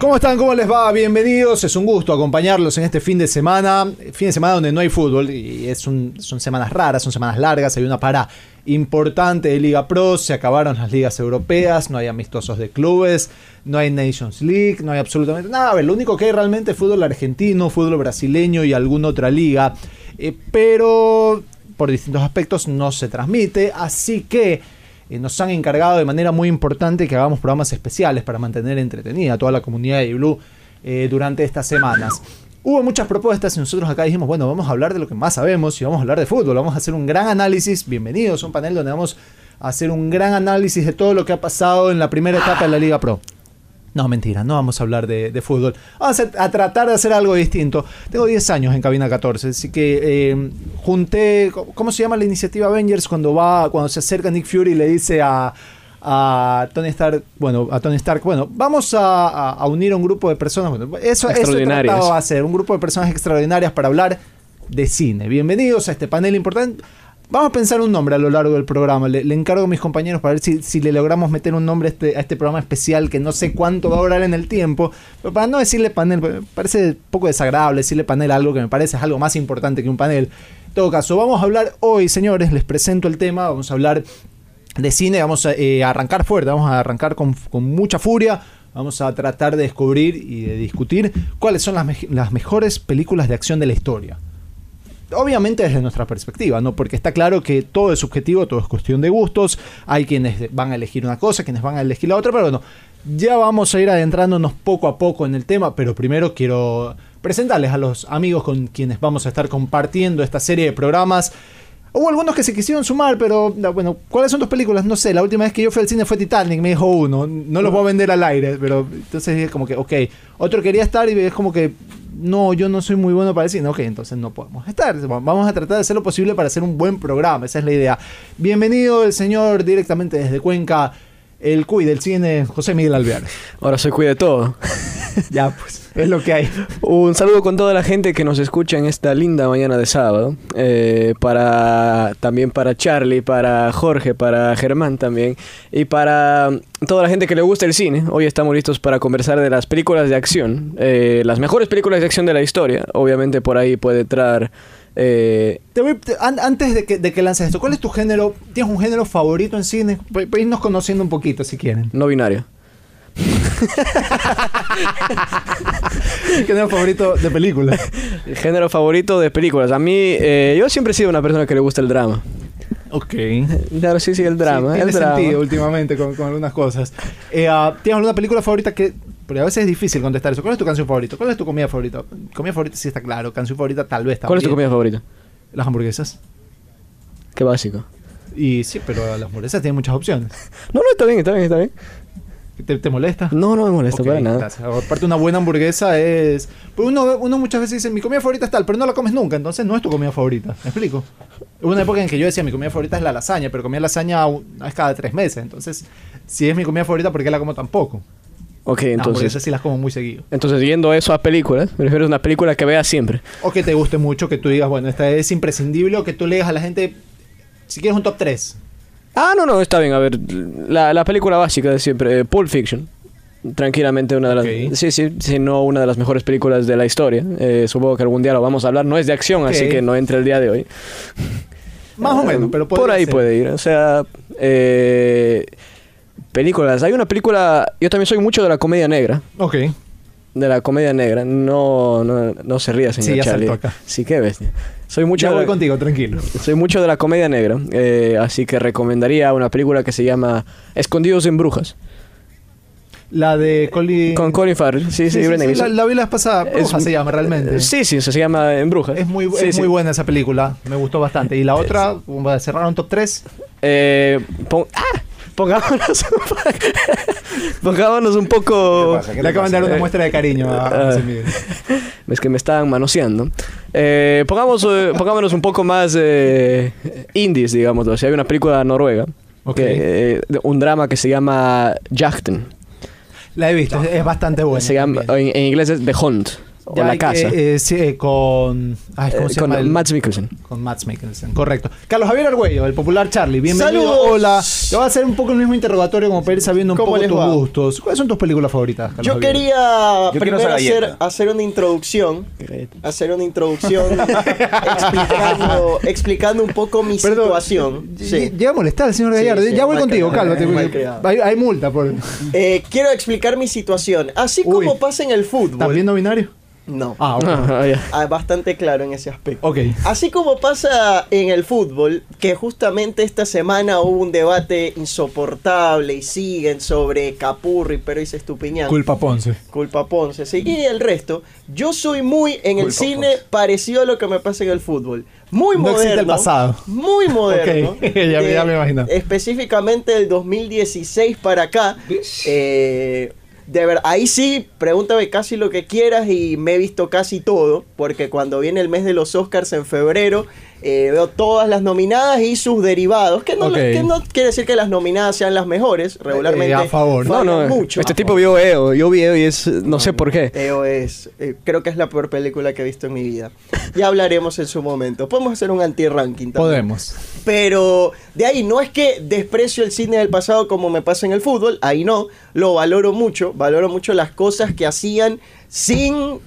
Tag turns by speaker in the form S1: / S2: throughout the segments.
S1: ¿Cómo están? ¿Cómo les va? Bienvenidos. Es un gusto acompañarlos en este fin de semana. Fin de semana donde no hay fútbol y es un- son semanas raras, son semanas largas. Hay una para importante de Liga Pro, se acabaron las ligas europeas, no hay amistosos de clubes, no hay Nations League, no hay absolutamente nada. A ver, lo único que hay realmente es fútbol argentino, fútbol brasileño y alguna otra liga. Eh, pero por distintos aspectos no se transmite, así que... Eh, nos han encargado de manera muy importante que hagamos programas especiales para mantener entretenida a toda la comunidad de Blue durante estas semanas. Hubo muchas propuestas y nosotros acá dijimos, bueno, vamos a hablar de lo que más sabemos y vamos a hablar de fútbol, vamos a hacer un gran análisis, bienvenidos a un panel donde vamos a hacer un gran análisis de todo lo que ha pasado en la primera etapa de la Liga Pro. No, mentira, no vamos a hablar de, de fútbol. Vamos a, a tratar de hacer algo distinto. Tengo 10 años en Cabina 14, así que eh, junté. co- ¿Cómo se llama la iniciativa Avengers cuando va, cuando se acerca Nick Fury y le dice a, a Tony Stark, bueno, a Tony Stark, bueno, vamos a, a- a unir a un grupo de personas. Bueno, eso, eso he
S2: Extraordinarias.
S1: tratado de hacer, un grupo de personas extraordinarias para hablar de cine. Bienvenidos a este panel importante. Vamos a pensar un nombre a lo largo del programa. Le, le encargo a mis compañeros para ver si, si le logramos meter un nombre a este, a este programa especial que no sé cuánto va a durar en el tiempo. Pero para no decirle panel, porque me parece un poco desagradable decirle panel a algo que me parece es algo más importante que un panel. En todo caso, vamos a hablar hoy, señores, les presento el tema. Vamos a hablar de cine. Vamos a eh, arrancar fuerte, vamos a arrancar con, con mucha furia. Vamos a tratar de descubrir y de discutir cuáles son las, mej- las mejores películas de acción de la historia. Obviamente desde nuestra perspectiva, ¿no? Porque está claro que todo es subjetivo, todo es cuestión de gustos. Hay quienes van a elegir una cosa, quienes van a elegir la otra, pero bueno, ya vamos a ir adentrándonos poco a poco en el tema, pero primero quiero presentarles a los amigos con quienes vamos a estar compartiendo esta serie de programas. Hubo algunos que se quisieron sumar, pero na, bueno, ¿cuáles son tus películas? No sé, la última vez que yo fui al cine fue Titanic, me dijo uno, no los voy a vender al aire, pero entonces es como que, ok, otro quería estar y es como que, no, yo no soy muy bueno para el cine, ok, entonces no podemos estar, Va- vamos a tratar de hacer lo posible para hacer un buen programa, esa es la idea. Bienvenido el señor directamente desde Cuenca, el cuy del cine, José Miguel Alvear.
S2: Ahora se cuide todo.
S1: ya, pues, es lo que hay.
S2: Un saludo con toda la gente que nos escucha en esta linda mañana de sábado. Eh, para también para Charlie, para Jorge, para Germán también y para toda la gente que le gusta el cine. Hoy estamos listos para conversar de las películas de acción, eh, las mejores películas de acción de la historia. Obviamente por ahí puede entrar. eh,
S1: Te voy- te- an- antes de que, de que lances esto, ¿cuál es tu género? ¿Tienes un género favorito en cine? Puedes irnos conociendo un poquito si quieren.
S2: no binario.
S1: género favorito de película.
S2: El género favorito de películas. A mí, eh, yo siempre he sido una persona que le gusta el drama.
S1: Ok.
S2: Claro, sí, sí, el drama.
S1: tiene
S2: el drama.
S1: sentido últimamente con, con algunas cosas. Eh, ah, ¿Tienes alguna película favorita que.? Porque a veces es difícil contestar eso. ¿Cuál es tu canción favorita? ¿Cuál es tu comida favorita? Comida favorita sí está claro. Canción favorita tal vez también.
S2: ¿Cuál es tu comida favorita?
S1: Las hamburguesas.
S2: Qué básico.
S1: Y sí, pero las hamburguesas tienen muchas opciones.
S2: No, no, está bien, está bien, está bien.
S1: ¿Te, te molesta?
S2: No, no me molesta
S1: Ok,
S2: para nada.
S1: gracias. Aparte, una buena hamburguesa es. Pero uno, uno muchas veces dice, mi comida favorita es tal, pero no la comes nunca, entonces no es tu comida favorita. ¿Me explico? Hubo una época en que yo decía, mi comida favorita es la lasaña, pero comía lasaña una vez cada tres meses. Entonces, si es mi comida favorita, ¿por qué la como tampoco?
S2: Ok,
S1: Las hamburguesas Ah,
S2: entonces.
S1: sí las como muy seguido.
S2: Entonces, yendo eso a películas, me refiero a una película que veas siempre.
S1: O que te guste mucho, que tú digas, bueno, esta es imprescindible, o que tú le digas a la gente, si quieres un top 3.
S2: Ah, no, no, está bien. A ver, la, la película básica de siempre, eh, Pulp Fiction. Tranquilamente una de las...
S1: Ok.
S2: Sí, sí, sí, no una de las mejores películas de la historia. Eh, supongo que algún día lo vamos a hablar. No es de acción, así
S1: Ok.
S2: que no entra el día de hoy.
S1: Más o
S2: Eh,
S1: menos, pero
S2: Por
S1: podría
S2: ahí
S1: ser.
S2: puede ir. O sea, eh, películas. Hay una película... Yo también soy mucho de la comedia negra.
S1: Ok.
S2: De la comedia negra. No, no, no se ría, señor
S1: Sí, ya
S2: Charlie.
S1: saltó acá.
S2: Sí, qué bestia. Soy mucho,
S1: Ya
S2: de
S1: voy
S2: la,
S1: contigo, tranquilo.
S2: soy mucho de la comedia negra, eh, así que recomendaría una película que se llama Escondidos en Brujas.
S1: La de Colin.
S2: Con Colin Farrell. Sí, sí,
S1: Sí, sí,
S2: Brendan
S1: sí, la,
S2: Gleeson.
S1: la vi la vez pasada.
S2: Es- eh,
S1: Bruja se llama realmente.
S2: Sí, sí, se llama En Brujas.
S1: Es muy,
S2: Sí,
S1: es
S2: sí.
S1: muy buena esa película, me gustó bastante. Y la otra, como para cerrar un top 3,
S2: Eh, pon- ¡Ah! Pongámonos un poco... Pongámonos un poco...
S3: ¿Qué
S1: le
S3: le
S1: acaban de
S3: pasa?
S1: dar una
S2: Eh,
S1: muestra de cariño a a
S2: eh,
S1: José Miguel.
S2: Es que me estaban manoseando. Eh, pongamos, eh, pongámonos un poco más eh, indies, digámoslo así. Hay una película noruega.
S1: Ok.
S2: que, eh, de- un drama que se llama Jachten.
S1: La he visto, es, es bastante buena.
S2: se llama,
S1: también.
S2: en, en inglés es The Hunt. O
S1: Ya
S2: la
S1: hay que,
S2: casa.
S1: eh, sí, eh, con. ay, ¿cómo
S2: Eh,
S1: se
S2: con
S1: llama el-
S2: Mads Mikkelsen.
S1: Con Max Mikkelsen, correcto. Carlos Javier Argüello, el popular Charlie. Bienvenido.
S3: ¡Saludos!
S1: Hola. Te voy a hacer un poco el mismo interrogatorio como para ir sabiendo un
S3: ¿Cómo
S1: poco
S3: les
S1: tus
S3: va?
S1: gustos. ¿Cuáles son tus películas favoritas, Carlos
S3: Yo
S1: Javier?
S3: quería
S4: quiero
S3: primero
S4: hacer galleta.
S3: hacer, hacer una introducción, hacer una introducción explicando, explicando un poco mi
S1: Perdón.
S3: situación.
S1: Ll-
S3: Sí.
S1: Llega a molestar al señor Gallardo.
S3: sí,
S1: ya voy
S3: mal
S1: contigo,
S3: creado,
S1: cálmate.
S3: eh, mal
S1: porque
S3: creado.
S1: Hay, hay multa por.
S3: Eh, quiero explicar mi situación. Así
S1: Uy.
S3: como pasa en el
S1: ¿Estás
S3: fútbol.
S1: viendo binario?
S3: No.
S1: Ah, ok.
S2: Ah, ya.
S3: Ah, bastante claro en ese aspecto.
S1: Ok.
S3: Así como pasa en el fútbol, que justamente esta semana hubo un debate insoportable y siguen sobre Capurri, pero y Estupiñán.
S1: Culpa Ponce.
S3: Culpa a Ponce, sí, y el resto. Yo soy muy en el cine parecido a lo que me pasa en el fútbol. Muy
S1: No
S3: moderno.
S1: existe el pasado.
S3: Muy moderno. eh,
S1: Ok, ya me- ya me imagino.
S3: Específicamente del 2016 para acá. eh, de ver, ahí sí, pregúntame casi lo que quieras y me he visto casi todo, porque cuando viene el mes de los Oscars en febrero, eh, veo todas las nominadas y sus derivados, que no,
S1: Ok. Eh,
S3: que no quiere decir que las nominadas sean las mejores, regularmente.
S1: a favor.
S2: No,
S3: fallan
S2: no,
S3: mucho.
S2: este tipo vio EO, yo vi EO y es, no sé por qué.
S3: EO es, eh, creo que es la peor película que he visto en mi vida. Ya hablaremos en su momento. Podemos hacer un anti-ranking también.
S1: Podemos.
S3: Pero de ahí no es que desprecio el cine del pasado como me pasa en el fútbol, ahí no, lo valoro mucho, valoro mucho las cosas que hacían sin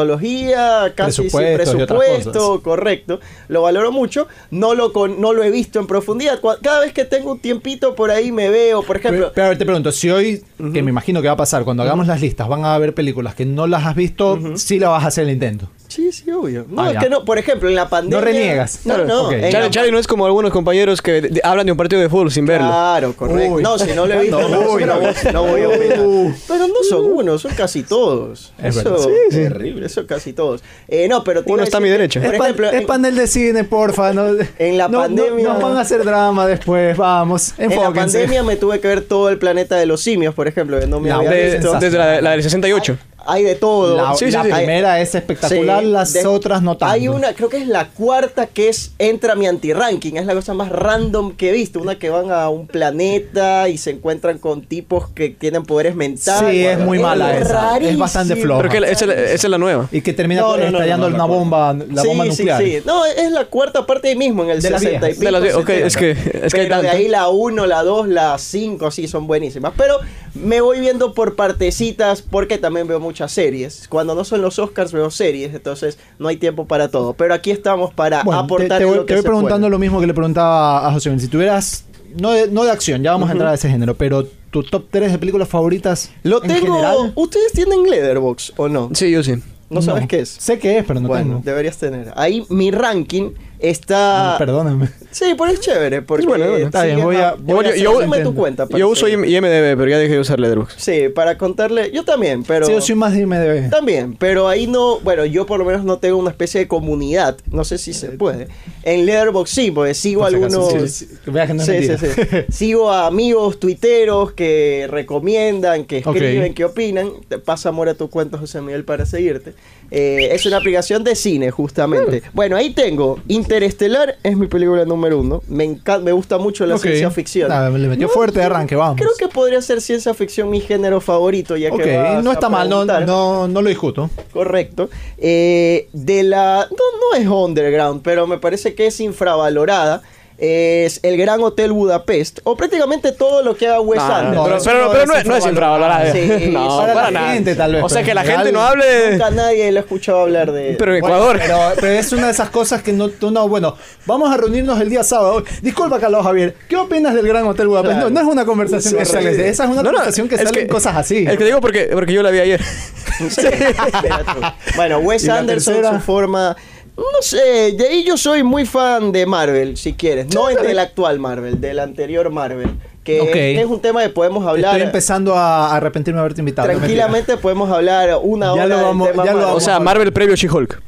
S3: tecnología, casi sin
S1: Presupuestos y otras
S3: presupuesto,
S1: cosas.
S3: correcto, lo valoro mucho, no lo, con- no lo he visto en profundidad, Cua- cada vez que tengo un tiempito por ahí me veo, por
S1: Pero,
S3: ejemplo,
S1: pero a ver, te pregunto, si hoy, que me imagino que va a pasar, cuando hagamos las listas, van a haber películas que no las has visto, sí la vas a hacer el intento.
S3: sí, sí, obvio, no,
S1: Ah,
S3: es
S1: ya.
S3: que no, por ejemplo, en la pandemia,
S1: reniegas.
S3: no,
S1: Claro,
S3: no,
S1: ok.
S3: en la
S2: Charlie, Charlie no es como algunos compañeros que de- de- hablan de un partido de fútbol sin verlo.
S3: Claro, correcto.
S1: Uy.
S3: No, si no lo he visto, no,
S1: No, uy,
S3: no,
S1: no.
S3: no voy a opinar.
S1: Uh.
S3: Pero no son uno, son casi todos.
S1: Es
S3: eso,
S1: verdad.
S3: terrible. Eso casi todos. Eh, no, pero te
S2: Uno
S3: iba a
S2: está a
S3: decir
S2: mi
S3: que,
S2: derecha.
S3: Por
S1: Es,
S3: ejemplo,
S1: pan- es
S3: en-
S1: panel de cine, porfa. No,
S3: En la
S1: no- no-
S3: pandemia-
S1: nos van a hacer drama después, vamos.
S3: en
S1: Enfóquense.
S3: la pandemia me tuve que ver todo el planeta de los simios, por ejemplo, que no me
S1: La-
S3: había
S2: De-
S3: visto.
S1: sensación.
S2: desde la, la del 68.
S3: Hay de todo.
S1: La,
S2: Sí, sí,
S1: la
S2: sí.
S1: primera es espectacular,
S3: Sí,
S1: las
S3: de-
S1: otras no tanto.
S3: Hay una, creo que es la cuarta que es entra mi anti-ranking, es la cosa más random que he visto, una que van a un planeta y se encuentran con tipos que tienen poderes mentales.
S1: Sí, es muy mala esa. Es bastante
S3: rarísimo.
S1: floja.
S2: Pero que la- esa, es la- esa es la nueva.
S1: Y que termina
S3: No, no, no,
S1: estallando
S3: no, no,
S1: una
S3: la
S1: bomba, la
S3: Sí,
S1: bomba nuclear.
S3: Sí, sí. No, es la cuarta parte ahí mismo, en el
S1: De las
S3: 60 y
S1: viejas.
S3: pico.
S2: De las vie- ok,
S3: 70.
S2: es que- es que hay
S3: Pero de
S2: tantas.
S3: ahí la 1, la 2, la 5, sí, son buenísimas. Pero me voy viendo por partecitas porque también veo muchas series. Cuando no son los Oscars veo series, entonces no hay tiempo para todo. Pero aquí estamos para
S1: Bueno, te,
S3: aportar
S1: te voy,
S3: lo que
S1: te voy
S3: se
S1: preguntando
S3: puede.
S1: lo mismo que le preguntaba a José. Miguel. Si tuvieras, no de, no de acción, ya vamos a entrar a ese género, pero tu top 3 de películas favoritas.
S3: Lo
S1: en
S3: tengo.
S1: general?
S3: ¿Ustedes tienen Leatherbox o no?
S2: Sí, yo sí.
S3: ¿No, sabes qué es?
S1: Sé que es, pero no
S3: bueno,
S1: tengo.
S3: deberías tener. Ahí mi ranking
S1: Ah,
S3: está.
S1: Perdóname.
S3: Sí, pero es chévere. Porque
S2: bueno, bueno.
S1: Está bien, voy a-
S3: Voy
S2: Yo-
S3: a
S2: yo-
S3: hacer-
S1: yo-
S3: tu cuenta. para
S2: Yo uso
S3: seguir.
S2: IM- IMDB, pero ya dejé de usar Letterboxd.
S3: Sí, para contarle, yo también, pero...
S1: Sí, yo soy más de IMDb.
S3: También, pero ahí no, bueno, yo por lo menos no tengo una especie de comunidad, no sé si se puede. En Letterboxd sí, porque sigo a
S1: Eh, Por si acaso,
S3: algunos...
S1: sí, sí, que veas que no es
S3: Sí, sí,
S1: mentira.
S3: sí. Sigo a amigos tuiteros que recomiendan, que
S1: Ok.
S3: escriben, que opinan. Te pasa amor a tu cuenta, José Miguel, para seguirte. Eh, es una aplicación de cine, justamente.
S1: Ah.
S3: Bueno, ahí tengo. Interestelar es mi película número uno. Me, encanta, me gusta mucho la
S1: Ok.
S3: ciencia ficción.
S1: Nada, me le metió
S3: No,
S1: fuerte de arranque, vamos.
S3: Creo que podría ser ciencia ficción mi género favorito, ya que
S1: ok,
S3: vas
S1: no
S3: a
S1: está mal, no,
S3: preguntar.
S1: no, no lo discuto.
S3: Correcto. Eh, de la. No, no es underground, pero me parece que es infravalorada. Es el Gran Hotel Budapest. O prácticamente todo lo que haga Wes
S2: Nah,
S3: Anderson.
S1: no,
S2: pero,
S1: eso
S2: pero-
S1: no
S2: pero
S1: es
S2: Ah, no, es, no es
S1: infravalorado.
S2: infravalorada.
S3: Sí,
S2: no,
S3: para
S2: para,
S3: la
S2: nada.
S1: gente, tal vez,
S2: o sea,
S1: pero
S2: que la
S1: en
S2: gente no
S1: general-
S2: hable...
S3: Nunca nadie lo ha escuchado hablar de.
S2: Pero en
S1: Bueno,
S2: Ecuador.
S1: pero, pero es una de esas cosas que no, tú no. Bueno, vamos a reunirnos el día sábado. Disculpa, Carlos Javier, ¿qué opinas del Gran Hotel Budapest?
S3: Claro.
S1: No, no es una conversación que
S3: Sí,
S1: sale.
S3: sí.
S1: Esa es una
S2: No, no,
S1: conversación que
S2: es
S1: salen cosas así.
S2: Es que digo porque, porque yo la vi ayer.
S3: Espera tú. bueno, Wes
S1: ¿Y la
S3: Anderson,
S1: tercera?
S3: su forma. No sé, de ahí yo soy muy fan de Marvel, si quieres. No del actual Marvel, del anterior Marvel. Que,
S1: Ok.
S3: que es un tema que podemos hablar.
S1: Estoy empezando a arrepentirme de haberte invitado. no mentira.
S3: Tranquilamente podemos hablar una
S1: Ya
S3: hora
S1: lo
S3: del
S1: vamos-
S3: tema
S1: ya lo
S3: Marvel.
S1: vamos
S2: o sea, Marvel previo She-Hulk.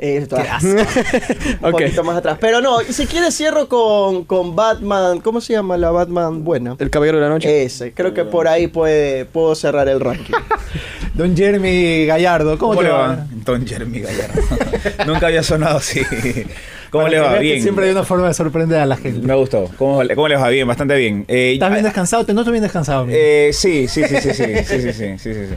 S3: Eh, está- un
S2: Ok.
S3: poquito más atrás. Pero no, y si quieres cierro con, con Batman. ¿Cómo se llama la Batman buena?
S2: El Caballero de la Noche.
S3: Ese, creo que por ahí puede, puedo cerrar el ranking.
S1: Don Jeremy Gallardo, ¿cómo,
S4: ¿Cómo
S1: te
S4: le
S1: va?
S4: va? Don Jeremy Gallardo. Nunca había sonado así. ¿Cómo
S1: Para
S4: le
S1: que veas
S4: va?
S1: que
S4: Bien.
S1: Siempre hay una forma de sorprender a la gente.
S4: Me ha gustado. ¿Cómo, le- cómo les va? Bien, bastante bien. Eh,
S1: ¿Estás bien descansado? Te noto bien descansado. amigo.
S4: eh, sí, sí, sí, sí, sí, sí, sí, sí, sí, sí, sí.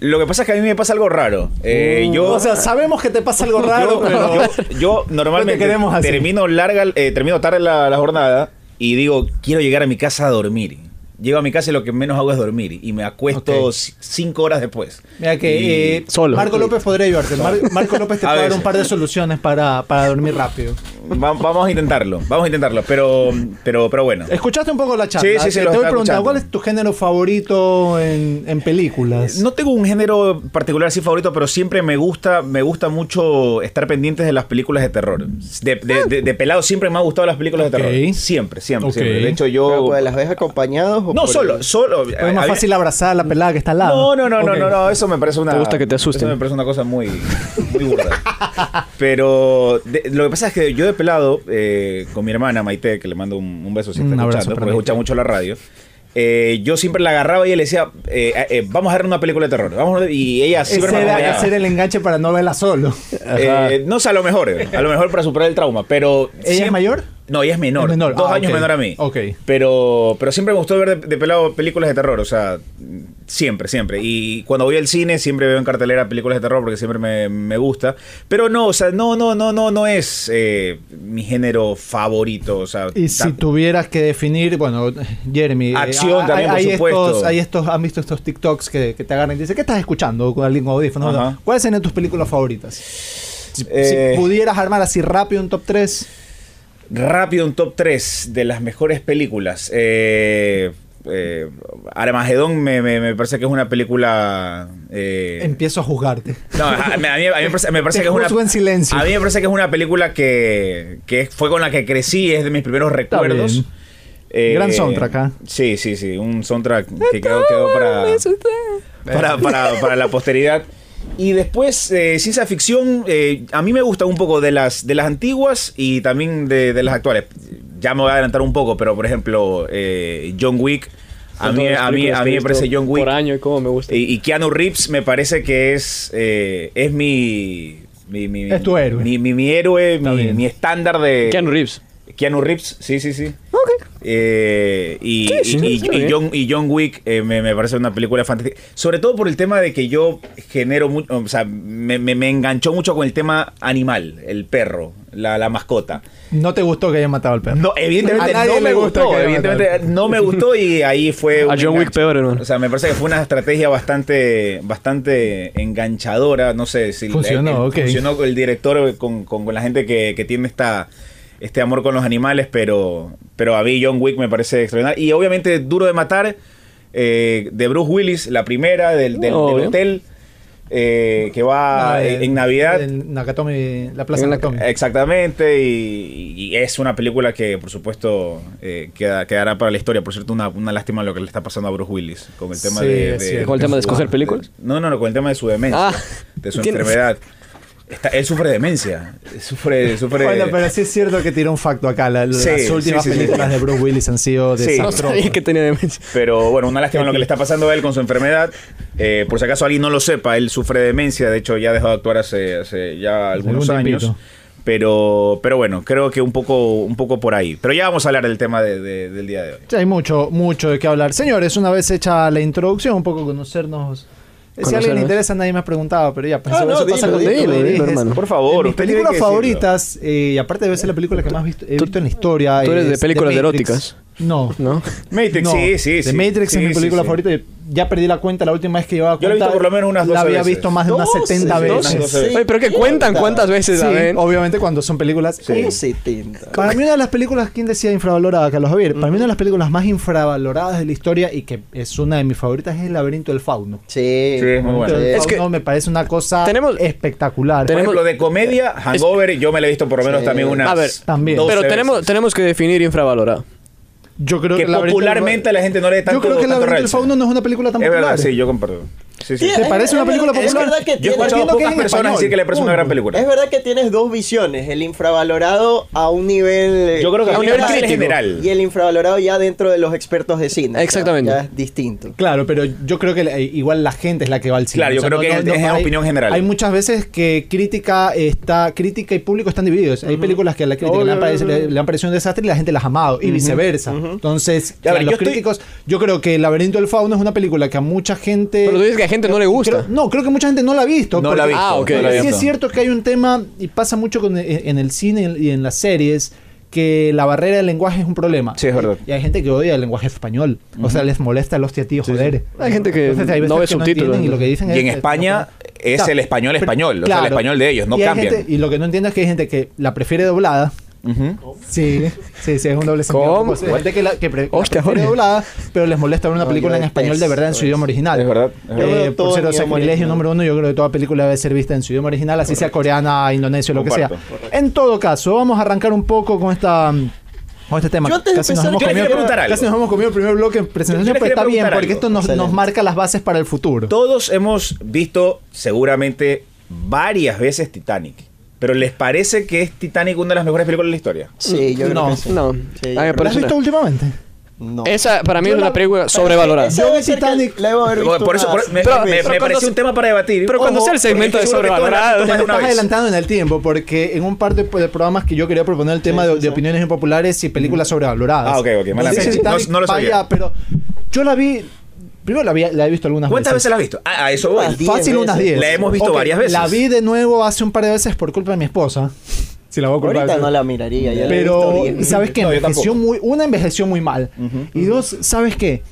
S4: Lo que pasa es que a mí me pasa algo raro. Eh, yo,
S1: Uh, o sea, sabemos que te pasa algo raro,
S4: yo,
S1: pero
S4: yo- yo normalmente
S1: No te queremos así.
S4: termino, larga, eh, termino tarde la, la jornada y digo, quiero llegar a mi casa a dormir. Llego a mi casa y lo que menos hago es dormir. Y me acuesto
S1: Ok.
S4: c- cinco horas después.
S1: Mira que
S4: Y-
S1: eh,
S2: Solo.
S1: Marco López podría ayudarte. Mar- Marco López te
S4: A
S1: puede dar
S4: veces.
S1: un par de soluciones para, para dormir rápido.
S4: Va- vamos a intentarlo. Vamos a intentarlo. Pero, pero, pero bueno.
S1: Escuchaste un poco la charla.
S4: Sí, sí, sí,
S1: Te
S4: lo
S1: voy
S4: estaba
S1: preguntando,
S4: escuchando.
S1: ¿cuál es tu género favorito en, en películas?
S4: No tengo un género particular así favorito, pero siempre me gusta, me gusta mucho estar pendientes de las películas de terror. De, de- de- de pelado siempre me han gustado las películas
S1: Ok.
S4: de terror. Siempre, siempre,
S1: Ok.
S4: siempre. De hecho,
S3: Pero,
S4: yo.
S3: pues, ¿Las ves acompañados o
S4: No,
S3: por-
S4: solo, solo.
S1: ¿O es más
S4: eh, había-
S1: fácil abrazar a la pelada que está al
S4: No,
S1: lado?
S4: no, no, no,
S1: Ah, Ok.
S4: no, no, eso me parece una.
S2: Te gusta que te asusten.
S4: Eso me parece una cosa muy, muy burda. Pero de- lo que pasa es que yo de pelado, eh, con mi hermana Maite, que le mando un, un beso si
S1: Un
S4: está
S1: abrazo para
S4: escuchando, porque
S1: Maite.
S4: escucha mucho la radio. eh, yo siempre la agarraba y le decía, eh, eh, vamos a ver una película de terror. Vamos a ver- y ella
S1: Ese
S4: siempre me
S1: era,
S4: acompañaba.
S1: ese era el enganche para no verla solo.
S2: Ajá.
S4: Eh, no sé, a lo mejor, a lo mejor para superar el trauma, pero...
S1: ¿Ella es mayor?
S4: No, ella es menor,
S1: Es menor.
S4: dos
S1: Ah,
S4: años
S1: ok.
S4: menor a mí.
S1: Ok.
S4: Pero, pero siempre me gustó ver de, de pelado películas de terror, o sea, siempre, siempre. Y cuando voy al cine siempre veo en cartelera películas de terror porque siempre me, me gusta. Pero no, o sea, no, no, no, no, no es eh, mi género favorito, o sea...
S1: Y si
S4: tan-
S1: tuvieras que definir, bueno, Jeremy. eh,
S4: Acción
S1: hay-
S4: también, por
S1: hay
S4: supuesto.
S1: Estos, hay estos, han visto estos TikToks que, que te agarran y te dicen, ¿qué estás escuchando con alguien con audífonos?
S4: Ajá.
S1: ¿Cuáles serían tus películas favoritas? Si, si
S4: Eh.
S1: pudieras armar así rápido un top 3.
S4: Rápido, un top 3 de las mejores películas. Eh, eh, Armagedón me, me- me parece que es una película... eh,
S1: Empiezo a juzgarte.
S4: No, a, a mí, a mí- a mí me parece, me parece
S1: Te
S4: que es una.
S1: juzgo en silencio.
S4: A mí me parece que es una película que, que fue con la que crecí, es de mis primeros recuerdos. Eh,
S1: bien. Gran soundtrack, ¿ah?
S4: Sí, sí, sí. Un soundtrack que quedó, quedó para, para, para, para la posteridad. Y después, eh, ciencia ficción, eh, a mí me gusta un poco de las, de las antiguas y también de, de las actuales. Ya me voy a adelantar un poco, pero por ejemplo, eh, John Wick. A
S2: Son
S4: mí,
S2: todas las
S4: a, mí,
S2: películas
S4: a
S2: que
S4: mí
S2: he
S4: me
S2: visto
S4: parece John Wick. Eh,
S2: Por año y cómo me gusta.
S4: Y, y Keanu Reeves me parece que es, eh, es mi, mi, mi-
S1: Es tu héroe.
S4: Mi, mi- mi héroe,
S1: Está
S4: mi,
S1: bien.
S4: mi estándar de...
S2: Keanu Reeves.
S4: Keanu Reeves, sí, sí, sí. Eh, y,
S2: Sí, sí,
S4: y- y-
S2: sí,
S4: y
S2: bien.
S4: John, y John Wick eh, me, me parece una película fantástica. Sobre todo por el tema de que yo genero mucho, o sea, me, me- me enganchó mucho con el tema animal, el perro, la, la mascota.
S1: No te gustó que hayan matado al perro.
S4: No, evidentemente
S1: A nadie
S4: no me
S1: le gusta
S4: gustó.
S1: que haya
S4: Evidentemente
S1: matado.
S4: no me gustó y ahí fue.
S2: A
S4: un
S2: John Wick
S4: enganche.
S2: peor, hermano.
S4: O sea, me parece que fue una estrategia bastante, bastante enganchadora. No sé si
S1: Funcionó, ok.
S4: funcionó con el director con, con- con la gente que, que tiene esta. Este amor con los animales, pero, pero a mí John Wick me parece extraordinario. Y obviamente Duro de Matar, eh, de Bruce Willis, la primera, del, del- del
S2: Obvio.
S4: hotel, eh, que va
S1: Ah,
S4: en,
S1: el-
S4: en Navidad.
S1: En Nakatomi, la plaza
S2: En la-
S1: Nakatomi.
S4: Exactamente, y, y es una película que por supuesto eh, queda- quedará para la historia. Por cierto, una, una lástima lo que le está pasando a Bruce Willis con el tema
S1: Sí,
S4: de,
S1: es cierto.
S2: ¿Con el tema de
S4: su-
S2: escoger películas?
S4: No, no, no, con el tema de su demencia,
S2: Ah,
S4: de su
S2: ¿tienes?
S4: enfermedad. Está- él sufre demencia, sufre... sufre
S1: Bueno, pero sí es cierto que tiró un facto acá. La-
S4: Sí,
S1: las últimas
S4: sí, sí, sí.
S1: películas de Bruce Willis han sido
S4: Sí.
S1: desastrosas.
S2: No sabía que tenía demencia.
S4: Pero bueno, una lástima lo que le está pasando a él con su enfermedad. Eh, por si acaso alguien no lo sepa, él sufre de demencia. De hecho, ya dejó de actuar hace, hace ya algunos
S1: Algún
S4: años.
S1: tiempito.
S4: Pero, pero bueno, creo que un poco, un poco por ahí. Pero ya vamos a hablar del tema de- de- del día de hoy.
S1: Sí, hay mucho, mucho de qué hablar. Señores, una vez hecha la introducción, un poco conocernos. eh, Si a alguien le
S2: Conocernos.
S1: interesa, nadie me ha preguntado, pero ya, pues,
S4: Ah,
S1: eso,
S4: no,
S1: eso pasa cuando
S4: dilo,
S2: dilo,
S1: tú
S2: dilo,
S1: diriges.
S2: hermano.
S4: Por favor,
S1: mis
S4: usted tiene
S1: películas
S4: que
S1: favoritas, eh, y aparte debe ser la película que más visto- he
S2: Tú-
S1: visto en la historia. eh,
S2: tú eres de
S1: es The
S2: películas
S1: Matrix.
S2: eróticas.
S1: No.
S2: ¿No?
S4: decirlo. Matrix,
S1: No.
S4: sí, sí, sí.
S1: The Matrix
S4: Sí,
S1: es mi
S4: sí,
S1: película
S4: sí.
S1: favorita. Ya perdí la cuenta la última vez que llevaba
S4: Yo la he
S1: cuenta.
S4: visto por lo menos unas 12
S1: La había
S4: veces.
S1: visto más de unas
S3: 12,
S1: 70
S3: 12.
S1: veces.
S4: Sí.
S2: Oye, pero que cuentan cuántas veces
S1: Sí,
S2: la ven.
S1: obviamente cuando son películas.
S3: ¿Cómo 70?
S1: Para mí una de las películas, ¿quién decía infravalorada? Carlos Javier. Para mí una de las películas más infravaloradas de la historia y que es una de mis favoritas es El laberinto del fauno.
S3: Sí.
S4: Sí, es muy buena.
S1: El
S2: Es que-
S1: fauno me parece una cosa
S2: Tenemos-
S1: espectacular.
S4: Por
S2: Tenemos-
S4: ejemplo, de comedia, Hangover, yo me la he visto por lo menos
S3: Sí.
S4: también unas
S2: A ver,
S1: también.
S4: 12
S2: Pero tenemos,
S4: veces.
S2: tenemos que definir infravalorado.
S1: yo creo
S4: que
S1: El laberinto del-
S4: popularmente la gente no le dé tanto
S1: Yo creo que El
S4: tanto
S1: laberinto del
S4: realce.
S1: fauno no es una película tan
S4: Es
S1: popular.
S4: verdad, sí, yo comparto. Sí, sí.
S3: Sí,
S1: ¿Te
S3: es-
S1: parece
S3: es
S1: una película
S3: verdad- es
S1: popular?
S3: verdad que
S4: Yo he
S3: tiene-
S4: escuchado a
S1: Entiendo que es
S4: pocas
S1: en
S4: personas
S1: español,
S4: decir que le parece una gran
S1: punto.
S4: película.
S3: Es verdad que tienes dos visiones, el infravalorado a un nivel
S4: Yo creo que
S2: A un
S4: aplica
S2: nivel
S4: más en
S2: crítico.
S4: general.
S3: y el infravalorado ya dentro de los expertos de cine. o sea,
S2: Exactamente.
S3: ya es distinto.
S1: Claro, pero yo creo que eh, igual la gente es la que va al cine.
S4: Claro, yo creo que es- es la
S1: hay-
S4: opinión general.
S1: Hay muchas veces que crítica está crítica y público están divididos. Hay películas que a la crítica le, han
S2: Obvio,
S1: parecido, le- le han parecido un desastre y la gente las ha amado y viceversa. Entonces,
S4: Ya, a ver,
S1: a los
S4: yo estoy-
S1: críticos, yo creo que El laberinto del fauno es una película que a mucha gente
S2: Pero tú dices que hay gente gente no le gusta.
S1: Creo- no, creo que mucha gente no la ha visto.
S4: No la ha
S1: porque-
S4: visto.
S2: Ah, ok.
S4: no la ha
S2: Sí
S1: Sí
S4: visto.
S1: es cierto que hay un tema, y pasa mucho con- eh, en, en el cine y en las series, que la barrera del lenguaje es un problema.
S4: Sí, es verdad.
S1: Y hay gente que odia el lenguaje español. O sea, les molesta el hostia tío, joder.
S2: Hay gente que
S1: Entonces, hay veces
S2: no ve
S1: que
S2: subtítulos.
S1: entienden y lo que dicen
S4: Y en
S1: es-
S4: España es el español
S1: Pero-
S4: español, o sea, el español de ellos, no
S1: y hay
S4: cambian.
S1: gente- y lo que no entiendo es que hay gente que la prefiere doblada.
S4: Ujú.
S1: Sí, sí, sí, es un doble sentido.
S2: ¿Cómo?
S1: Pues, hay gente que la, que pre- la
S2: Hostia,
S1: prefiere
S2: Jorge.
S1: doblada, pero les molesta ver una
S3: No,
S1: película
S3: yo
S1: en español de
S3: detesto
S1: verdad en su
S3: eso.
S1: idioma original.
S4: Es verdad, es
S1: Eh,
S3: verdad.
S1: por
S3: Todo
S1: cierto,
S3: en idioma
S1: sacrilegio
S3: original.
S1: número uno, yo creo que toda película debe ser vista en su idioma original, así sea coreana, indonesia, lo que sea.
S4: Comparto.
S1: En todo caso, vamos a arrancar un poco con esta... Con este tema,
S3: Yo antes de
S1: casi, nos
S3: empezar,
S1: hemos
S4: yo les
S1: comido,
S4: quería preguntar algo.
S1: casi nos hemos comido el primer bloque en
S4: Yo
S1: presentación,
S4: les
S1: pero
S4: quería
S1: está bien,
S4: preguntar
S1: porque
S4: algo.
S1: esto nos, nos
S3: Excelente.
S1: marca las bases para el futuro.
S4: Todos hemos visto seguramente varias veces Titanic, pero ¿les parece que es Titanic una de las mejores películas de la historia?
S3: Sí, yo
S1: No,
S3: creo que sí.
S2: No. A mí
S3: Sí,
S2: me
S3: yo-
S1: ¿Lo has
S2: parece
S1: visto
S2: una-
S1: últimamente?
S3: No.
S2: Esa para mí
S3: Yo
S2: es una
S3: la-
S2: película sobrevalorada.
S3: Esa
S1: Yo vi
S3: debe ser que
S1: Titanic-
S3: La debo haber visto
S4: Por eso, por-
S3: unas
S4: me,
S2: Pero-
S4: me- me
S2: pero cuando
S4: pareció
S2: se-
S4: un tema para debatir.
S2: pero cuando sea el segmento
S4: porque
S2: de
S4: seguro que todos la han visto
S2: sobrevalorado.
S4: más
S1: Te
S4: de una
S1: estás
S4: vez.
S1: adelantando en el tiempo porque en un par de, de programas que yo quería proponer el tema
S3: Sí,
S1: de,
S3: sí,
S1: de
S3: sí.
S1: opiniones impopulares y películas sobrevaloradas.
S4: Ah, ok, ok, mala
S1: Entonces,
S4: mía.
S1: Titanic,
S4: No- no lo sabía.
S1: vaya, pero yo la vi. Primero la, vi, la he visto algunas
S4: ¿Cuántas
S1: veces.
S4: veces la has visto? Ah, a eso voy.
S3: Unas diez.
S1: Fácil unas 10.
S4: La hemos visto varias veces.
S1: La vi de nuevo hace un par de veces por culpa de mi esposa. Si la voy a culpar.
S3: Ahorita no la miraría. ya la he
S1: Pero,
S3: visto bien.
S1: ¿sabes qué?
S4: No, yo
S1: Envejeció
S4: tampoco.
S1: muy, una envejeció muy mal. Y dos, ¿sabes qué?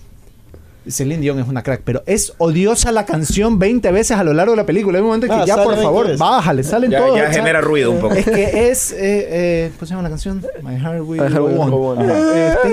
S1: Celine Dion es una crack, pero es odiosa la canción 20 veces a lo largo de la película. Hay un momento en que
S3: Ah,
S1: ya,
S3: sale
S1: por
S3: 20
S1: favor,
S3: veces.
S1: bájale, salen
S4: Ya-
S1: todos.
S4: ya
S1: o sea,
S4: genera ruido un poco.
S1: Es que es. eh, eh, ¿Cómo se llama la canción? My Heart Will
S2: My Heart Will
S1: Go On.
S2: Go
S3: On,
S1: Ajá.
S3: ajá.
S1: Este, es
S4: Eh.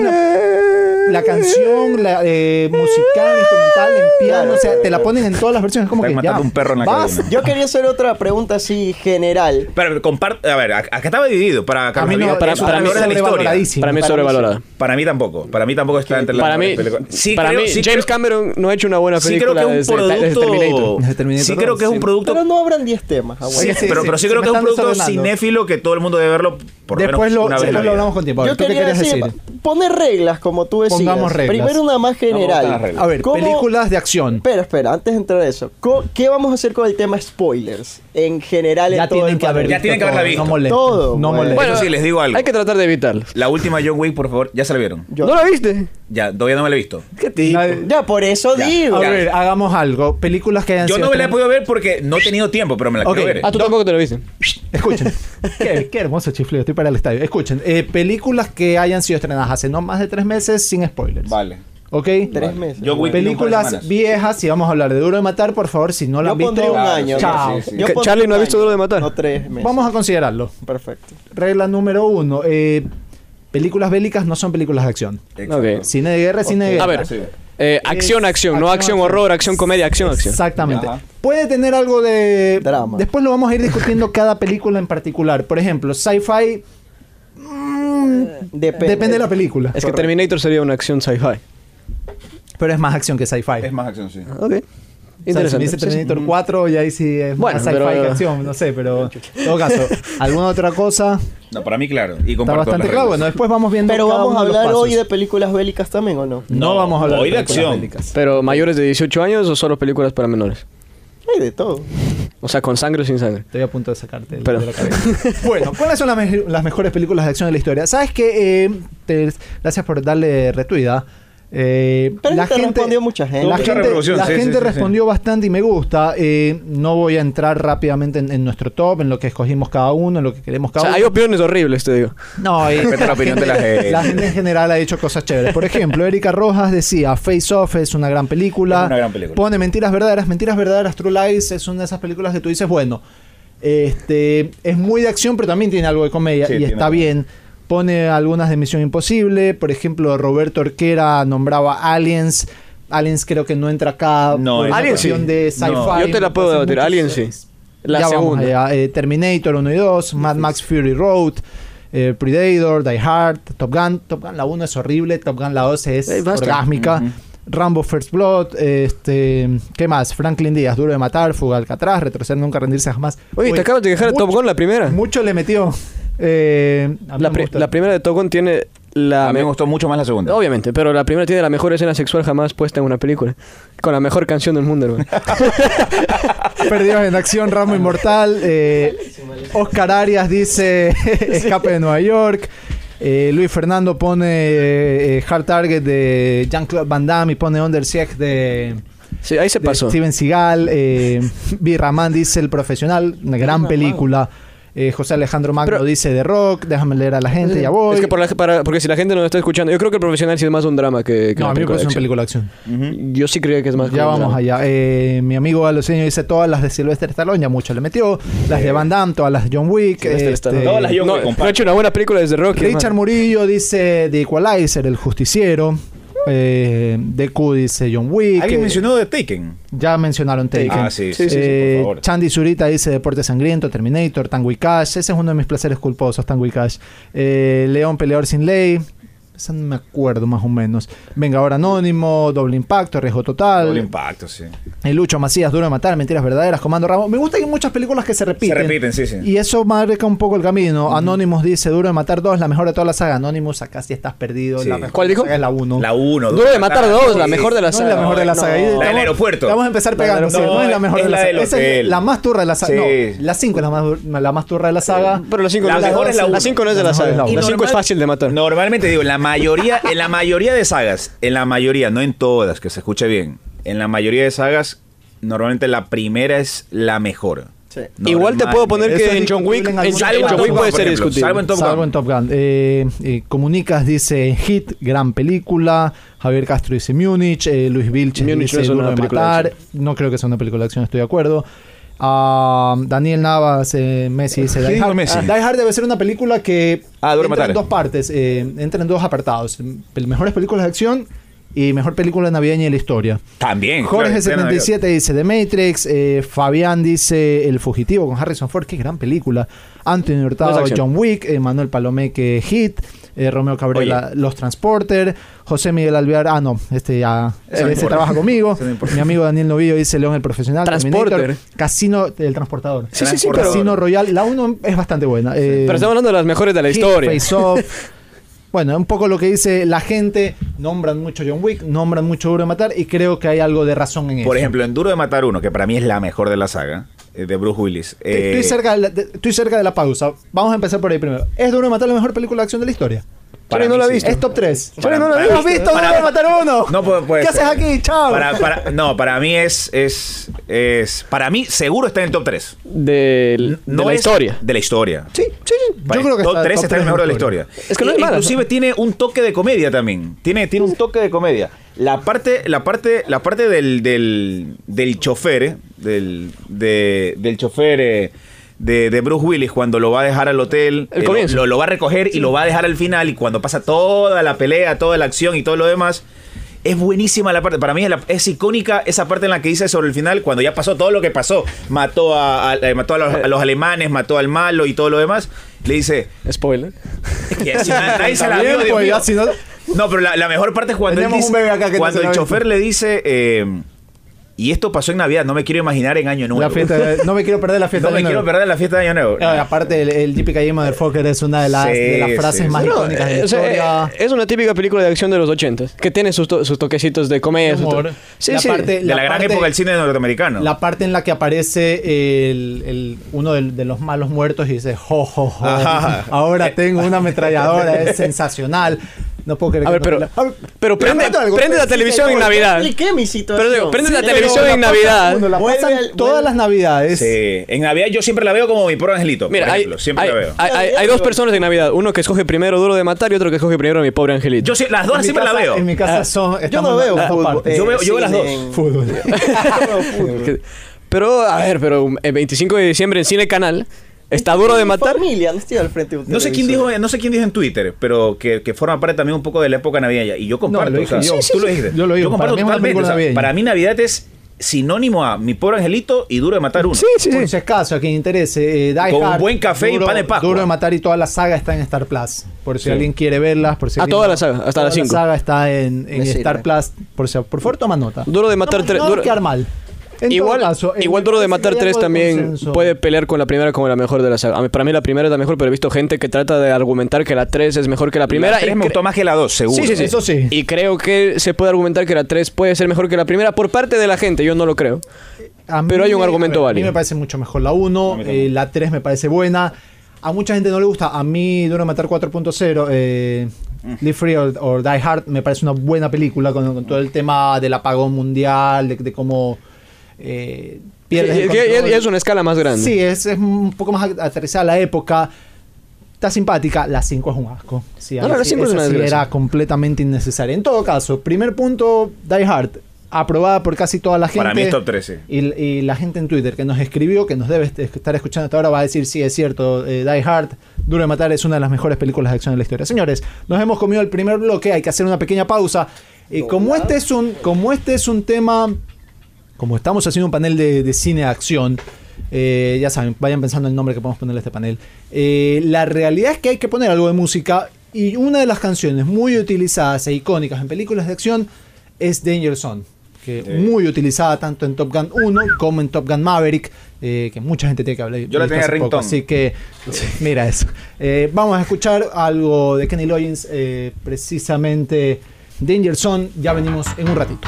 S1: una- la canción la, eh, musical, instrumental, en piano, o sea, te la ponen en todas las versiones. Es como
S4: Están
S1: que ya.
S4: matando un perro en la
S1: basta.
S4: cabina.
S3: Yo quería hacer otra pregunta así general.
S4: Pero comparte, a ver, ac- acá estaba dividido para
S1: A
S4: Carlos
S1: mí no,
S4: Vives,
S1: para-
S4: es una
S2: para mí
S4: mejor de la historia.
S1: sobrevaloradísimo.
S2: para mí es
S3: para mí
S2: sobrevalorada.
S4: Para mí tampoco, para mí tampoco está entre las
S2: Para mí,
S4: mejores películas. Sí
S2: para
S4: creo-
S2: mí
S4: sí
S2: James
S4: creo-
S2: Cameron no ha hecho una buena
S4: sí creo
S2: película
S4: que es
S2: desde,
S4: un
S2: desde Terminator.
S4: producto.
S1: Desde Terminator
S4: Sí creo que es
S1: sí.
S4: un producto. Ah,
S3: Pero no habrán 10 temas, abuelo.
S1: Sí,
S4: Sí,
S1: sí,
S4: pero,
S1: sí,
S4: pero sí
S1: se
S4: creo
S1: me
S4: que es un
S1: están
S4: producto
S1: desordenando.
S4: cinéfilo que todo el mundo debe verlo por lo
S1: Después
S4: menos
S1: lo,
S4: una vez en
S1: después
S4: la
S1: lo
S4: vida.
S1: hablamos con tiempo. A ver,
S3: Yo
S1: ¿Tú qué
S3: quería
S1: querías
S3: decir,
S1: decir?
S3: poner reglas, como tú decías.
S1: Pongamos reglas.
S3: Primero una más
S4: No, no,
S3: general.
S4: no, no,
S1: A ver,
S3: ¿Cómo-
S1: películas de acción.
S3: Espera, espera, antes de entrar a eso. co- ¿Qué vamos a hacer con el tema spoilers? En general, en
S1: Ya
S3: todo
S1: tienen
S3: el
S1: que haber
S3: panel.
S4: Ya tienen que haberla
S1: todo,
S4: visto.
S1: No molesten.
S3: Todo,
S1: no
S3: güey.
S1: molesten.
S4: Bueno, sí, les digo algo.
S2: Hay que tratar de evitarlo.
S4: La última John Wick, por favor, ya se la vieron.
S3: Yo-
S2: ¿No la viste?
S4: Ya, todavía no me la he visto.
S2: ¿Qué tipo?
S1: Nadie-
S3: Ya, por eso
S4: Ya.
S3: digo.
S1: a ver, hagamos algo. Películas que hayan
S4: Yo
S1: sido
S4: no me la he
S1: estren-
S4: podido ver porque no he tenido tiempo, pero me la
S1: Ok.
S4: quiero ver.
S2: Ah, tú tampoco te la viste.
S1: Escuchen. qué, qué hermoso chiflido. Estoy para el estadio. Escuchen. eh, películas que hayan sido estrenadas hace no más de tres meses sin spoilers.
S4: Vale.
S1: ¿Ok?
S3: Tres meses.
S4: John Wick tiene un par de
S1: Películas
S4: semanas.
S1: viejas, si vamos a hablar de Duro de Matar, por favor, si no la
S3: Yo
S1: han visto,
S3: pondría un
S4: Claro,
S3: año.
S4: sí,
S1: chao.
S4: sí, sí.
S3: Yo
S2: Que
S3: pondría
S2: Charlie no ha
S3: un
S2: visto
S3: año,
S2: Duro de Matar.
S3: No, tres meses.
S1: Vamos a considerarlo.
S3: Perfecto.
S1: Regla número uno. eh, películas bélicas no son películas de acción.
S4: Exacto.
S2: Ok.
S1: Cine de guerra, cine de guerra.
S2: A ver,
S4: Sí.
S2: eh, acción, acción, no acción, horror, acción, comedia, acción, acción.
S1: Exactamente.
S4: Ajá.
S1: Puede tener algo de
S3: Drama.
S1: Después lo vamos a ir discutiendo cada película en particular. Por ejemplo, sci-fi
S3: Depende.
S1: depende de la película,
S2: Es que Terminator sería una acción sci-fi.
S1: pero es más acción que sci-fi.
S4: Es más acción, sí.
S2: Ok.
S1: O sea, si me
S2: Interesante.
S1: dice
S2: Sí, sí.
S1: Terminator 4 y ahí sí es
S2: Bueno,
S1: más sci-fi
S2: pero-
S1: que acción, no sé, pero en todo caso, alguna otra cosa
S4: No, para mí, claro. Y
S1: está
S4: comparto las
S1: bastante claro.
S4: reglas.
S1: Bueno, después vamos viendo
S3: Pero
S1: cada
S3: vamos
S1: uno
S3: a
S1: de los
S3: hablar
S1: pasos.
S3: hoy de películas bélicas también, ¿o no?
S1: no,
S4: No,
S1: vamos a hablar
S4: hoy de
S1: películas
S4: acción.
S1: bélicas.
S2: Pero mayores de 18 años o solo películas para menores.
S3: Hay de todo.
S2: O sea, con sangre o sin sangre.
S1: Estoy a punto de sacarte el-
S2: Pero-
S1: de la cabeza. bueno, ¿cuáles son las, me- las mejores películas de acción de la historia? ¿Sabes qué? Eh, te- gracias por darle retuida. Eh,
S3: Pero te respondió mucha gente.
S1: La
S3: Mucha
S1: gente,
S4: reproducción,
S1: la
S4: sí,
S1: gente
S4: sí, sí, sí.
S1: respondió bastante y me gusta. Eh, no voy a entrar rápidamente en, en nuestro top, en lo que escogimos cada uno, en lo que queremos
S2: O
S1: cada
S2: sea, hay
S1: uno.
S2: opiniones horribles, te digo.
S1: No, eh,
S4: Respeta la opinión de la gente.
S1: la gente en general ha dicho cosas chéveres. Por ejemplo, Erika Rojas decía, Face Off es una gran película.
S4: Es una gran película.
S1: Pone Mentiras Verdaderas. Mentiras Verdaderas, True Lies es una de esas películas que tú dices, bueno, este, es muy de acción, pero también tiene algo de comedia
S4: Sí,
S1: y
S4: tiene
S1: está
S4: algo.
S1: bien. Pone algunas de Misión Imposible. Por ejemplo, Roberto Orquera nombraba Aliens. Aliens creo que no entra acá.
S4: No,
S1: por una
S2: Aliens sí.
S1: cuestión de sci-fi.
S4: No.
S2: Yo te la puedo
S1: Hace
S2: debatir.
S1: muchos-
S2: Alien sí. La
S1: ya vamos
S2: segunda.
S1: allá. Eh, Terminator 1 y 2, Mad Max Fury Road, eh, Predator, Die Hard, Top Gun. Top Gun la 1 es horrible, Top Gun la 2 es
S2: Eh, basta.
S1: orgásmica. Rambo First Blood, este, ¿qué más? Franklin Díaz, Duro de Matar, Fuga Alcatraz, Retroceder, Nunca Rendirse Jamás.
S2: Oye,
S1: Uy,
S2: te acabas de dejar
S1: mucho-
S2: Top Gun la primera.
S1: Mucho le metió. Eh, a mí
S2: La,
S1: me
S2: pri-
S1: gusta.
S2: la primera de Top Gun tiene la...
S4: A mí me
S2: me-
S4: gustó mucho más la segunda.
S2: Obviamente, pero la primera tiene la mejor escena sexual jamás puesta en una película. Con la mejor canción del mundo, hermano.
S1: Perdidos en acción, Ramo Inmortal. eh, Oscar Arias dice Escape de Nueva York. eh, Luis Fernando eh, pone eh, Hard Target de Jean-Claude Van Damme y pone Under Siege de
S2: Sí, ahí se
S1: de
S2: pasó.
S1: Steven Seagal, eh, B. Rahman dice El Profesional, una gran película. Eh, José Alejandro Magno
S2: Pero-
S1: dice The Rock, déjame leer a la gente, ya voy.
S2: Es que por la- para- porque si la gente nos está escuchando, yo creo que el profesional sí es más un drama que, que
S1: no,
S2: una
S1: a mí me
S2: película de
S1: parece una
S2: acción.
S1: película de acción.
S2: Yo sí creía que es más.
S1: Ya
S2: como un
S1: vamos
S2: drama.
S1: allá. Eh, mi amigo Aloceño dice todas las de Sylvester Stallone, ya mucho le metió. Las de Van Damme, todas las de John Wick.
S2: Sylvester
S1: este,
S2: Stallone.
S4: Todas las yo
S2: no,
S4: voy, compadre.
S2: no ha hecho una buena película desde Rocky.
S1: Richard
S2: hermano.
S1: Murillo dice The Equalizer, El Justiciero. Eh, DQ dice John Wick.
S4: Alguien
S1: Eh,
S4: mencionó de Taken.
S1: Ya mencionaron Taken.
S4: Ah, sí, sí,
S2: Sí, sí,
S1: Eh,
S4: por favor.
S1: Chandy Zurita dice Deporte Sangriento, Terminator, Tango y Cash. Ese es uno de mis placeres culposos, Tango y Cash. Eh, León Peleador Sin Ley. Esa no me acuerdo más o menos. Vengador Anónimo, Doble Impacto, Riesgo Total.
S4: Doble impacto, sí.
S1: El Lucho Macías, Duro de Matar, Mentiras Verdaderas, Comando Ramos. Me gusta que hay muchas películas que se repiten.
S4: Se repiten, sí, sí.
S1: Y eso marca un poco el camino. Anonymous dice, Duro de Matar 2, la mejor de toda la saga. Anonymous, acá sí estás perdido.
S4: Sí.
S1: La mejor
S2: ¿Cuál
S1: de la
S2: dijo?
S1: saga Es la 1.
S4: La 1.
S2: Duro de matar dos, la mejor de la
S1: No es
S2: saga.
S1: la mejor de la saga. Ahí
S4: no. La del
S1: estamos-
S4: aeropuerto.
S1: Vamos a empezar
S4: La del
S1: pegando. sí, No,
S4: aeropuerto.
S1: es la mejor
S4: Es
S1: de la
S4: la
S1: saga.
S4: del
S1: Esa es
S4: hotel.
S1: la más turra de la saga.
S4: Sí.
S1: No, la 5 es la más, dur- la más turra de la saga.
S2: Pero la 5
S4: La
S2: no, es-
S4: mejor es la uno.
S2: la cinco no es de la
S1: La mejor es la
S2: saga.
S1: uno.
S2: La
S4: Y
S2: 5 es
S4: normal-
S2: fácil de matar.
S4: Normalmente digo, en la mayoría, en la mayoría de sagas, en la mayoría, no en todas, que se escuche bien, en la mayoría de sagas, normalmente la primera es la mejor.
S3: Sí.
S2: Igual te puedo poner
S1: Eso es
S2: que en John Wick, en,
S1: discutible en
S2: John-
S1: algunos
S2: en John
S1: casos.
S2: Wick puede
S4: Por
S2: ser
S4: ejemplo,
S2: discutible.
S4: salvo en Top
S1: Salvo
S4: Gun.
S1: en Top Gun. Eh, eh, Comunicas dice Hit, gran película. Javier Castro dice Múnich. eh, Luis Vilches
S2: Múnich no
S1: dice
S2: es una
S1: Duro de
S2: película de
S1: Matar.
S2: acción.
S1: No creo que sea una película de acción, estoy de acuerdo. Ah, Daniel Navas, eh, Messi dice
S4: ¿Qué
S1: Die
S4: dijo
S1: Hard.
S4: Messi?
S1: Ah, Die Hard debe ser una película que
S4: Ah, Duro de
S1: entra en
S4: Matar.
S1: dos partes, eh, entra en dos apartados. Pel- Mejores películas de acción y mejor película navideña de la historia.
S4: También. claro, plena Navidad.
S1: Jorge77 dice The Matrix, eh, Fabián dice El Fugitivo con Harrison Ford, qué gran película. Anthony
S2: No
S1: Hurtado,
S2: es acción.
S1: John Wick, eh, Manuel Palomeque, Hit, eh, Romeo Cabrera, Los Transporter, José Miguel Alvear, ah no, este ya
S4: Eso no
S1: ese
S4: importa.
S1: trabaja conmigo.
S4: Eso no importa.
S1: Mi amigo Daniel Novillo dice León el Profesional,
S2: Transporter.
S1: Terminator, Casino, el Transportador.
S2: Sí, sí, sí, pero,
S1: Casino Royal, la 1 es bastante buena. eh,
S2: pero estamos hablando de las mejores de la
S1: Hit,
S2: historia.
S1: Face Off. Bueno, un poco lo que dice la gente, nombran mucho John Wick, nombran mucho Duro de Matar y creo que hay algo de razón en eso.
S4: Por ejemplo, en Duro de Matar Uno, que para mí es la mejor de la saga, eh, de Bruce Willis. eh,
S1: estoy, cerca de la, de- estoy cerca de la pausa. Vamos a empezar por ahí primero. ¿Es Duro de Matar la mejor película de acción de la historia?
S4: Para
S1: Chale, no
S4: mí
S1: la
S4: sí.
S1: viste. Es top 3.
S4: Para-
S1: no la
S4: para-
S1: hemos visto,
S4: para-
S1: Duro de Matar uno.
S4: No puede, puede
S1: ¿Qué
S4: ser.
S1: haces aquí? Chao.
S4: Para- para- no, para mí es, es, es. Para mí, seguro está en el top 3.
S2: de, de la historia.
S4: De la historia.
S1: Sí, sí, sí. Yo creo que
S4: top
S1: está,
S4: 3
S1: top
S4: está el
S1: tres
S4: mejor de la historia.
S2: Es que no
S4: Y-
S2: es mala.
S4: Inclusive tiene un toque de comedia también. Tiene, tiene un toque de comedia. La parte, la parte, la parte del, del, del chofer, eh, del, de- del chofer eh, de, de Bruce Willis cuando lo va a dejar al hotel.
S2: El
S4: eh,
S2: comienzo.
S4: Lo, lo va a recoger y lo va a dejar al final. Y cuando pasa toda la pelea, toda la acción y todo lo demás. Es buenísima la parte. Para mí es, la- es icónica esa parte en la que dice sobre el final, cuando ya pasó todo lo que pasó. Mató a, a- eh, mató a los, a los alemanes, mató al malo y todo lo demás. Le dice.
S2: Spoiler.
S4: que si nadie se la
S1: También,
S4: vio, Dios
S1: pues,
S4: mío.
S1: ya, si no-
S4: No, pero la, la mejor parte es cuando, él
S1: Tenemos
S4: dice-
S1: un bebé acá que no
S4: cuando
S1: se la
S4: el
S1: ha
S4: chofer le dice. eh, y esto pasó en Navidad, no me quiero imaginar en Año Nuevo.
S1: La fiesta de- no me quiero perder la fiesta
S4: no
S1: de
S4: me
S1: Año
S4: quiero
S1: Nuevo.
S4: perder la fiesta de Año Nuevo.
S1: Ah, aparte, el, el JPK Motherfucker es una de las,
S4: Sí,
S1: de las frases
S4: sí,
S1: más
S4: sí.
S1: icónicas de la
S2: Eh, o sea,
S1: historia.
S2: eh, es una típica película de acción de los 80 que tiene sus, to- sus toquecitos de comedia. sus to-
S1: Humor.
S2: Sí,
S1: La
S2: sí.
S1: parte-
S4: de la,
S1: la
S4: gran
S1: parte-
S4: época del cine norteamericano.
S1: La parte en la que aparece el, el- uno del- de, los malos muertos y dice, jo, jo, jo,
S4: Ajá.
S1: ahora tengo una ametralladora, es sensacional. No puedo creer
S2: A
S1: que
S2: ver,
S1: no-
S2: pero,
S1: la- a ver,
S2: pero prende,
S1: cuento algo,
S2: prende la
S1: pero-
S2: televisión en
S3: Yo
S2: Navidad.
S3: expliqué mi situación.
S2: Pero digo, prende la
S3: Sí,
S2: televisión en
S1: la pasan-
S2: Navidad.
S1: bueno, la
S3: Vuelve
S1: pasan
S3: al-
S1: todas
S3: vuelve-
S1: las navidades.
S4: Sí. En Navidad yo siempre la veo como mi pro angelito.
S2: Mira,
S4: por
S2: hay,
S4: ejemplo. Siempre
S2: hay-
S4: la veo.
S2: hay- hay- hay dos personas en Navidad. Uno que escoge primero Duro de Matar y otro que escoge primero Mi Pobre Angelito.
S4: Yo sí- las
S1: En mi
S4: dos siempre
S1: casa-
S4: la veo.
S1: En mi casa son...
S3: Yo
S1: estamos
S3: no
S1: en
S3: veo
S1: las dos
S3: fútbol. eh,
S1: partes.
S4: Yo veo- yo veo las dos.
S3: en-
S1: Fútbol.
S2: Que- Pero, a ver, pero el 25 de diciembre en Cine Canal está Duro de
S3: Mi
S2: Matar.
S3: Familia, no estoy al frente de un
S4: No sé quién
S3: televisor.
S4: dijo, no sé quién dijo en Twitter, pero que, que forma parte también un poco de la época navideña. Y yo comparto.
S1: lo
S4: o
S1: dije
S4: sea,
S1: yo.
S4: tú
S1: Sí, sí,
S4: lo
S1: sí.
S4: dijiste.
S1: Yo lo digo, para
S4: comparto
S1: mí es una
S4: totalmente.
S1: película
S4: o sea,
S1: navideña.
S4: para mí Navidad es sinónimo a mi pobre angelito y duro de matar uno.
S2: Sí, sí,
S1: Por
S2: sí.
S1: si acaso, a quien interese, eh, Die
S4: Con un
S1: Hard,
S4: buen café y
S1: Duro-
S4: pan de Pascua.
S1: Duro de Matar y toda la saga está en Star Plus. Por si alguien quiere verlas, por si
S2: Ah,
S1: alguien
S2: toda la saga, hasta
S1: toda
S2: las cinco.
S1: La saga está en, en
S3: Me sirve.
S1: Star Plus. Por, si, por favor, toma nota.
S2: Duro de Matar
S1: no,
S2: tres-
S1: No, va a
S2: duro-
S1: quedar mal. En
S2: Igual,
S1: todo caso, eh,
S2: igual
S1: me
S2: Duro de
S1: parece
S2: Matar
S1: que hay
S2: 3
S1: algo de
S2: también
S1: consenso.
S2: puede pelear con la primera como la mejor de la saga. A mí- para mí la primera es la mejor, pero he visto gente que trata de argumentar que la 3 es mejor que la primera.
S4: La tres
S2: y
S4: me
S2: cre-
S4: gustó más que la dos, seguro.
S2: Sí, sí, sí.
S1: Eso sí.
S2: Y creo que se puede argumentar que la 3 puede ser mejor que la primera por parte de la gente. Yo no lo creo.
S1: A mí
S2: Pero hay un
S1: me-
S2: argumento
S1: a ver, A mí
S2: válido.
S1: me parece mucho mejor la 1, eh, la 3 me parece buena. A mucha gente no le gusta. A mí Duro de Matar 4.0, eh,
S2: Mm.
S1: Live Free or, or Die Hard me parece una buena película con, con todo el tema del apagón mundial, de, de cómo eh, pierdes
S2: Sí,
S1: el
S2: y- y-
S1: control.
S2: y es una escala más grande.
S1: Sí, es, es un poco más aterrizada la época. Está simpática, la 5 es un asco. Sí,
S2: No, no, la
S1: sí,
S2: cinco es
S1: esa
S2: una
S1: sí
S2: desgracia.
S1: era completamente innecesaria. En todo caso, primer punto, Die Hard, aprobada por casi toda la gente.
S4: Para mí es top 13.
S1: Y, y la gente en Twitter que nos escribió, que nos debe est- estar escuchando hasta ahora, va a decir, sí, es cierto, eh, Die Hard, Duro de Matar es una de las mejores películas de acción de la historia. Señores, nos hemos comido el primer bloque, hay que hacer una pequeña pausa. Y como este es un, como este es un tema, como estamos haciendo un panel de, de cine de acción, eh, ya saben, vayan pensando en el nombre que podemos ponerle a este panel. Eh, la realidad es que hay que poner algo de música y una de las canciones muy utilizadas e icónicas en películas de acción es Danger Zone, que
S4: Sí.
S1: muy utilizada tanto en Top Gun 1 como en Top Gun Maverick, eh, que mucha gente tiene que hablar.
S4: Yo la
S1: visto
S4: tenía
S1: hace
S4: ringtone.
S1: poco, Así que, mira eso. Eh, vamos a escuchar algo de Kenny Loggins, eh, precisamente Danger Zone. Ya venimos en un ratito.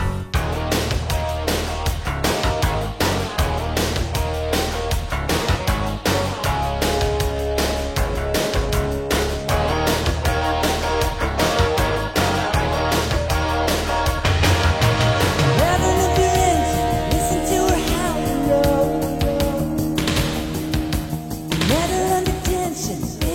S5: I went to the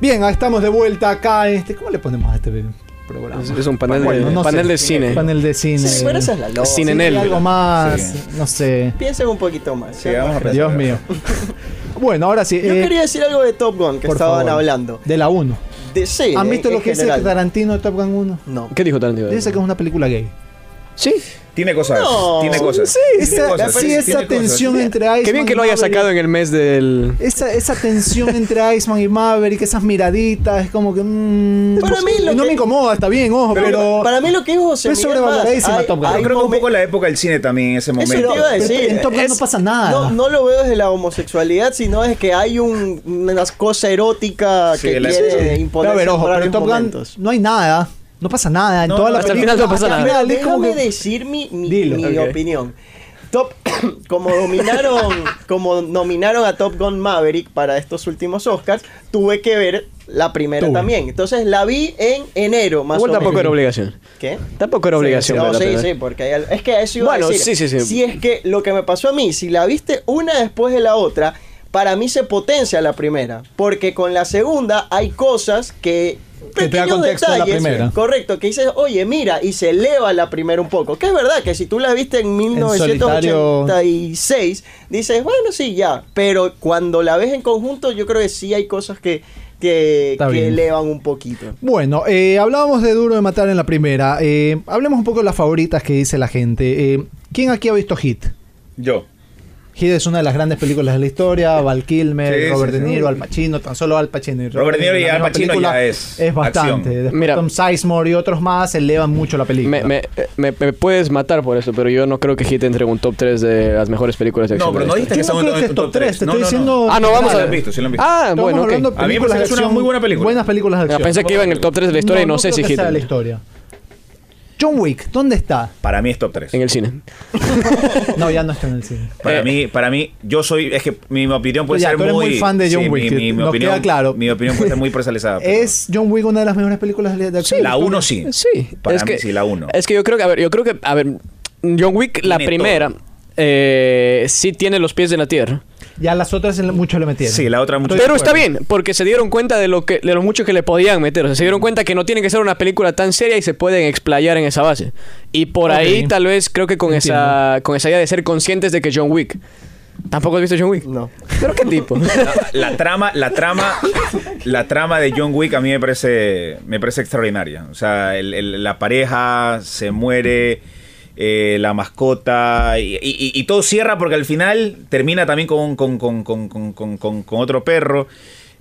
S1: Bien, ahí estamos de vuelta acá. en Este, ¿Cómo le ponemos a este programa?
S2: Es- es un panel de-
S1: no
S2: panel de cine.
S1: Panel de cine.
S3: Sí, pero esa es la loca.
S2: Sin en
S1: Sí,
S2: él.
S1: Algo más,
S4: Sí.
S1: no sé.
S3: Piensen un poquito más.
S4: Sí, vamos a
S1: Dios mío. Bueno, ahora sí.
S3: Yo
S1: eh,
S3: quería decir algo de Top Gun que
S1: por
S3: estaban
S1: favor.
S3: hablando.
S1: De la 1.
S3: De, sí,
S1: ¿Han
S3: en-
S1: visto lo
S3: en
S1: que dice
S3: general.
S1: Tarantino de Top Gun 1?
S3: No.
S2: ¿Qué dijo Tarantino?
S1: Dice que es una película gay.
S2: Sí.
S4: Tiene cosas.
S3: No.
S4: Tiene cosas.
S1: Sí,
S4: tiene
S1: esa,
S4: cosas,
S1: sí,
S4: tiene
S1: esa
S4: cosas.
S1: tensión entre Iceman.
S2: Qué bien que
S1: y
S2: lo haya
S1: Maverick.
S2: sacado en el mes del...
S1: Esa, esa tensión entre Iceman y Maverick, esas miraditas, es como que. mm,
S3: Para mí lo
S1: no
S3: que-
S1: me incomoda, está bien, ojo, pero.
S3: para mí lo que es José
S1: Es
S3: Miguel
S1: sobrevaloradísima
S3: Vaz, hay-
S1: Top Gun.
S3: hay
S4: Yo creo que un
S3: momen-
S4: poco la época del cine también en ese
S3: Eso
S4: momento.
S3: te iba a
S1: pero
S3: decir.
S1: en Top Gun no pasa nada.
S3: No, no lo veo desde la homosexualidad, sino es que hay un- una cosa erótica
S4: Sí,
S3: que
S4: la-
S3: quiere
S4: sí.
S1: Pero
S3: E imponer.
S1: a ver, ojo, pero en
S3: en
S1: Top Gun
S3: momentos.
S1: no hay nada. No pasa nada. En
S4: No,
S1: toda la
S2: hasta el
S1: película-
S2: final no pasa
S1: hasta el
S2: nada.
S1: final es como
S3: Déjame
S1: que-
S3: decir mi, mi-
S1: Dilo.
S3: mi
S2: Ok.
S3: opinión. Top, como dominaron, como nominaron a Top Gun Maverick para estos últimos Oscars, tuve que ver la primera
S1: Tuve.
S3: también. Entonces la vi en enero más
S2: Igual
S3: o menos.
S2: tampoco era obligación.
S3: ¿Qué?
S2: Tampoco era obligación.
S3: No,
S2: verla,
S3: sí,
S2: pero-
S3: sí, porque hay al- es que a eso iba
S2: Bueno,
S3: a decir.
S2: sí, sí, sí.
S3: Si es que lo que me pasó a mí, si la viste una después de la otra, para mí se potencia la primera, porque con la segunda hay cosas que
S1: Que te da
S3: pequeños
S1: contexto a la
S3: detalles,
S1: primera.
S3: Correcto, que dices, "Oye, mira", y se eleva la primera un poco. Que es verdad que si tú la viste en
S1: solitario.
S3: 1986, dices, "Bueno, sí, ya", pero cuando la ves en conjunto, yo creo que sí hay cosas que que,
S1: Está
S3: que
S1: bien.
S3: elevan un poquito.
S1: Bueno, eh, hablábamos de Duro de Matar en la primera. Eh, hablemos un poco de las favoritas que dice la gente. Eh, ¿Quién aquí ha visto Hit?
S4: Yo.
S1: Hit es una de las grandes películas de la historia. Val Kilmer,
S4: Sí, sí,
S1: Robert
S4: sí.
S1: De Niro, Al Pacino, tan solo Al Pacino. y
S4: Robert De Niro y
S1: la
S4: Al
S1: misma
S4: Pacino
S1: película
S4: ya es
S1: Es bastante.
S4: acción.
S1: Después
S2: Mira.
S1: Tom Sizemore y otros más elevan mucho la película.
S2: Me, me- me- me puedes matar por eso, pero yo no creo que Hit entre en un top 3 de las mejores películas de acción.
S4: No, pero
S2: de
S4: no
S2: la
S4: dijiste
S1: Yo
S4: que
S1: no creo que
S4: en
S1: es top 3, te estoy
S4: No, no, no.
S1: diciendo-
S2: Ah, no, vamos
S4: Sí
S2: a
S4: lo
S2: ver.
S4: han visto, sí lo han visto.
S2: Ah,
S1: Estamos
S2: bueno, ok.
S1: hablando
S4: A mí me
S1: películas
S4: parece que
S1: de
S4: es una
S1: acción,
S4: muy buena película.
S1: Buenas películas de
S2: Ah,
S1: acción.
S2: pensé que iba en el top 3 de la historia y no, sé
S1: creo
S2: si
S1: que
S2: Hit.
S1: sea de la historia. John Wick, ¿dónde está?
S4: Para mí es top 3.
S2: En el cine.
S1: No, ya no está en el cine.
S4: Para
S2: Eh.
S4: mí, para mí, yo soy, es que mi opinión puede
S1: Ya,
S4: ser
S1: tú eres muy fan de John
S4: sí, mi-
S1: Wick,
S4: Mi, mi
S1: nos
S4: opinión,
S1: queda claro.
S4: Mi opinión puede ser muy personalizada. pero-
S1: ¿Es John Wick una de las mejores películas de de acción?
S4: la 1 Eh, sí.
S2: Sí.
S4: Para
S2: es
S4: mí
S2: que,
S4: sí, la 1.
S2: Es que yo creo que, a ver, yo creo que, a ver, John Wick, la
S4: Tiene
S2: primera, eh, sí tiene los pies en la tierra.
S1: Ya las otras en- mucho le metieron.
S4: Sí, la otra mucho.
S2: Pero está bien, porque se dieron cuenta de lo que de lo mucho que le podían meter. O sea, se dieron cuenta que no tiene que ser una película tan seria y se pueden explayar en esa base. Y por
S1: Ok.
S2: ahí, tal vez, creo que con esa,
S1: Entiendo.
S2: con esa idea de ser conscientes de que John Wick. ¿Tampoco has visto John Wick?
S3: No.
S2: ¿Pero qué tipo?
S4: La trama, la trama, la trama de John Wick a mí me parece, me parece extraordinaria. O sea, el- el- la pareja se muere, eh, la mascota y, y- y- y todo cierra porque al final termina también con, con- con- con- con- con- con- con otro perro.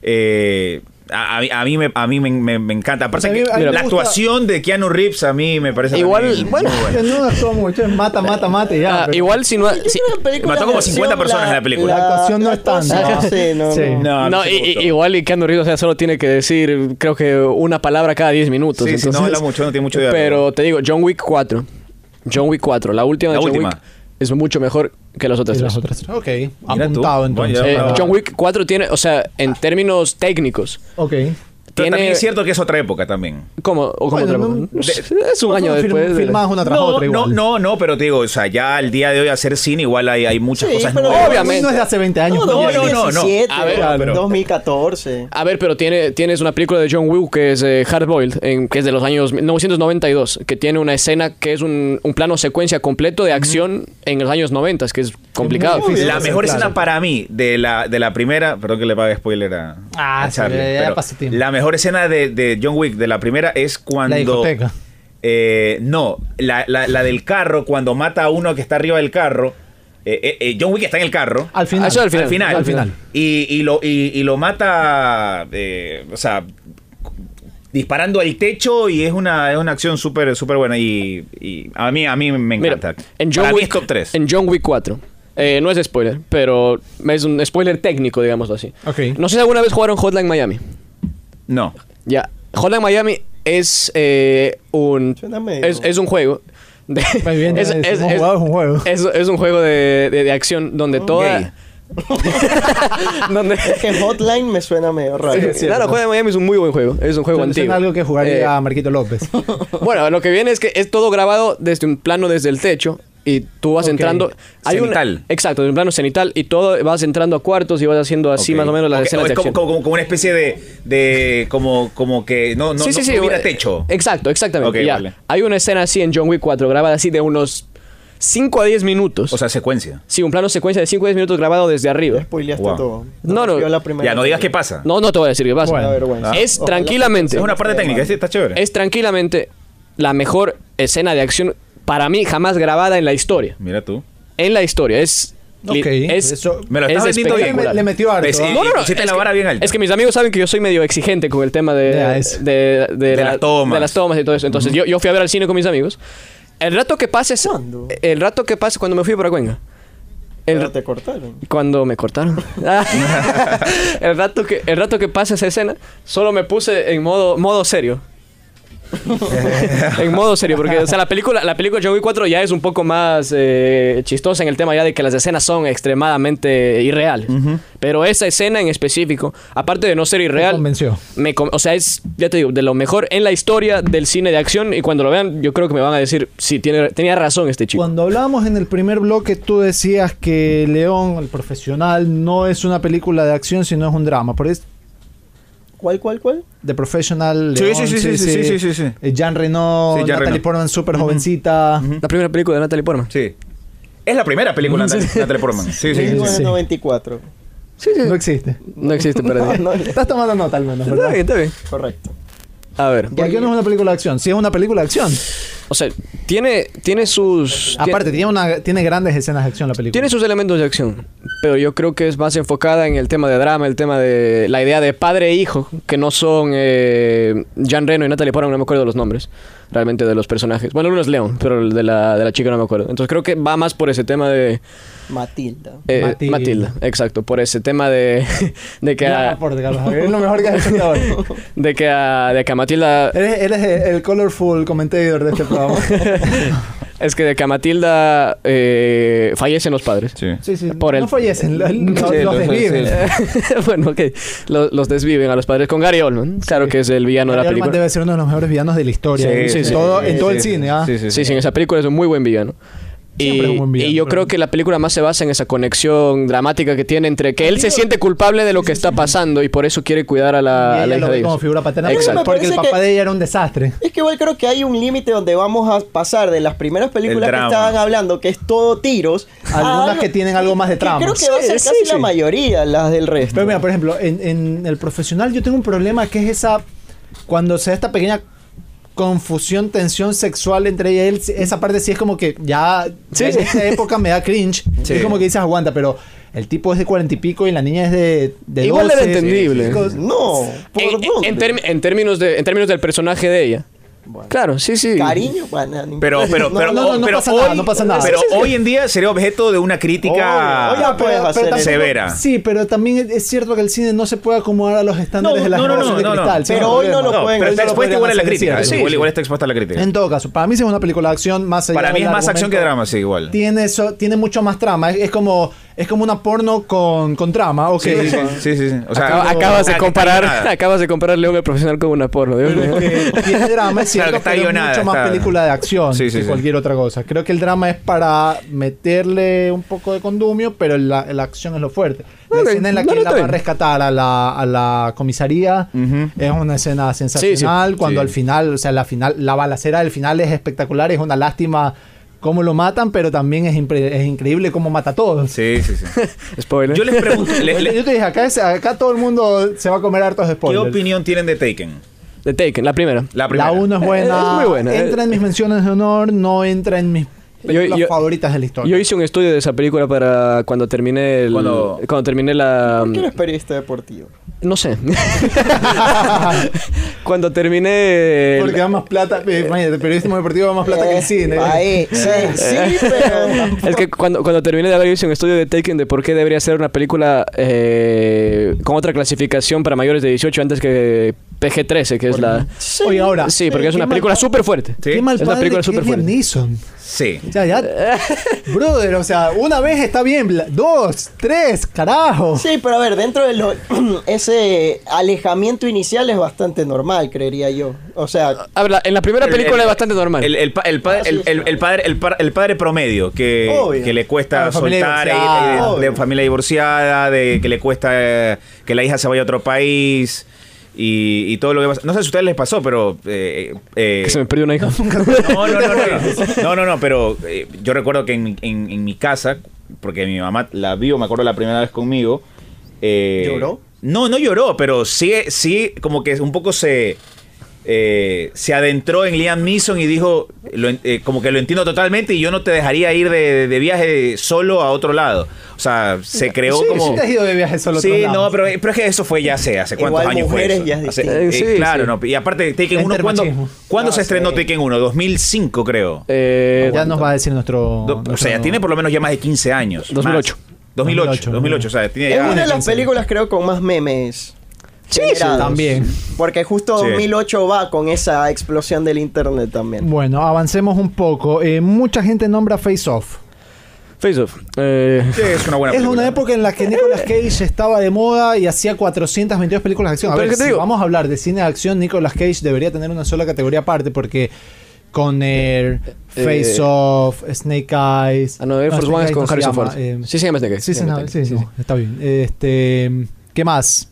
S4: Eh, a, a mí- a mí me, a mí me, me- me encanta. Aparte,
S1: O sea, a mí-
S4: que
S1: a mí me
S4: la
S1: gusta-
S4: actuación de Keanu Reeves a mí me parece
S2: Igual,
S4: también
S2: bueno,
S4: muy buena.
S1: Ya No actúa mucho, es mata, mata, mata y ya.
S2: Ah,
S1: pero-
S2: igual si no...
S3: Yo
S2: si-
S3: creo que en películas
S4: Mató como
S3: de
S4: 50
S3: acción,
S4: personas en la película.
S1: La actuación no es
S3: actuación-
S1: tanta. Ah,
S3: Sí, no,
S1: Sí.
S3: no.
S4: Ah, No, no
S2: no, i-
S4: se me gustó.
S2: i- igual y Keanu Reeves o sea, solo tiene que decir, creo que una palabra cada 10 minutos.
S4: Sí, sí, no
S2: entonces-
S4: habla mucho, no tiene mucho diálogo.
S2: Pero te digo, John Wick 4. John Wick 4, la última
S4: La
S2: de John
S4: última.
S2: Wick es mucho mejor que las otras
S1: Y
S2: tres.
S1: las otras tres. Ok,
S4: tú.
S1: apuntado
S4: Bueno,
S1: entonces.
S4: ya-
S2: Eh,
S4: Ah.
S2: John Wick 4 tiene, o sea, en términos técnicos,
S1: Ok.
S4: Pero
S2: tiene
S4: también es cierto que es otra época también.
S2: ¿Cómo? ¿O cómo
S1: Bueno,
S2: otra-
S1: no-
S2: no sé, es un año
S1: Fir-
S2: después. de-
S1: Filmadas una tras
S4: no,
S1: otra igual.
S4: No, no, no, pero te digo, o sea, ya al día de hoy hacer cine igual hay, hay muchas
S3: Sí,
S4: cosas
S3: pero-
S4: nuevas.
S2: Obvio.
S1: No es de hace 20 años.
S4: no,
S1: pues, ya.
S4: no, no. Ah,
S3: 2017,
S4: A ver,
S3: claro,
S4: pero-
S3: 2014.
S2: A ver, pero tiene, tienes una película de John Woo que es eh, Hard Boiled, en- que es de los años 1992, que tiene una escena que es un, un plano secuencia completo de acción en los años 90, que es complicado.
S1: difícil.
S4: La
S1: Sí,
S4: mejor
S1: claro.
S4: escena para mí de la, de la primera, perdón que le pague spoiler a,
S1: Ah,
S4: a
S1: sí,
S4: Charlie,
S1: ya
S4: pero
S1: pasó tiempo.
S4: la mejor escena de, de John Wick de la primera es cuando...
S1: La discoteca.
S4: Eh, no, la, la- la del carro, cuando mata a uno que está arriba del carro. Eh, eh, eh, John Wick está en el carro.
S1: Al final.
S2: Eso Ah, al final.
S4: Al final.
S1: Al final.
S4: Y, y lo, y, y lo mata, eh, o sea, disparando al techo y es una, es una acción súper súper buena y, y a, mí, a mí me
S2: Mira,
S4: encanta.
S2: en John
S4: Para mí
S2: Wick
S4: es top 3.
S2: En John Wick 4. Eh, no es spoiler, pero es un spoiler técnico, digámoslo así.
S1: Ok.
S2: No sé si alguna vez jugaron Hotline Miami.
S4: No.
S2: Ya. Hotline Miami es eh, un.
S3: Suena medio-
S2: Es, es un juego. de-
S1: Muy Pues bien, ya decimos, jugado es un juego.
S2: Es, es un juego de, de- de acción donde toda. donde,
S3: Es que Hotline me suena medio raro.
S1: Sí, es cierto.
S2: claro, Hotline Miami es un muy buen juego. Es un juego
S1: Suena-
S2: antiguo.
S1: suena algo que
S2: Eh,
S1: jugaría a Marquito López.
S2: bueno, lo que viene es que es todo grabado desde un plano desde el techo y tú vas
S1: Ok.
S2: entrando. un-
S4: Cenital.
S2: exacto, de un plano cenital y todo vas entrando a cuartos y vas haciendo así
S4: Ok.
S2: más o menos las
S4: Ok,
S2: escenas
S4: o
S2: de
S4: es como,
S2: acción.
S4: como, como una especie de, de como, como que no, no, no tuviera
S2: eh,
S4: techo.
S2: Exacto, exactamente.
S4: Ok,
S2: ya.
S4: vale.
S2: Hay una escena así en John Wick 4 grabada así de unos 5 a 10 minutos.
S4: O sea, secuencia.
S2: sí, un plano secuencia de 5 a 10 minutos grabado desde arriba.
S3: Spoileaste
S4: Wow.
S3: todo.
S2: No, no.
S3: Yo la primera
S4: Ya, no digas
S3: vez.
S4: qué pasa.
S2: No, no te voy a decir qué pasa.
S1: Bueno.
S3: Da vergüenza.
S2: Es
S3: Ojalá-
S2: tranquilamente.
S4: Ah. es una parte técnica, este está chévere.
S2: Es tranquilamente la mejor escena de acción para mí jamás grabada en la historia.
S4: Mira tú.
S2: En la historia. Es. li-
S1: Ok,
S2: es
S1: eso-
S4: Me lo estás
S2: es
S4: vendiendo bien.
S2: espectacular.
S1: Le metió harto,
S4: Ves,
S1: ¿ah?
S4: y-
S2: No, no,
S4: y
S2: no,
S4: pusiste
S2: es
S4: la
S2: que-
S4: vara bien alta.
S2: Es que mis amigos saben que yo soy medio exigente con el tema de,
S1: Ya, es-
S2: de, de
S4: De
S2: la-
S4: las tomas.
S2: de las tomas y todo eso. Entonces yo, yo fui a ver al cine con mis amigos. El rato que pases.
S3: ¿Cuándo?
S2: El rato que pases cuando me fui para Cuenca. El,
S3: Pero te cortaron.
S2: cuando me cortaron. Ah. el, rato que, el rato que pasa esa escena, solo me puse en modo, modo serio. en modo serio, porque o sea, la película, la película de John Wick 4 ya es un poco más eh, chistosa en el tema ya de que las escenas son extremadamente irreales. Pero esa escena en específico, aparte de no ser irreal,
S1: convenció.
S2: me con- o sea, es, ya te digo, de lo mejor en la historia del cine de acción. Y cuando lo vean, yo creo que me van a decir, sí, tiene, tenía razón este chico.
S1: Cuando hablábamos en el primer bloque, tú decías que León, el profesional, no es una película de acción, sino es un drama. Por eso,
S3: ¿Cuál, cuál, cuál?
S1: The Professional,
S4: Sí,
S1: León,
S4: sí, sí, sí, sí, sí, sí, sí.
S1: Eh, Jean Reno,
S4: Sí, Jean
S1: Natalie
S4: Reno.
S1: Portman, súper jovencita.
S2: La primera película de Natalie Portman.
S4: Sí. Es la primera película de Natalie- Natalie Portman. Sí, sí, sí.
S3: Digo en
S1: sí.
S3: 94.
S1: No existe.
S2: No existe,
S3: No,
S2: perdón.
S3: no,
S1: Estás tomando nota al menos,
S2: Está
S1: ¿verdad?
S2: bien, está bien.
S3: correcto.
S2: A ver.
S1: ¿Por qué no es una película de acción? Sí es una película de acción.
S2: O sea, tiene, tiene sus.
S1: Aparte, tiene, una, tiene grandes escenas de acción la película.
S2: Tiene sus elementos de acción, pero yo creo que es más enfocada en el tema de drama, el tema de la idea de padre e hijo, que no son eh, Jan Reno y Natalie Portman, no me acuerdo los nombres realmente de los personajes. Bueno, uno es León, pero el de la, de la chica no me acuerdo. Entonces creo que va más por ese tema de
S3: Matilda.
S2: eh, Matilda.
S1: Matilda.
S2: exacto, por ese tema de, de que
S1: Ya,
S2: a,
S1: aporte, Carlos Javier, es lo mejor que has hecho hasta ahora.
S2: de que a, de que a Matilda
S1: Eres, eres el- el colorful commentator de este programa.
S2: es que de que a Matilda eh, fallecen los padres.
S4: Sí.
S1: Sí, sí.
S2: Por
S1: no
S2: el-
S1: fallecen, lo- lo- los
S4: Sí, lo-
S1: desviven.
S4: sí.
S2: bueno, ok. Lo- los desviven a los padres con Gary Oldman. Claro que es el villano de la
S1: Gary Oldman
S2: película.
S1: debe ser uno de los mejores villanos de la historia.
S4: Sí,
S1: en
S2: sí, sí.
S1: todo,
S4: Sí,
S1: en todo
S4: sí,
S1: el
S4: sí.
S1: cine, ¿ah?
S4: Sí, sí,
S2: Sí,
S4: sí.
S2: sí, en esa película es un muy buen villano. Y,
S1: Siempre es un buen villano,
S2: y yo
S1: pero-
S2: creo que la película más se basa en esa conexión dramática que tiene entre que él se siente culpable de lo que está pasando y por eso quiere cuidar a
S1: Y
S2: la, a
S1: ella
S2: la hija
S1: lo
S2: de
S1: ve como
S2: ellos.
S1: figura paterna.
S2: Ah, Exacto.
S1: Porque el
S3: Me parece
S1: papá
S3: que-
S1: de ella era un desastre.
S3: Es que igual creo que hay un límite donde vamos a pasar de las primeras películas
S4: El
S3: que
S4: drama.
S3: estaban hablando, que es todo tiros, a
S1: Algunas
S3: algo-
S1: que tienen algo más de
S3: que
S1: trama.
S3: Creo que va a ser
S2: Sí,
S3: casi
S2: sí,
S3: la
S2: sí.
S3: mayoría las del resto.
S1: Pero mira, por ejemplo, en, en el profesional yo tengo un problema que es esa. Cuando se da esta pequeña confusión, tensión sexual entre ella y él, esa parte sí es como que ya.
S2: Sí,
S1: en
S2: sí.
S1: esta época me da cringe.
S4: Sí.
S1: Es como que dices aguanta, pero el tipo es de cuarenta y pico y la niña es de. de
S2: Igual era
S1: 12.
S2: entendible.
S1: Cos-
S3: No, ¿por
S2: En, en-
S3: dónde?
S2: en termi- en términos de, en términos del personaje de ella.
S3: Bueno,
S2: Claro, sí, sí.
S3: Cariño, bueno, no
S4: Pero,
S3: importa.
S4: pero,
S3: No,
S4: pero,
S1: no, no, no
S4: pero
S1: pasa
S4: hoy,
S1: nada, no pasa nada.
S4: Pero
S1: Sí, Ah, sí, sí.
S4: hoy en día sería objeto de una crítica.
S3: Obvio, obvio, puedes hacer
S1: tampoco-
S3: eso.
S4: Severa.
S1: Sí, pero también es cierto que el cine no se puede acomodar a los estándares
S4: No,
S1: de la
S4: no, no,
S1: generación
S4: no,
S1: de
S4: no,
S1: cristal.
S4: no.
S1: sí,
S3: Pero
S1: no
S3: hoy no
S1: problema.
S3: lo pueden-
S4: pero está
S1: no lo
S4: expuesta igual a la
S1: podrían
S4: crítica.
S1: hacer, sí,
S4: igual,
S1: sí.
S4: igual está expuesta a la crítica.
S1: En todo caso, para mí sí es una película de acción más allá
S4: Para mí
S1: del
S4: es más acción
S1: argumento.
S4: que drama, sí, igual.
S1: Tiene eso, tiene mucho más trama. Es, es como es como una porno con, con trama, ok.
S4: Sí, sí, sí, sí, sí, sí. O sea,
S2: Acaba- acabas de
S4: claro,
S2: comparar,
S4: que está guionada.
S2: acabas de comparar León el profesional con una porno. Dios mío.
S1: Pero es que tiene drama, es cierto,
S4: Claro, que está
S1: pero es
S4: guionada,
S1: mucho más
S4: está-
S1: película de acción
S4: Sí, sí,
S1: que
S4: sí.
S1: cualquier otra cosa. Creo que el drama es para meterle un poco de condumio, pero la, la acción es lo fuerte. La
S2: Ok,
S1: escena en la
S2: no,
S1: que
S2: no,
S1: él la
S2: está
S1: va a
S2: bien.
S1: rescatar a la, a la comisaría
S4: Ujú.
S1: es una escena sensacional. Cuando
S4: Sí.
S1: al final, o sea, la final, la balacera del final es espectacular, es una lástima cómo lo matan, pero también es, impre- es increíble cómo mata a todos.
S4: Sí, sí, sí.
S2: Spoiler.
S4: Yo les pregunto, le- le-
S1: Yo te dije, acá, es- acá todo el mundo se va a comer hartos
S4: ¿qué
S1: spoilers.
S4: opinión tienen de Taken?
S2: The Taken, la primera.
S4: La primera.
S1: La 1 es buena.
S2: Es muy buena, eh.
S1: Entra en mis menciones de honor, no entra en mis
S2: Yo-
S1: películas
S2: yo-
S1: favoritas de la historia.
S2: Yo hice un estudio de esa película para cuando terminé el,
S4: Cuando-
S2: cuando, terminé la
S3: ¿Por qué eres periodista este deportivo?
S2: no sé cuando terminé el-
S1: Porque da más plata. eh, imagínate, el periodismo deportivo da más plata que el
S2: Eh,
S1: cine.
S3: Ahí, Eh, sí, sí, pero...
S2: es que cuando, cuando terminé de haber hice un estudio de Taken de por qué debería ser una película eh, con otra clasificación para mayores de 18 antes que PG-13 que es la
S1: Oye, ahora.
S2: sí porque es
S1: qué
S2: una
S1: mal-
S2: película súper fuerte
S4: Sí.
S1: Qué mal
S2: Es una
S1: padre
S2: película
S1: que es
S2: súper
S1: Liam
S2: fuerte.
S1: Neeson.
S4: Sí.
S1: O sea, ya. Brother, o sea, una vez está bien, la- dos, tres, carajo.
S3: Sí, pero a ver, dentro de lo, ese alejamiento inicial es bastante normal, creería yo. O sea,
S2: A ver, la- en la primera
S4: El-
S2: película
S4: el-
S2: es bastante normal.
S4: El, el, pa- el padre, el, el- el padre, el, par- el padre promedio que,
S3: Obvio.
S4: que le
S1: Ah,
S4: cuesta
S1: de familia
S4: soltar,
S1: divorciada.
S4: eh, de, de
S3: Obvio.
S4: familia divorciada, de que le cuesta eh, que la hija se vaya a otro país y, y todo lo que pasa. No sé si a ustedes les pasó, pero. eh, eh,
S2: Que se me perdió una hija.
S4: no, no, no, no. No, no, no, pero eh, yo recuerdo que en, en- en mi casa, porque mi mamá la vio, me acuerdo la primera vez conmigo. eh,
S3: ¿Lloró?
S4: No, no lloró, pero sí, sí, como que un poco se. eh, se adentró en Liam Neeson y dijo, lo en- eh, como que lo entiendo totalmente y yo no te dejaría ir de, de viaje solo a otro lado. O sea, se creó
S1: Sí,
S4: como...
S1: sí te has ido de viaje solo a
S4: Sí,
S1: otros lados.
S4: no, pero, pero es que eso fue ya hace, hace cuántos
S3: Igual
S4: años fue
S3: mujeres
S4: eso?
S3: ya es
S4: Hace-
S3: distinto.
S4: eh,
S2: Sí,
S4: claro,
S2: sí.
S4: no, y aparte Taken 1, ¿cuándo,
S1: Intermachismo.
S4: ¿cuándo
S3: No,
S4: se estrenó
S3: sí.
S4: Taken 1? 2005 creo.
S2: Eh,
S1: Ya nos va a decir nuestro.
S4: Do- o sea,
S1: nuestro-
S4: ya tiene por lo menos ya más de 15 años.
S2: 2008.
S4: Más. 2008,
S1: 2008,
S4: 2008, o sea, tiene
S3: es
S4: ya...
S3: una de las
S1: piensa.
S3: películas creo con más memes.
S1: Sí, sí,
S3: generados.
S1: también.
S3: Porque justo
S4: Sí.
S3: 2008 va con esa explosión del internet también.
S1: Bueno, avancemos un poco. Eh, mucha gente nombra Face Off.
S2: Face Off. Eh,
S4: Sí, es una buena
S1: Es
S4: película.
S1: una época en la que Nicolas Cage estaba de moda y hacía 422 películas de acción. A
S2: Pero
S1: ver,
S2: es que te
S1: si
S2: digo-
S1: vamos a hablar de cine de acción, Nicolas Cage debería tener una sola categoría aparte porque con Air, Face
S2: eh,
S1: Off, Snake Eyes.
S2: ah, no, Air Force
S1: Snake
S2: One es
S1: Eyes
S2: con
S1: no se
S2: Harrison
S1: llama,
S2: Ford.
S1: eh,
S2: sí, se llama este Snake. Eyes,
S1: sí,
S2: se
S1: sí,
S2: llama
S1: no, sí,
S2: Snake Eyes,
S1: sí, está bien. Este, ¿Qué más?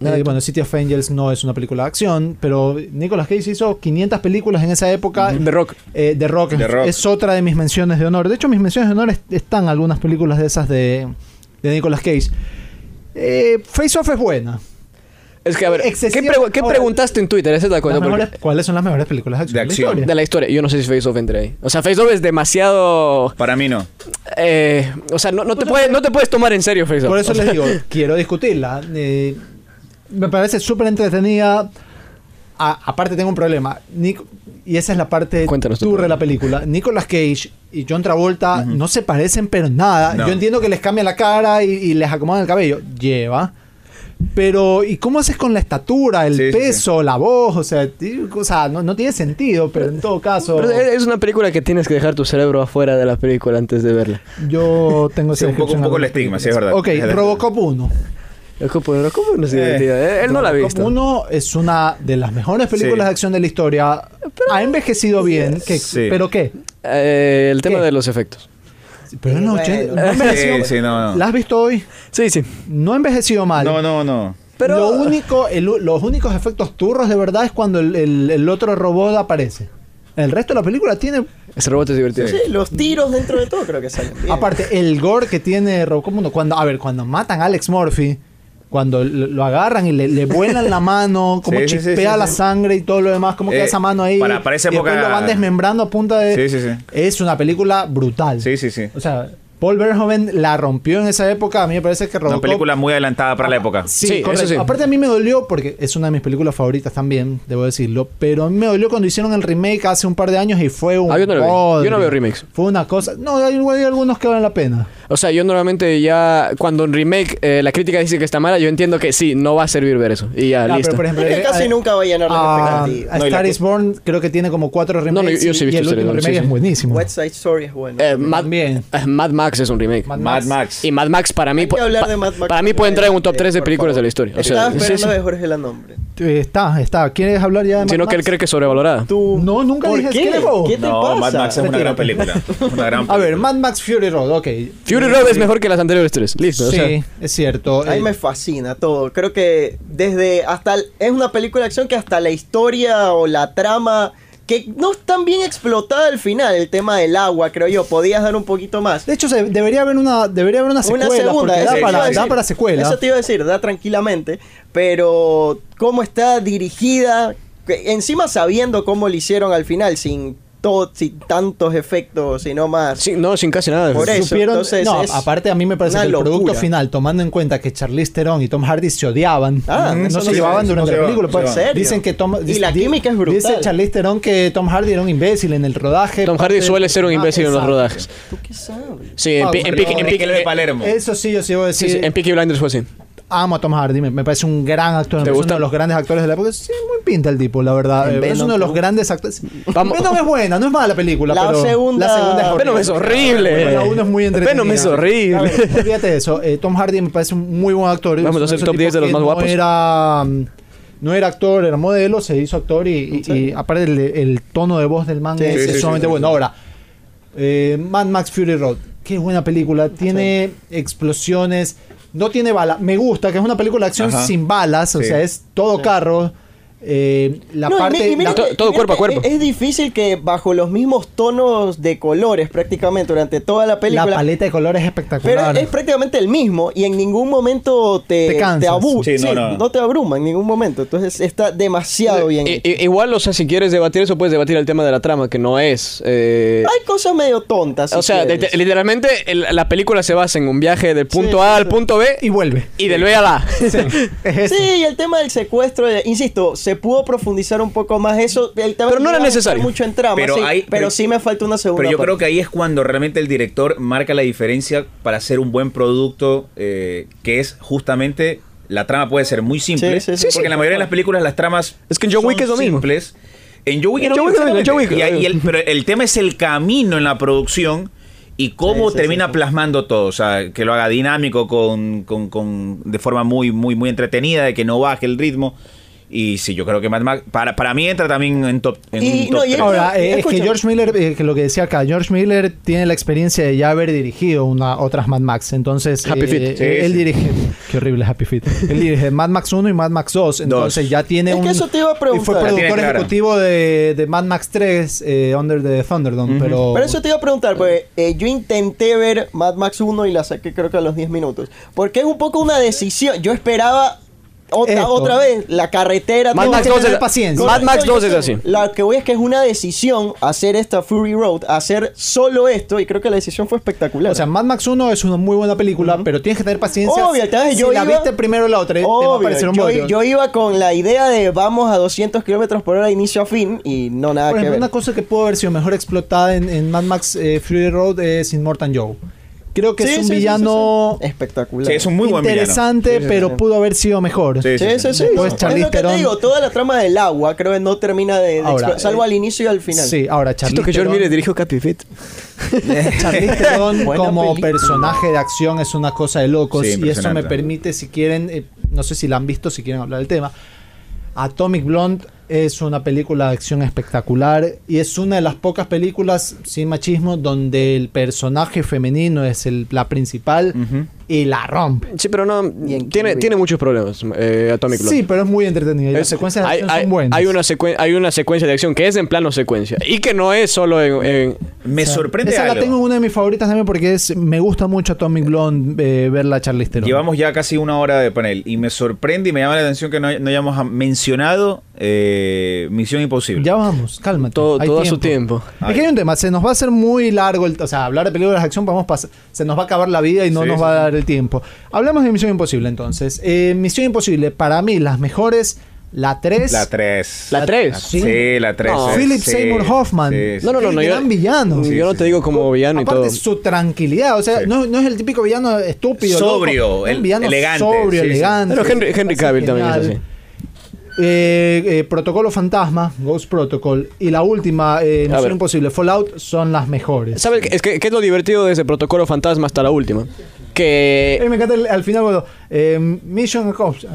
S2: Nada,
S1: Eh,
S2: tú-
S1: bueno, City of Angels no es una película de acción, pero Nicolas Cage hizo 500 películas en esa época.
S2: Ah, The Rock.
S1: Eh, The Rock,
S4: The Rock.
S1: es otra de mis menciones de honor. De hecho, mis menciones de honor est- están algunas películas de esas de, de Nicolas Cage. Eh, Face Off es buena.
S2: Es que, a ver, ¿qué,
S1: Excesivo-
S2: pregu- qué
S1: Ahora,
S2: preguntaste en Twitter? Esa es la cosa.
S1: Las
S2: porque-
S1: mejores- ¿Cuáles son las mejores películas de acción?
S4: De acción.
S1: la
S2: de
S1: historia?
S2: la historia. Yo no sé si Face Off entra ahí. O sea, Face Off es demasiado...
S4: Para mí no.
S2: eh, o sea, no, no te puedes, no te puedes tomar en serio Face Off.
S1: Por eso
S2: O sea,
S1: les digo, quiero discutirla. Eh, me parece súper entretenida. A- aparte tengo un problema. Nic- y esa es la parte
S2: Cuéntanos tu
S1: turra de
S2: problema.
S1: la película. Nicolas Cage y John Travolta no se parecen pero nada.
S4: No.
S1: Yo entiendo que les cambia la cara y, y les acomodan el cabello. Lleva. Pero, ¿y cómo haces con la estatura, el
S4: Sí, sí, sí.
S1: peso, la voz? O sea, ti- o sea, no, no tiene sentido, pero en todo caso,
S2: pero eh, es es una película que tienes que dejar tu cerebro afuera de la película antes de verla.
S1: yo tengo
S4: Sí,
S1: esa descripción
S4: un poco- un poco
S1: alguna.
S4: el estigma, sí, es verdad.
S1: Ok,
S4: Es verdad.
S1: Robocop 1.
S2: Es como, pero ¿cómo no es
S4: Eh,
S2: divertida? Él no la ha visto.
S1: Robocop 1 es una de las mejores películas
S4: Sí.
S1: de acción de la historia. ha envejecido bien, que-
S4: Sí.
S1: pero ¿qué?
S2: Eh, el tema
S1: ¿Qué?
S2: de los efectos.
S1: Pero en los
S3: Bueno.
S1: 80 no
S4: Sí,
S1: envejeció.
S4: sí, no, no.
S1: ¿La has visto hoy?
S2: Sí, sí.
S1: No ha envejecido mal.
S4: No, no, no.
S2: Pero-
S1: Lo único, el u- los únicos efectos turros de verdad es cuando el, el- el otro robot aparece. El resto de la película tiene.
S2: Ese robot es divertido.
S4: Sí.
S3: Sí, los tiros dentro de todo creo que salen bien.
S1: Aparte, el gore que tiene Robocop 1. Cuando, a ver, cuando matan a Alex Murphy, cuando lo, lo agarran y le, le vuelan la mano, como
S4: Sí, sí, sí,
S1: chispea
S4: sí,
S1: la
S4: sí.
S1: sangre y todo lo demás, como
S4: Eh,
S1: queda esa mano ahí.
S4: para- para esa
S1: y después
S4: época-
S1: lo van desmembrando a punta de.
S4: Sí, sí, sí.
S1: Es una película brutal.
S4: Sí, sí, sí.
S1: O sea, Paul Verhoeven la rompió en esa época. A mí me parece que Robocop...
S4: Una película muy adelantada para la época.
S1: Sí,
S2: Sí,
S1: correcto.
S2: eso sí.
S1: Aparte a mí me dolió porque es una de mis películas favoritas también, debo decirlo, pero a mí me dolió cuando hicieron el remake hace un par de años y fue un
S2: Ah, yo no lo vi.
S1: bodrio.
S2: Yo no veo remakes.
S1: Fue una cosa, no, hay, hay algunos que valen la pena.
S2: O sea, yo normalmente ya cuando un remake eh, la crítica dice que está mala, yo entiendo que sí, no va a servir ver eso. Y ya,
S1: Ya,
S2: listo.
S1: pero por ejemplo,
S3: Creo que
S1: eh,
S3: casi
S1: a-
S3: nunca va a llenar las
S1: a, a
S3: expectativas.
S4: No, y la
S1: Ah, Star
S4: que-
S1: is Born creo que tiene como cuatro remakes
S2: No, no, yo- yo sí he
S1: y
S2: visto
S1: el
S2: Star is
S1: último
S2: Born,
S1: remake
S2: sí,
S1: es
S2: sí.
S1: buenísimo.
S3: West Side Story es bueno.
S2: Eh, Mad,
S1: también.
S2: eh, Mad Max es un remake.
S1: Mad
S4: Mad Max.
S2: y Mad Max para mí,
S3: Hay que
S2: pa-
S3: hablar
S2: pa-
S3: de Mad Max
S2: para mí puede entrar en un top
S3: eh,
S2: 3 de
S3: por
S2: películas
S3: favor.
S2: de la historia. O sea,
S3: Estaba
S2: sí,
S3: esperando
S2: sí.
S3: de Jorge la nombre.
S1: Eh, Está, está. ¿Quieres hablar ya de Mad
S2: Sino que él
S1: Max?
S2: cree que es sobrevalorada.
S3: Tú...
S1: No, nunca
S3: ¿Por
S1: dije
S3: qué?
S1: que eres bobo.
S3: ¿Qué te
S4: no,
S3: pasa?
S4: Mad Max es una gran película. Una gran
S1: A ver,
S4: película.
S1: Mad Max Fury Road, ok.
S2: Fury Road es mejor que las anteriores tres. Listo. o
S1: Sí,
S2: sea.
S1: es cierto.
S3: A mí
S1: Eh,
S3: me fascina todo. Creo que desde hasta... el- es una película de acción que hasta la historia o la trama... Que no es tan bien explotada al final. El tema del agua, creo yo. Podías dar un poquito más.
S1: De hecho, se- debería haber una, debería haber una secuela.
S3: Una segunda.
S1: porque
S3: eso
S1: da,
S3: te iba a
S1: para, da
S3: decir.
S1: para secuela.
S3: Eso te iba a decir. Da tranquilamente. Pero cómo está dirigida... que Encima sabiendo cómo lo hicieron al final. Sin, todo, sin tantos efectos, sino más...
S2: Sí, no, sin casi nada. de
S3: Por
S2: efectos.
S3: eso,
S1: Supieron-
S3: entonces,
S1: no,
S3: es
S1: aparte a mí me parece
S3: una
S1: que el producto
S3: locura.
S1: final, tomando en cuenta que Charlize Theron y Tom Hardy se odiaban,
S3: Ah,
S1: no,
S3: eso
S1: se
S3: no se
S1: llevaban
S4: ve,
S1: durante
S4: no se
S1: la
S4: va,
S1: película.
S4: no
S1: pues,
S4: se
S3: va.
S1: Dicen que Tom
S3: Y la química es brutal.
S1: Dice Charlize Theron que Tom Hardy era un imbécil en el rodaje.
S2: Tom
S1: parte
S2: Hardy
S1: de-
S2: suele ser un
S1: Ah,
S2: imbécil en los
S1: exacto.
S2: rodajes.
S3: ¿Tú qué sabes?
S2: Sí, en,
S1: Ah,
S2: Pi- en,
S1: bueno,
S2: Peaky- en
S1: no,
S2: Peaky- eh,
S4: de Palermo.
S1: Eso sí, yo sí voy a decir.
S2: em- sí, sí, en Peaky Blinders fue así.
S1: amo a Tom Hardy, me, me parece un gran actor, me
S2: ¿Te
S1: parece
S2: gusta?
S1: uno de los grandes actores de la época. Sí, muy pinta el tipo, la verdad.
S3: En
S1: Eh, es
S3: Venom,
S1: uno de los
S3: ¿no?
S1: grandes actores.
S2: Vamos.
S1: Venom es buena, no es mala la película.
S3: La
S1: pero
S3: segunda-
S1: La segunda es horrible.
S2: Venom es horrible.
S1: La uno es muy
S2: Venom
S1: entretenida.
S2: es horrible.
S1: A ver, Olvídate de eso. Eh, Tom Hardy me parece un muy buen actor.
S2: Vamos a
S1: Es
S2: ser
S1: un
S2: top 10 de los
S1: tipo
S2: más
S1: que
S2: guapos.
S1: No era, mm, no era actor, era modelo, se hizo actor y, y- y aparte el, el tono de voz del man
S3: Sí,
S1: es,
S4: sí, sí,
S1: sumamente
S4: sí, sí.
S1: bueno. Ahora, eh, Mad Max Fury Road. Qué buena película. Tiene explosiones. No tiene bala. Me gusta que es una película de acción
S4: Ajá.
S1: sin balas. O
S4: Sí.
S1: sea, es todo carro. Eh, la
S3: No, y mi-
S1: parte.
S3: y mira
S1: la-
S2: to-
S3: que-
S2: todo
S3: mira
S2: cuerpo a
S3: que
S2: cuerpo.
S3: Es, es difícil que bajo los mismos tonos de colores prácticamente durante toda la
S1: la
S3: película.
S1: paleta de colores es
S3: pero
S1: espectacular.
S3: es prácticamente el mismo y en ningún momento te,
S1: Te cansas.
S3: abu-
S4: Sí,
S3: sí,
S4: no,
S3: no,
S4: no.
S3: te abruma en ningún momento. Entonces está demasiado bien.
S2: I-
S3: hecho.
S2: i- igual, o sea, si quieres debatir eso, puedes debatir el tema de la trama, que no es. eh,
S3: Hay cosas medio tontas. si
S2: o sea,
S3: quieres.
S2: de- literalmente el- la película se basa en un viaje del punto
S3: Sí,
S2: A
S3: sí,
S2: al
S3: sí.
S2: punto B
S1: y vuelve.
S2: y del B a la A.
S1: Es eso.
S3: Sí, y el tema del secuestro, eh, insisto, se pudo profundizar un poco más eso. El tema
S2: Pero no era
S3: iba a entrar
S2: necesario.
S3: Mucho en trama, sí,
S4: Pero
S3: pero,
S4: hay- pero-
S3: sí me falta una segunda.
S4: Pero yo
S3: parte.
S4: creo que ahí es cuando realmente el director marca la diferencia para hacer un buen producto, eh, que es justamente la trama puede ser muy simple,
S3: Sí, sí, sí.
S4: porque en la mayoría de las películas las tramas
S2: Es que en John
S4: son
S2: Wick es lo mismo.
S4: simples. En John Wick
S2: En
S4: es lo
S2: John
S4: mismo,
S2: Wick es lo mismo, en John Wick.
S4: exactamente. Y ahí el- pero el tema es el camino en la producción y cómo
S3: Sí, sí,
S4: termina
S3: sí, sí.
S4: plasmando todo, o sea, que lo haga dinámico con, con- con- de forma muy muy muy entretenida, de que no baje el ritmo. Y sí, yo creo que Mad Max para, para mí entra también en top en
S3: Y-
S4: un
S3: no,
S4: top
S3: y-
S4: tres.
S1: Ahora, eh, es que
S3: Escucha.
S1: George Miller, eh, que lo que decía acá, George Miller tiene la experiencia de ya haber dirigido una, otras Mad Max. Entonces,
S2: Happy
S1: eh,
S2: Feet.
S1: eh,
S4: Sí,
S1: él
S4: sí.
S1: dirige. Qué horrible Happy Feet. Él dirige Mad Max 1 y Mad Max 2. Entonces,
S4: Dos.
S1: ya tiene
S3: Es que
S1: un.
S3: eso te iba a
S1: y fue
S3: preguntar.
S4: La
S1: productor
S4: tiene clara.
S1: ejecutivo de, de Mad Max 3, eh, Under the Thunderdome. pero,
S3: Pero eso te iba a preguntar, porque eh, yo intenté ver Mad Max 1 y la saqué creo que a los 10 minutos. Porque es un poco una decisión. Yo esperaba otra,
S1: Esto.
S3: otra vez la carretera.
S2: Mad
S3: todo.
S2: Max
S1: que
S2: 2
S1: tener
S2: es-
S1: paciencia.
S2: Mad Max
S3: No, yo
S2: 2 es
S3: sé,
S2: así.
S3: La que voy es que es una decisión hacer esta Fury Road, hacer solo esto, y creo que la decisión fue espectacular.
S1: O sea, Mad Max 1 es una muy buena película, pero tienes que tener paciencia.
S3: Obvio, te vas-
S1: si
S3: yo
S1: la
S3: iba-
S1: viste primero la otra, eh, te va a
S3: Obvio,
S1: parecer un
S3: yo,
S1: bodrio.
S3: yo iba con la idea de vamos a 200 kilómetros por hora inicio a fin y no nada
S1: Por
S3: que
S1: ejemplo,
S3: ver.
S1: una cosa que pudo haber sido mejor explotada en, en Mad Max eh, Fury Road es Immortan Joe. Creo que
S3: Sí,
S1: es un
S3: sí, sí, sí,
S1: villano
S3: sí. espectacular.
S4: Sí, es un muy buen villano.
S1: interesante,
S3: Sí, sí,
S1: pero
S3: sí.
S1: pudo haber sido mejor.
S4: Sí,
S3: Sí, sí, sí.
S1: Después
S3: es
S1: Charlize
S3: lo que te
S1: Theron.
S3: digo, toda la trama del agua creo que no termina de, de
S1: Ahora,
S3: explo- salvo
S1: eh,
S3: al inicio y al final.
S1: Sí, ahora Charlize
S2: Siento que George
S1: Theron,
S2: Miller dirigió Happy Feet.
S1: Charlize Theron
S3: Buena
S1: como
S3: película.
S1: personaje de acción es una cosa de locos
S4: Sí,
S1: y eso me
S4: impresionante.
S1: permite, si quieren, eh, no sé si la han visto, si quieren hablar del tema. Atomic Blonde es una película de acción espectacular y es una de las pocas películas sin machismo donde el personaje femenino es el- la principal
S4: Ujú.
S1: y la rompe.
S2: Sí, pero no.
S3: Y en
S2: Tiene,
S3: Kill Bill.
S2: tiene muchos problemas, eh, Atomic Blonde.
S1: Sí, pero es muy entretenida. y
S2: Es-
S1: Las secuencias de
S2: hay,
S1: acción
S2: hay-
S1: son buenas.
S2: hay una secuen- hay una secuencia de acción que es en plano secuencia y que no es solo en, en-
S4: Me sorprende
S1: Esa la
S4: algo.
S1: tengo en una de mis favoritas también porque es me gusta mucho Atomic Blonde eh, verla a Charlize Theron.
S4: Llevamos ya casi una hora de panel y me sorprende y me llama la atención que no, hay- no hayamos a- mencionado eh, Misión Imposible.
S1: Ya vamos, cálmate.
S2: todo,
S1: hay
S2: todo a su tiempo.
S1: Es que hay un tema, se nos va a hacer muy largo, el- o sea, hablar de películas de acción podemos pasar, se nos va a acabar la vida y no
S4: Sí,
S1: nos
S4: sí,
S1: va a
S4: sí.
S1: dar el tiempo. Hablamos de Misión Imposible entonces. Eh, Misión Imposible, para mí las mejores, la 3.
S4: La 3.
S2: La 3.
S1: Sí.
S4: Sí, la 3.
S2: No.
S1: Philip Seymour Hoffman.
S2: No, no, no,
S1: El
S2: no,
S1: gran villano.
S2: Yo
S1: Sí,
S2: no
S4: sí,
S2: te
S4: sí.
S2: digo como villano y
S1: Aparte,
S2: todo.
S1: su tranquilidad, o sea,
S4: Sí.
S1: no, no es el típico villano estúpido. loco,
S4: Sobrio,
S1: es un
S4: el-
S1: villano
S4: elegante,
S1: Sobrio,
S4: sí, sí.
S1: elegante.
S2: Pero Henry- Henry
S1: Así
S2: Cavill también es
S1: genial. Eh, eh, Protocolo Fantasma, Ghost Protocol y la última, eh,
S2: A ver.
S1: Misión Imposible, Fallout, son las mejores.
S2: ¿Sabes qué es, que, qué es lo divertido desde Protocolo Fantasma hasta la última? Que
S1: Eh, me encanta el- al final cuando eh, Mission Accomplished.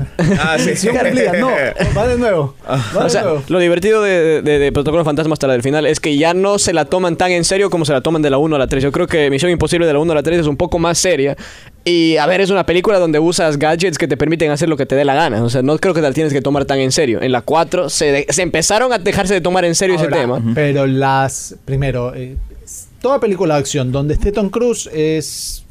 S4: Ah, sí, sí.
S1: Misión cumplida. No, va de nuevo. Va de
S2: o sea,
S1: nuevo.
S2: lo divertido de, de- de Protocolo Fantasma hasta la del final es que ya no se la toman tan en serio como se la toman de la 1 a la 3. Yo creo que Misión Imposible de la 1 a la 3 es un poco más seria. Y a ver, es una película donde usas gadgets que te permiten hacer lo que te dé la gana. O sea, no creo que te la tienes que tomar tan en serio. En la 4 se, de- se empezaron a dejarse de tomar en serio
S1: Ahora,
S2: ese tema.
S1: Pero las. Primero, eh, toda película de acción donde esté Tom Cruise es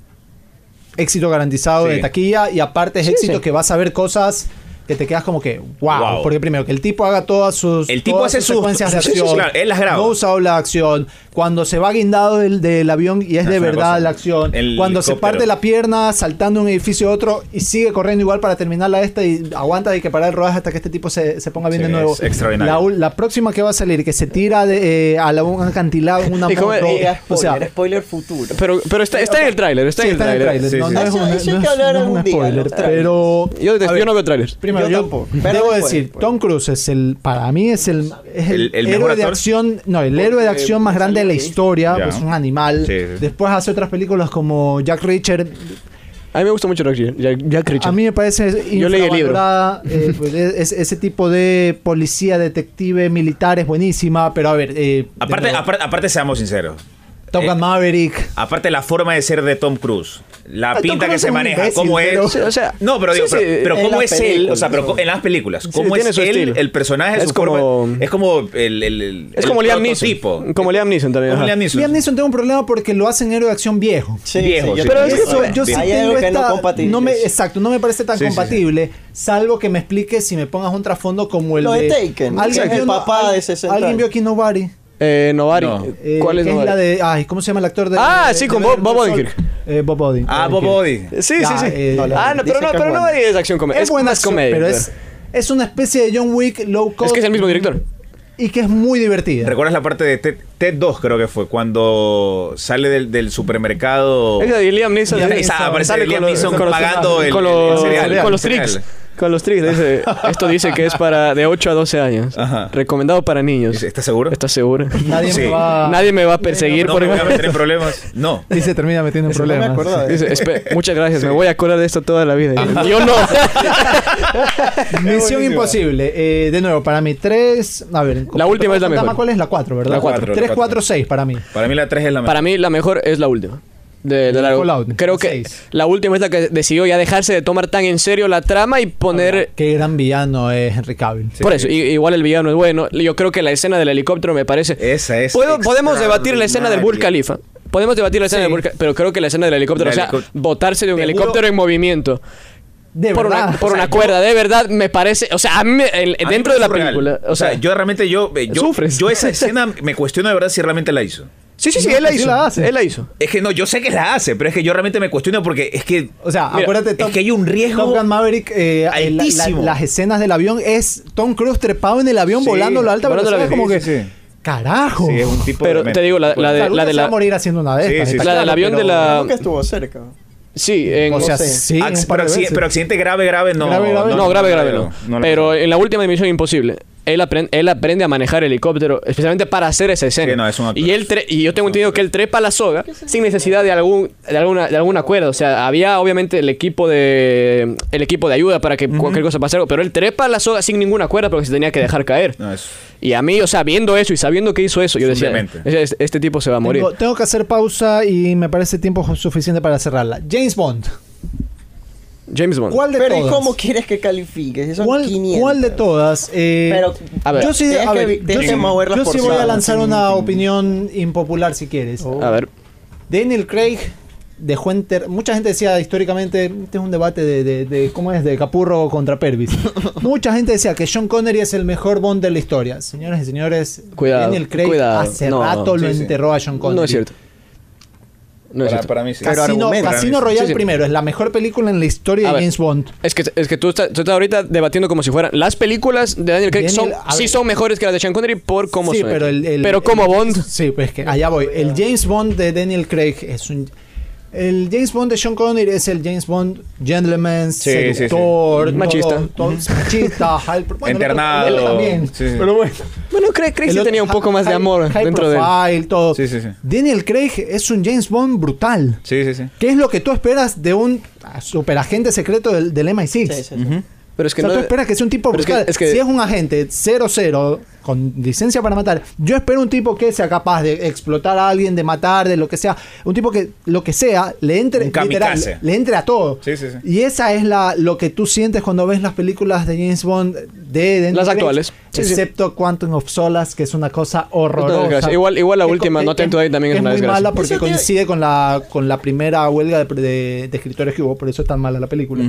S1: éxito garantizado
S4: Sí.
S1: de taquilla y aparte es éxito
S2: sí.
S1: que vas a ver cosas que te quedas como que wow,
S4: Wow.
S1: porque primero que el tipo haga todas sus
S4: El tipo
S1: todas
S4: hace sus-
S1: secuencias de
S4: sí, sí, sí,
S1: acción
S4: claro, él las graba.
S1: no usa la acción cuando se va guindado del, del avión y es
S4: No,
S1: de
S4: es una
S1: verdad
S4: cosa.
S1: la acción
S4: El
S1: cuando se
S4: helicóptero.
S1: parte la pierna saltando de un edificio a otro y sigue corriendo igual para terminar la esta y aguanta y que parar el rodaje hasta que este tipo se, se ponga bien
S4: Sí,
S1: de nuevo
S4: es extraordinario.
S1: La u- la próxima que va a salir, que se tira de, eh, a la, un acantilado en una
S2: Y
S1: moto.
S2: como- y-
S3: Era
S1: o
S3: spoiler,
S1: sea,
S3: spoiler futuro.
S2: Pero, pero está, está en el tráiler, está
S1: sí,
S2: en el
S1: está en el tráiler.
S2: tráiler.
S4: Sí,
S1: no,
S4: sí,
S1: no
S4: sí.
S1: es
S3: Eso-
S1: una-
S3: eso hay
S1: no
S3: que
S1: es-
S3: hablar
S1: no es
S3: algún
S1: un
S3: día,
S1: spoiler,
S3: los trailers.
S1: pero...
S2: Yo,
S1: a
S2: detesto-
S1: ver,
S2: yo no veo trailers.
S1: Primero, Bueno,
S3: Yo
S1: yo,
S3: tampoco.
S1: debo
S3: Pero después,
S1: decir,
S3: después.
S1: Tom Cruise es el, para mí es el, es
S4: ¿El- el
S1: héroe
S4: mejor
S1: de
S4: actor?
S1: acción, no, el héroe
S3: Eh,
S1: de acción más grande de la historia,
S4: Ya.
S1: es un animal.
S4: Sí, sí.
S1: Después hace otras películas como Jack Richard.
S2: A mí me gusta mucho Jack, Jack- Jack Richard.
S1: A mí me parece
S2: Yo leí el libro.
S1: infravalorada, eh, pues, es- es- ese tipo de policía, detective, militar es buenísima, pero a ver, eh, de
S4: Aparte,
S1: nuevo,
S4: aparte, aparte, seamos sinceros.
S1: Top Gun
S4: eh,
S1: Maverick.
S4: Aparte la forma de ser de Tom Cruise, la
S1: Ah, Tom
S4: pinta que
S1: Cruise
S4: se
S1: es un
S4: maneja,
S1: imbécil,
S4: cómo
S1: pero-
S4: es.
S2: Sí, o sea,
S4: no, pero digo,
S2: sí, sí,
S4: pero, pero
S3: en
S4: cómo
S3: las
S4: es él, o sea, pero
S3: películas.
S4: co- en las películas, cómo
S2: tiene
S4: es
S2: su
S4: él,
S2: estilo.
S4: el personaje,
S2: Es
S4: su forma-
S2: como-
S4: es como el, el- el-
S2: es
S4: el
S2: como Liam
S4: prototipo.
S2: Neeson. Como Liam Neeson también.
S4: Como
S2: ajá.
S4: Liam Neeson.
S1: Liam Neeson tengo un problema porque lo hacen héroe de acción viejo.
S3: Sí,
S4: Viejo,
S3: sí,
S4: sí.
S2: Pero
S1: Y
S2: es que
S1: eso,
S2: eso-
S1: yo sí
S3: Hay
S1: tengo
S3: algo que no
S1: esta-
S3: compatible.
S1: no me, exacto, no me parece tan
S4: Sí, sí, sí.
S1: compatible, salvo que me explique si me pongas un trasfondo como el
S3: Lo de
S1: de
S3: Taken, que es
S1: vio No-
S3: el papá
S1: al-
S3: de 60
S1: Alguien vio
S3: años.
S1: aquí Nobody.
S2: Eh, Novari.
S4: No.
S1: Eh,
S2: ¿Cuál es
S1: que es
S2: Novari?
S1: la de ay, ¿cómo se llama el actor de
S2: Ah,
S1: de-
S2: sí,
S1: de
S2: con
S1: Better
S2: Bob-
S1: Call
S2: Bob
S1: Saul?
S2: Odenkirk.
S1: Eh, Bob Odenkirk.
S4: Ah, Bob
S1: Odenkirk.
S4: Body.
S2: Sí, sí,
S1: Ya,
S2: sí.
S1: eh,
S2: ah, no, pero
S3: dice
S2: no,
S3: que
S2: pero
S3: es
S2: no
S3: buena.
S2: es acción comedia.
S1: Es, pues.
S2: Es,
S1: buena
S2: más
S1: acción,
S2: comedia.
S1: pero es es una especie de John Wick low cost.
S2: Es que es el mismo director.
S1: y que es muy divertida.
S4: ¿Recuerdas la parte de Ted, Ted 2 creo que fue cuando sale del, del supermercado?
S2: Es la de Liam Neeson.
S4: Liam
S2: Sale
S4: Neeson, Ah, aparece
S2: sale
S4: Liam
S2: con los-
S4: Neeson
S2: con los-
S4: pagando el-
S2: con
S4: el
S2: los,
S4: cereal,
S2: con los
S4: el
S2: tricks.
S4: cereal.
S2: Con los tricks, dice. Esto dice que es para de 8 a 12 años.
S4: Ajá.
S2: Recomendado para niños.
S4: Dice, ¿Estás seguro?
S2: ¿Estás seguro?
S1: Nadie
S4: Sí.
S1: me va
S2: Nadie me va a perseguir
S4: no
S2: por
S4: me voy a meter en problemas. No. ¿eh?
S1: y se termina metiendo en
S3: No me
S1: problemas.
S3: acuerdo de
S2: Dice, "Espe- muchas gracias, me voy a acordar de esto toda la vida. Y Yo no.
S1: Misión
S4: buenísima.
S1: Imposible. Eh, de nuevo, para mí, 3. A ver,
S2: La última es la
S1: Fantasma,
S2: mejor.
S1: ¿Cuál es la 4, verdad?
S4: La cuatro, la
S1: 3,
S4: cuatro.
S1: 4, 6 para mí.
S4: Para mí la 3 es la mejor.
S2: Para mí la mejor es la última. De, de largo.
S1: Fallout,
S2: Creo que
S1: seis.
S2: la última es la que decidió ya dejarse de tomar tan en serio la trama y poner...
S1: Qué gran villano es Henry Cavill.
S2: Por eso, i- igual el villano es bueno. Yo creo que la escena del helicóptero me parece...
S4: Esa es
S2: Puedo- podemos debatir la escena del Burj
S4: extraordinaria.
S2: Khalifa. Podemos debatir la escena del Burj Khalifa, pero creo que la escena del helicóptero,
S4: La
S2: o sea,
S4: helicó-
S2: botarse de un
S4: Te juro-
S2: helicóptero en movimiento
S1: De
S2: por
S1: verdad.
S2: una, por
S1: O sea,
S2: una cuerda, de verdad, me parece, o sea, a mí me- el-
S4: A mí
S2: dentro
S4: me
S2: de la
S4: surreal.
S2: película, o sea,
S4: yo realmente yo, eh, yo
S2: sufres.
S4: yo esa escena me cuestiono de verdad si realmente la hizo.
S2: sí, sí, sí,
S1: No,
S2: él la
S1: sí
S2: hizo,
S1: la hace.
S2: él la hizo.
S4: Es que no, yo sé que la hace, pero es que yo realmente me cuestiono porque es que
S1: O sea,
S2: Mira,
S1: acuérdate,
S4: es que hay un riesgo
S1: Top Gun Maverick, eh, eh, la- la-
S4: altísimo.
S1: las escenas del avión es Tom Cruise trepado en el avión
S4: Sí,
S1: volando a la alta
S2: volando a la
S1: velocidad. Es como que,
S4: velocidad, sí,
S1: carajo.
S4: sí, es un tipo
S2: Pero
S4: de-
S2: te digo, la- la
S1: O sea,
S2: de-
S1: alguno se
S2: la-
S1: va a morir haciendo una de
S4: Sí,
S1: estas.
S4: sí,
S1: está
S4: sí.
S2: La del
S1: claro,
S2: avión de
S1: pero-
S2: la
S3: Nunca estuvo cerca.
S2: Sí, en
S1: O sea,
S3: sé.
S1: sí,
S4: Acc-
S1: un par
S4: Ah, pero,
S1: de
S4: accidente,
S1: veces.
S4: pero accidente grave, grave no.
S1: Grave, grave,
S2: no,
S1: no,
S2: grave,
S4: lo
S2: grave
S4: veo,
S2: no.
S4: lo
S2: pero eh,
S4: veo.
S2: en la última de Misión Imposible, él aprende, él aprende a manejar helicóptero, especialmente para hacer esa escena.
S4: Sí, no, es un actor.
S2: y él tre- y yo tengo entendido que él trepa la soga sin necesidad de algún de alguna de alguna cuerda, o sea, había obviamente el equipo de el equipo de ayuda para que cualquier cosa pasara, pero él trepa la soga sin ninguna cuerda porque se tenía que dejar caer.
S4: No, es-
S2: Y a mí, o sea, viendo eso y sabiendo que hizo eso, yo decía,
S4: Simplemente.
S2: "Ese- este, tipo se va a morir.
S1: Tengo, tengo que hacer pausa y me parece tiempo suficiente para cerrarla. James Bond.
S2: James Bond.
S1: ¿Cuál de
S3: Pero ¿y
S1: todas?
S3: cómo quieres que califiques? Son
S1: ¿Cuál,
S3: 500.
S1: cuál de todas? Eh,
S3: Pero
S2: A ver.
S1: yo sí,
S3: Tienes
S1: a
S3: que
S1: ver,
S3: vi-
S1: yo
S3: tienes
S1: sí-
S3: que moverlas
S1: yo
S3: por
S1: sí voy a
S3: sábado.
S1: lanzar una opinión impopular si quieres.
S2: A ver.
S1: Daniel Craig dejó enter... Mucha gente decía históricamente, este es un debate de, de- de- ¿cómo es? De Capurro contra Pervis. Mucha gente decía que John Connery es el mejor Bond de la historia. Señores y señores,
S2: Cuidado,
S1: Daniel Craig
S2: cuidado.
S1: hace
S2: No,
S1: rato lo
S4: sí, sí.
S1: enterró a John Connery.
S2: No es cierto. No es
S4: para,
S2: cierto.
S4: para mí sí.
S3: Pero
S1: Casino,
S3: argumenta.
S1: Casino Royale
S2: Sí, sí.
S1: primero, es la mejor película en la historia
S2: A
S1: de
S2: ver.
S1: James Bond.
S2: Es que, es que tú, estás, tú estás ahorita debatiendo como si fueran. Las películas de Daniel Craig
S1: Daniel,
S2: son,
S1: a
S2: sí
S1: ver.
S2: son mejores que las de Sean Connery por cómo
S1: sí,
S2: son.
S1: pero el, el-
S2: pero como
S1: el-
S2: Bond.
S1: Sí, pues que allá voy. El James Bond de Daniel Craig es un. El James Bond de Sean Connery es el James Bond gentleman,
S4: Sí, sí, sí.
S1: seductor, todo-
S2: Machista.
S1: todo- machista, high- bueno, el otro-
S4: Internado.
S1: el otro también.
S4: Sí, sí.
S1: Pero bueno,
S2: Bueno, Craig, Craig
S1: el
S2: sí
S1: otro-
S2: tenía un poco más de
S1: high-
S2: amor
S1: high
S2: dentro de él.
S1: profile, todo.
S4: Sí, sí, sí.
S1: Daniel Craig es un James Bond brutal.
S4: Sí, sí, sí.
S1: ¿Qué es lo que tú esperas de un ah, superagente secreto del, del MI6?
S3: Sí, sí, sí.
S2: Pero es
S1: o
S2: que
S1: sea,
S2: no.
S1: tú esperas que sea un tipo
S2: pero es que-
S1: brutal.
S2: es que-
S1: si es un agente 0-0 con licencia para matar, yo espero un tipo que sea capaz de explotar a alguien, de matar, de lo que sea. Un tipo que lo que sea le entre,
S4: Un kamikaze.
S1: literal, le entre a todo.
S4: Sí, sí, sí.
S1: Y esa es la lo que tú sientes cuando ves las películas de James Bond eh, de, de-
S2: Las actuales. Sí, sí.
S1: excepto Quantum of Solace, que es una cosa
S2: Una
S1: horrorosa.
S2: desgracia. Igual- igual la
S1: Que-
S2: última,
S1: que-
S2: No
S1: que-
S2: Tento Ahí, también es
S1: que
S2: una
S1: muy
S2: desgracia.
S1: mala porque
S3: Eso tiene-
S1: coincide con la con la primera huelga de, de- de escritores que hubo, por eso es tan mala la película.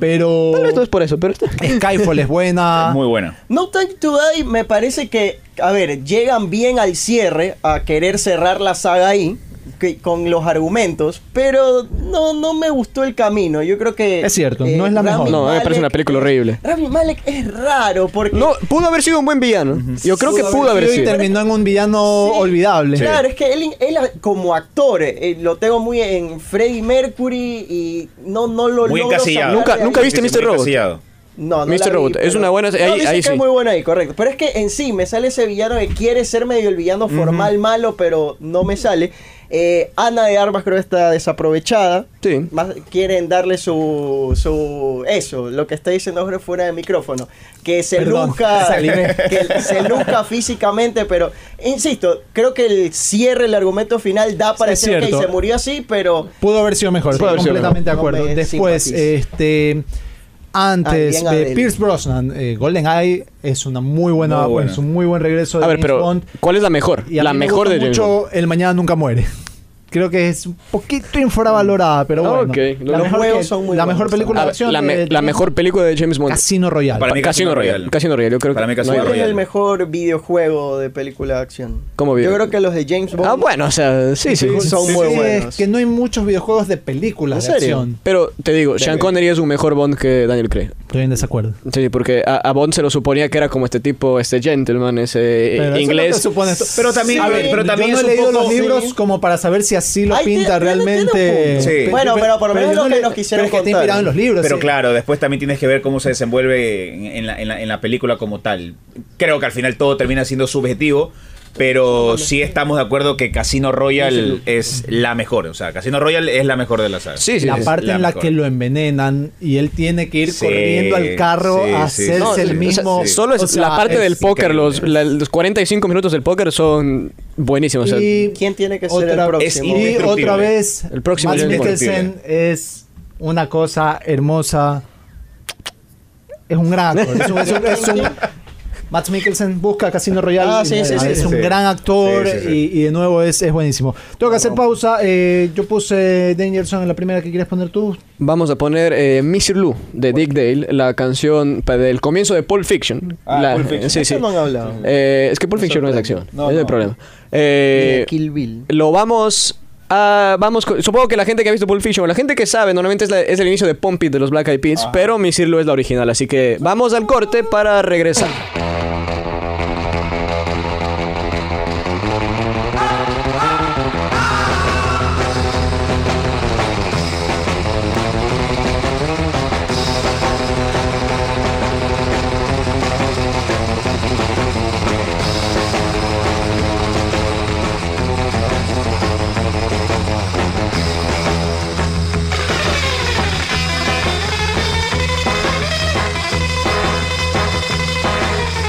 S1: Pero
S2: Tal vez no es por eso, pero.
S1: Skyfall es
S2: Ah.
S1: buena.
S4: Muy buena.
S3: No Time to Die me parece que, a ver, llegan bien al cierre a querer cerrar la saga ahí que- con los argumentos, pero no, no me gustó el camino. Yo creo que eh,
S1: Es cierto, no es la mejor.
S2: No, me parece una película horrible.
S3: Rami Malek es raro porque
S2: No, pudo haber sido un buen villano. Yo creo que pudo haber
S1: sido y
S2: sido.
S1: terminó en un villano
S3: Sí.
S1: olvidable.
S3: Claro, es que él, él como actor, eh, lo tengo muy en Freddie Mercury y no, no lo
S4: Muy
S3: logro
S4: encasillado.
S3: sacar
S2: Nunca-
S3: de
S2: nunca
S3: ahí.
S2: viste
S4: Sí, sí,
S2: Mr.
S4: muy
S2: Robot?
S4: encasillado.
S3: No, no.
S2: Mr.
S3: la vi,
S2: Robot, es
S3: pero-
S2: una buena-
S3: No,
S2: ahí-
S3: dicen
S2: ahí
S3: que
S2: sí.
S3: es muy buena ahí, correcto. Pero es que en sí me sale ese villano que quiere ser medio el villano formal malo, pero no me sale. Eh, Ana de Armas creo que está desaprovechada.
S2: Sí.
S3: Más- quieren darle su, su. Eso, lo que está diciendo Jorge fuera de micrófono. Que se
S1: Perdón,
S3: luzca.
S1: salíme.
S3: que se luzca físicamente, pero. Insisto, creo que el cierre, el argumento final da para
S1: Es
S3: decir, ok,
S1: cierto.
S3: se murió así, pero.
S1: Pudo haber sido mejor,
S3: Sí,
S1: estoy
S3: pudo haber sido
S1: completamente
S3: mejor.
S1: de acuerdo.
S3: No me
S1: Después,
S3: simpatizo.
S1: este. Antes,
S3: Ah, bien,
S1: eh,
S3: Adele.
S1: Pierce Brosnan, eh, Golden Eye es una muy buena,
S4: Muy buena.
S1: es un muy buen regreso de
S2: A ver,
S1: James
S2: pero
S1: Bond.
S2: ¿cuál es la mejor?
S1: Y a
S2: La
S1: mí me
S2: mejor
S1: gusta
S2: de James Bond.
S1: mucho El Mañana Nunca Muere. Creo que es un poquito infravalorada, pero
S2: Ah,
S1: bueno.
S2: ok.
S1: La
S2: Los
S1: mejor,
S3: juegos
S1: que-
S3: son muy
S1: la
S3: buenos
S1: mejor película
S2: A
S1: de
S2: ver,
S1: acción.
S2: la, me-
S1: de-
S2: la mejor película de James Bond.
S1: Casino Royale.
S4: Para mí
S2: Casino
S4: Casino
S2: Royale.
S4: Royale.
S2: Casino Royale, yo creo
S4: Para
S2: que
S4: mí
S2: no hay
S4: Casino
S3: ¿Cuál
S2: otra.
S3: es el
S4: Royale.
S3: mejor videojuego de película de acción?
S2: ¿Cómo video?
S3: Yo creo que los de James Bond.
S2: Ah, bueno, o sea, sí, sí.
S3: Son
S1: Sí,
S3: muy
S1: es
S3: buenos.
S1: que no hay muchos videojuegos de películas
S3: ¿En
S1: de
S3: serio?
S1: acción.
S2: Pero te digo, Sean Connery es un mejor Bond que Daniel Craig.
S1: Estoy en desacuerdo.
S2: Sí, porque a, a Bond se lo suponía que era como este tipo, este gentleman,
S4: Eh,
S2: ese eh,
S1: Pero eso no
S2: inglés.
S1: te supone esto.
S4: Pero también,
S3: Sí,
S4: a ver, pero
S1: Yo
S4: también
S1: no
S4: es
S1: he
S4: un
S1: leído
S4: poco-
S1: los libros
S3: sí.
S1: como para saber si así lo
S3: Ahí tiene-
S1: pinta
S3: tiene- tiene un
S1: realmente.
S3: punto.
S4: Sí.
S3: Bueno, pero por lo menos
S1: yo
S3: lo que
S1: le-
S3: nos quisieron
S1: pero es que está
S3: contar.
S1: inspirado en los libros.
S4: Pero
S1: sí.
S4: claro, después también tienes que ver cómo se desenvuelve en, en la, en la- en la película como tal. Creo que al final todo termina siendo subjetivo, pero sí estamos de acuerdo que Casino Royale es la mejor. O sea, Casino Royale es la mejor de la saga.
S2: Sí, sí.
S1: la
S2: es
S1: parte
S4: la
S1: en la
S4: mejor.
S1: que lo envenenan y él tiene que ir
S4: Sí,
S1: corriendo al carro
S4: sí,
S1: a
S4: sí,
S1: hacerse
S4: sí,
S1: el
S4: sí.
S1: mismo.
S2: O sea, Solo es
S1: O sea,
S2: la parte
S1: es
S2: del póker,
S4: increíble.
S2: los, la- los 45 minutos del póker son buenísimos. o sea,
S1: Y-
S3: ¿Quién tiene que ser
S1: Otra-
S3: el
S4: es
S3: próximo?
S1: Y
S4: Indestructible.
S1: otra vez,
S2: El próximo
S1: Mads
S2: es
S4: indestructible.
S1: Mikkelsen es una cosa hermosa. Es un gran actor. Es un, es un- es un- Mads Mikkelsen busca Casino Royale.
S3: Ah,
S1: y
S3: sí, sí,
S1: es
S3: sí.
S1: un
S4: Sí.
S1: gran actor
S4: Sí, sí, sí.
S1: Y, y de nuevo es, es buenísimo. Tengo que hacer pausa. eh, yo puse Dangerson en la primera que quieres poner tú.
S2: Vamos a poner eh, Missy Lou de Dick Dale, la canción pa- del comienzo de Pulp Fiction.
S4: Ah,
S2: La-
S4: Pulp Fiction.
S2: Sí, sí.
S3: Eso no han hablado.
S2: Eh, es que Pulp Fiction no es de acción,
S4: No,
S2: es el
S4: no.
S2: problema. Eh,
S3: Mira, Kill Bill.
S2: lo vamos a... Vamos con- supongo que la gente que ha visto Pulp Fiction, o la gente que sabe, normalmente es, la- es el inicio de Pump It de los Black Eyed Peas, pero Missy Lou es la original, así que vamos al corte para regresar.
S5: Thank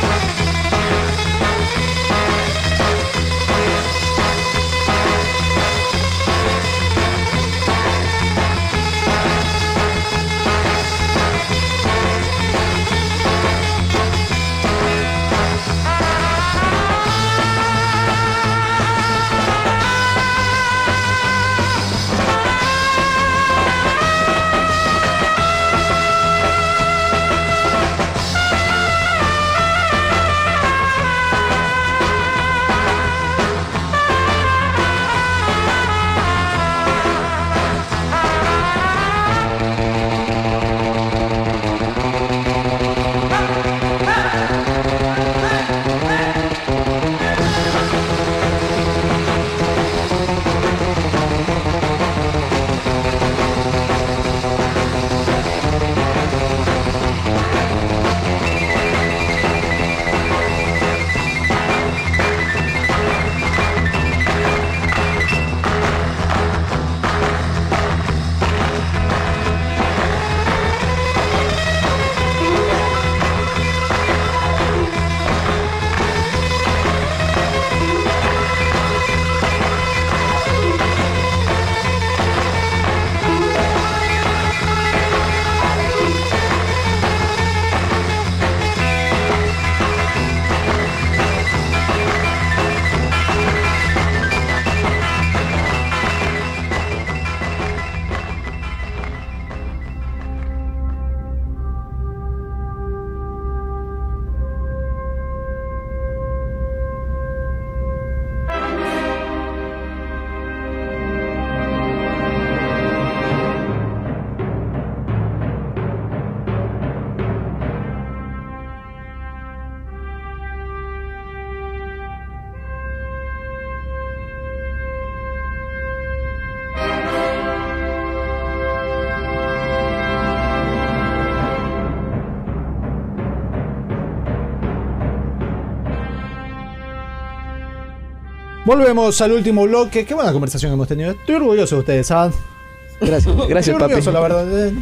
S1: Volvemos al último bloque. Qué buena conversación hemos tenido. Estoy orgulloso de ustedes, ¿saben?
S2: Gracias,
S1: Estoy
S2: gracias, papi.
S1: orgulloso, la verdad. Eh,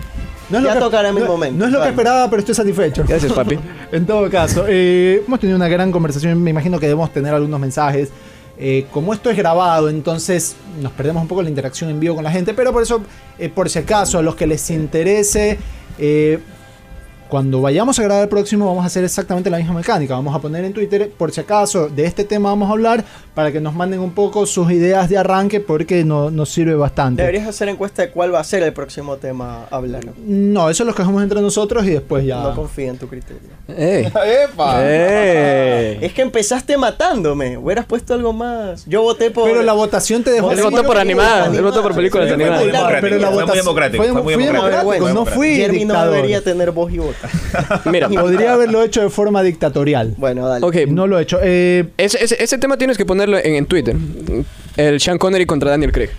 S1: No
S3: Ya tocará mi
S1: no-
S3: momento.
S1: No es lo que
S3: Vale.
S1: esperaba, pero estoy satisfecho.
S2: Gracias, papi.
S1: En todo caso, eh, hemos tenido una gran conversación. Me imagino que debemos tener algunos mensajes. Eh, como esto es grabado, entonces nos perdemos un poco la interacción en vivo con la gente. Pero por eso, eh, por si acaso, a los que les interese, eh, cuando vayamos a grabar el próximo, vamos a hacer exactamente la misma mecánica. Vamos a poner en Twitter, por si acaso, de este tema vamos a hablar para que nos manden un poco sus ideas de arranque, porque no, nos sirve bastante.
S3: Deberías hacer encuesta de cuál va a ser el próximo tema a hablar.
S1: No, eso lo cogemos entre nosotros y después ya.
S3: No confío en tu criterio.
S2: Ey.
S4: ¡Epa!
S2: Ey.
S3: Es que empezaste matándome. Hubieras puesto algo más. Yo voté por.
S1: Pero la votación te dejó.
S2: Él
S3: Él
S2: votó por animadas, él votó por películas
S4: Fue muy
S3: animadas.
S2: animadas.
S4: democrático,
S1: Pero la
S4: fue muy
S1: votación-
S4: democrático.
S1: fue-
S4: fue muy
S1: fui
S4: democrático,
S3: democrático,
S4: fue
S3: no
S4: democrático.
S1: fui.
S3: Jeremy no
S1: dictador.
S3: debería tener voz y voto.
S2: Mira,
S1: Podría haberlo hecho de forma dictatorial.
S3: Bueno, dale.
S2: ok.
S1: Y No lo he hecho. Eh,
S2: Ese, ese- ese tema tienes que ponerlo en, en Twitter. El Sean Connery contra Daniel Craig.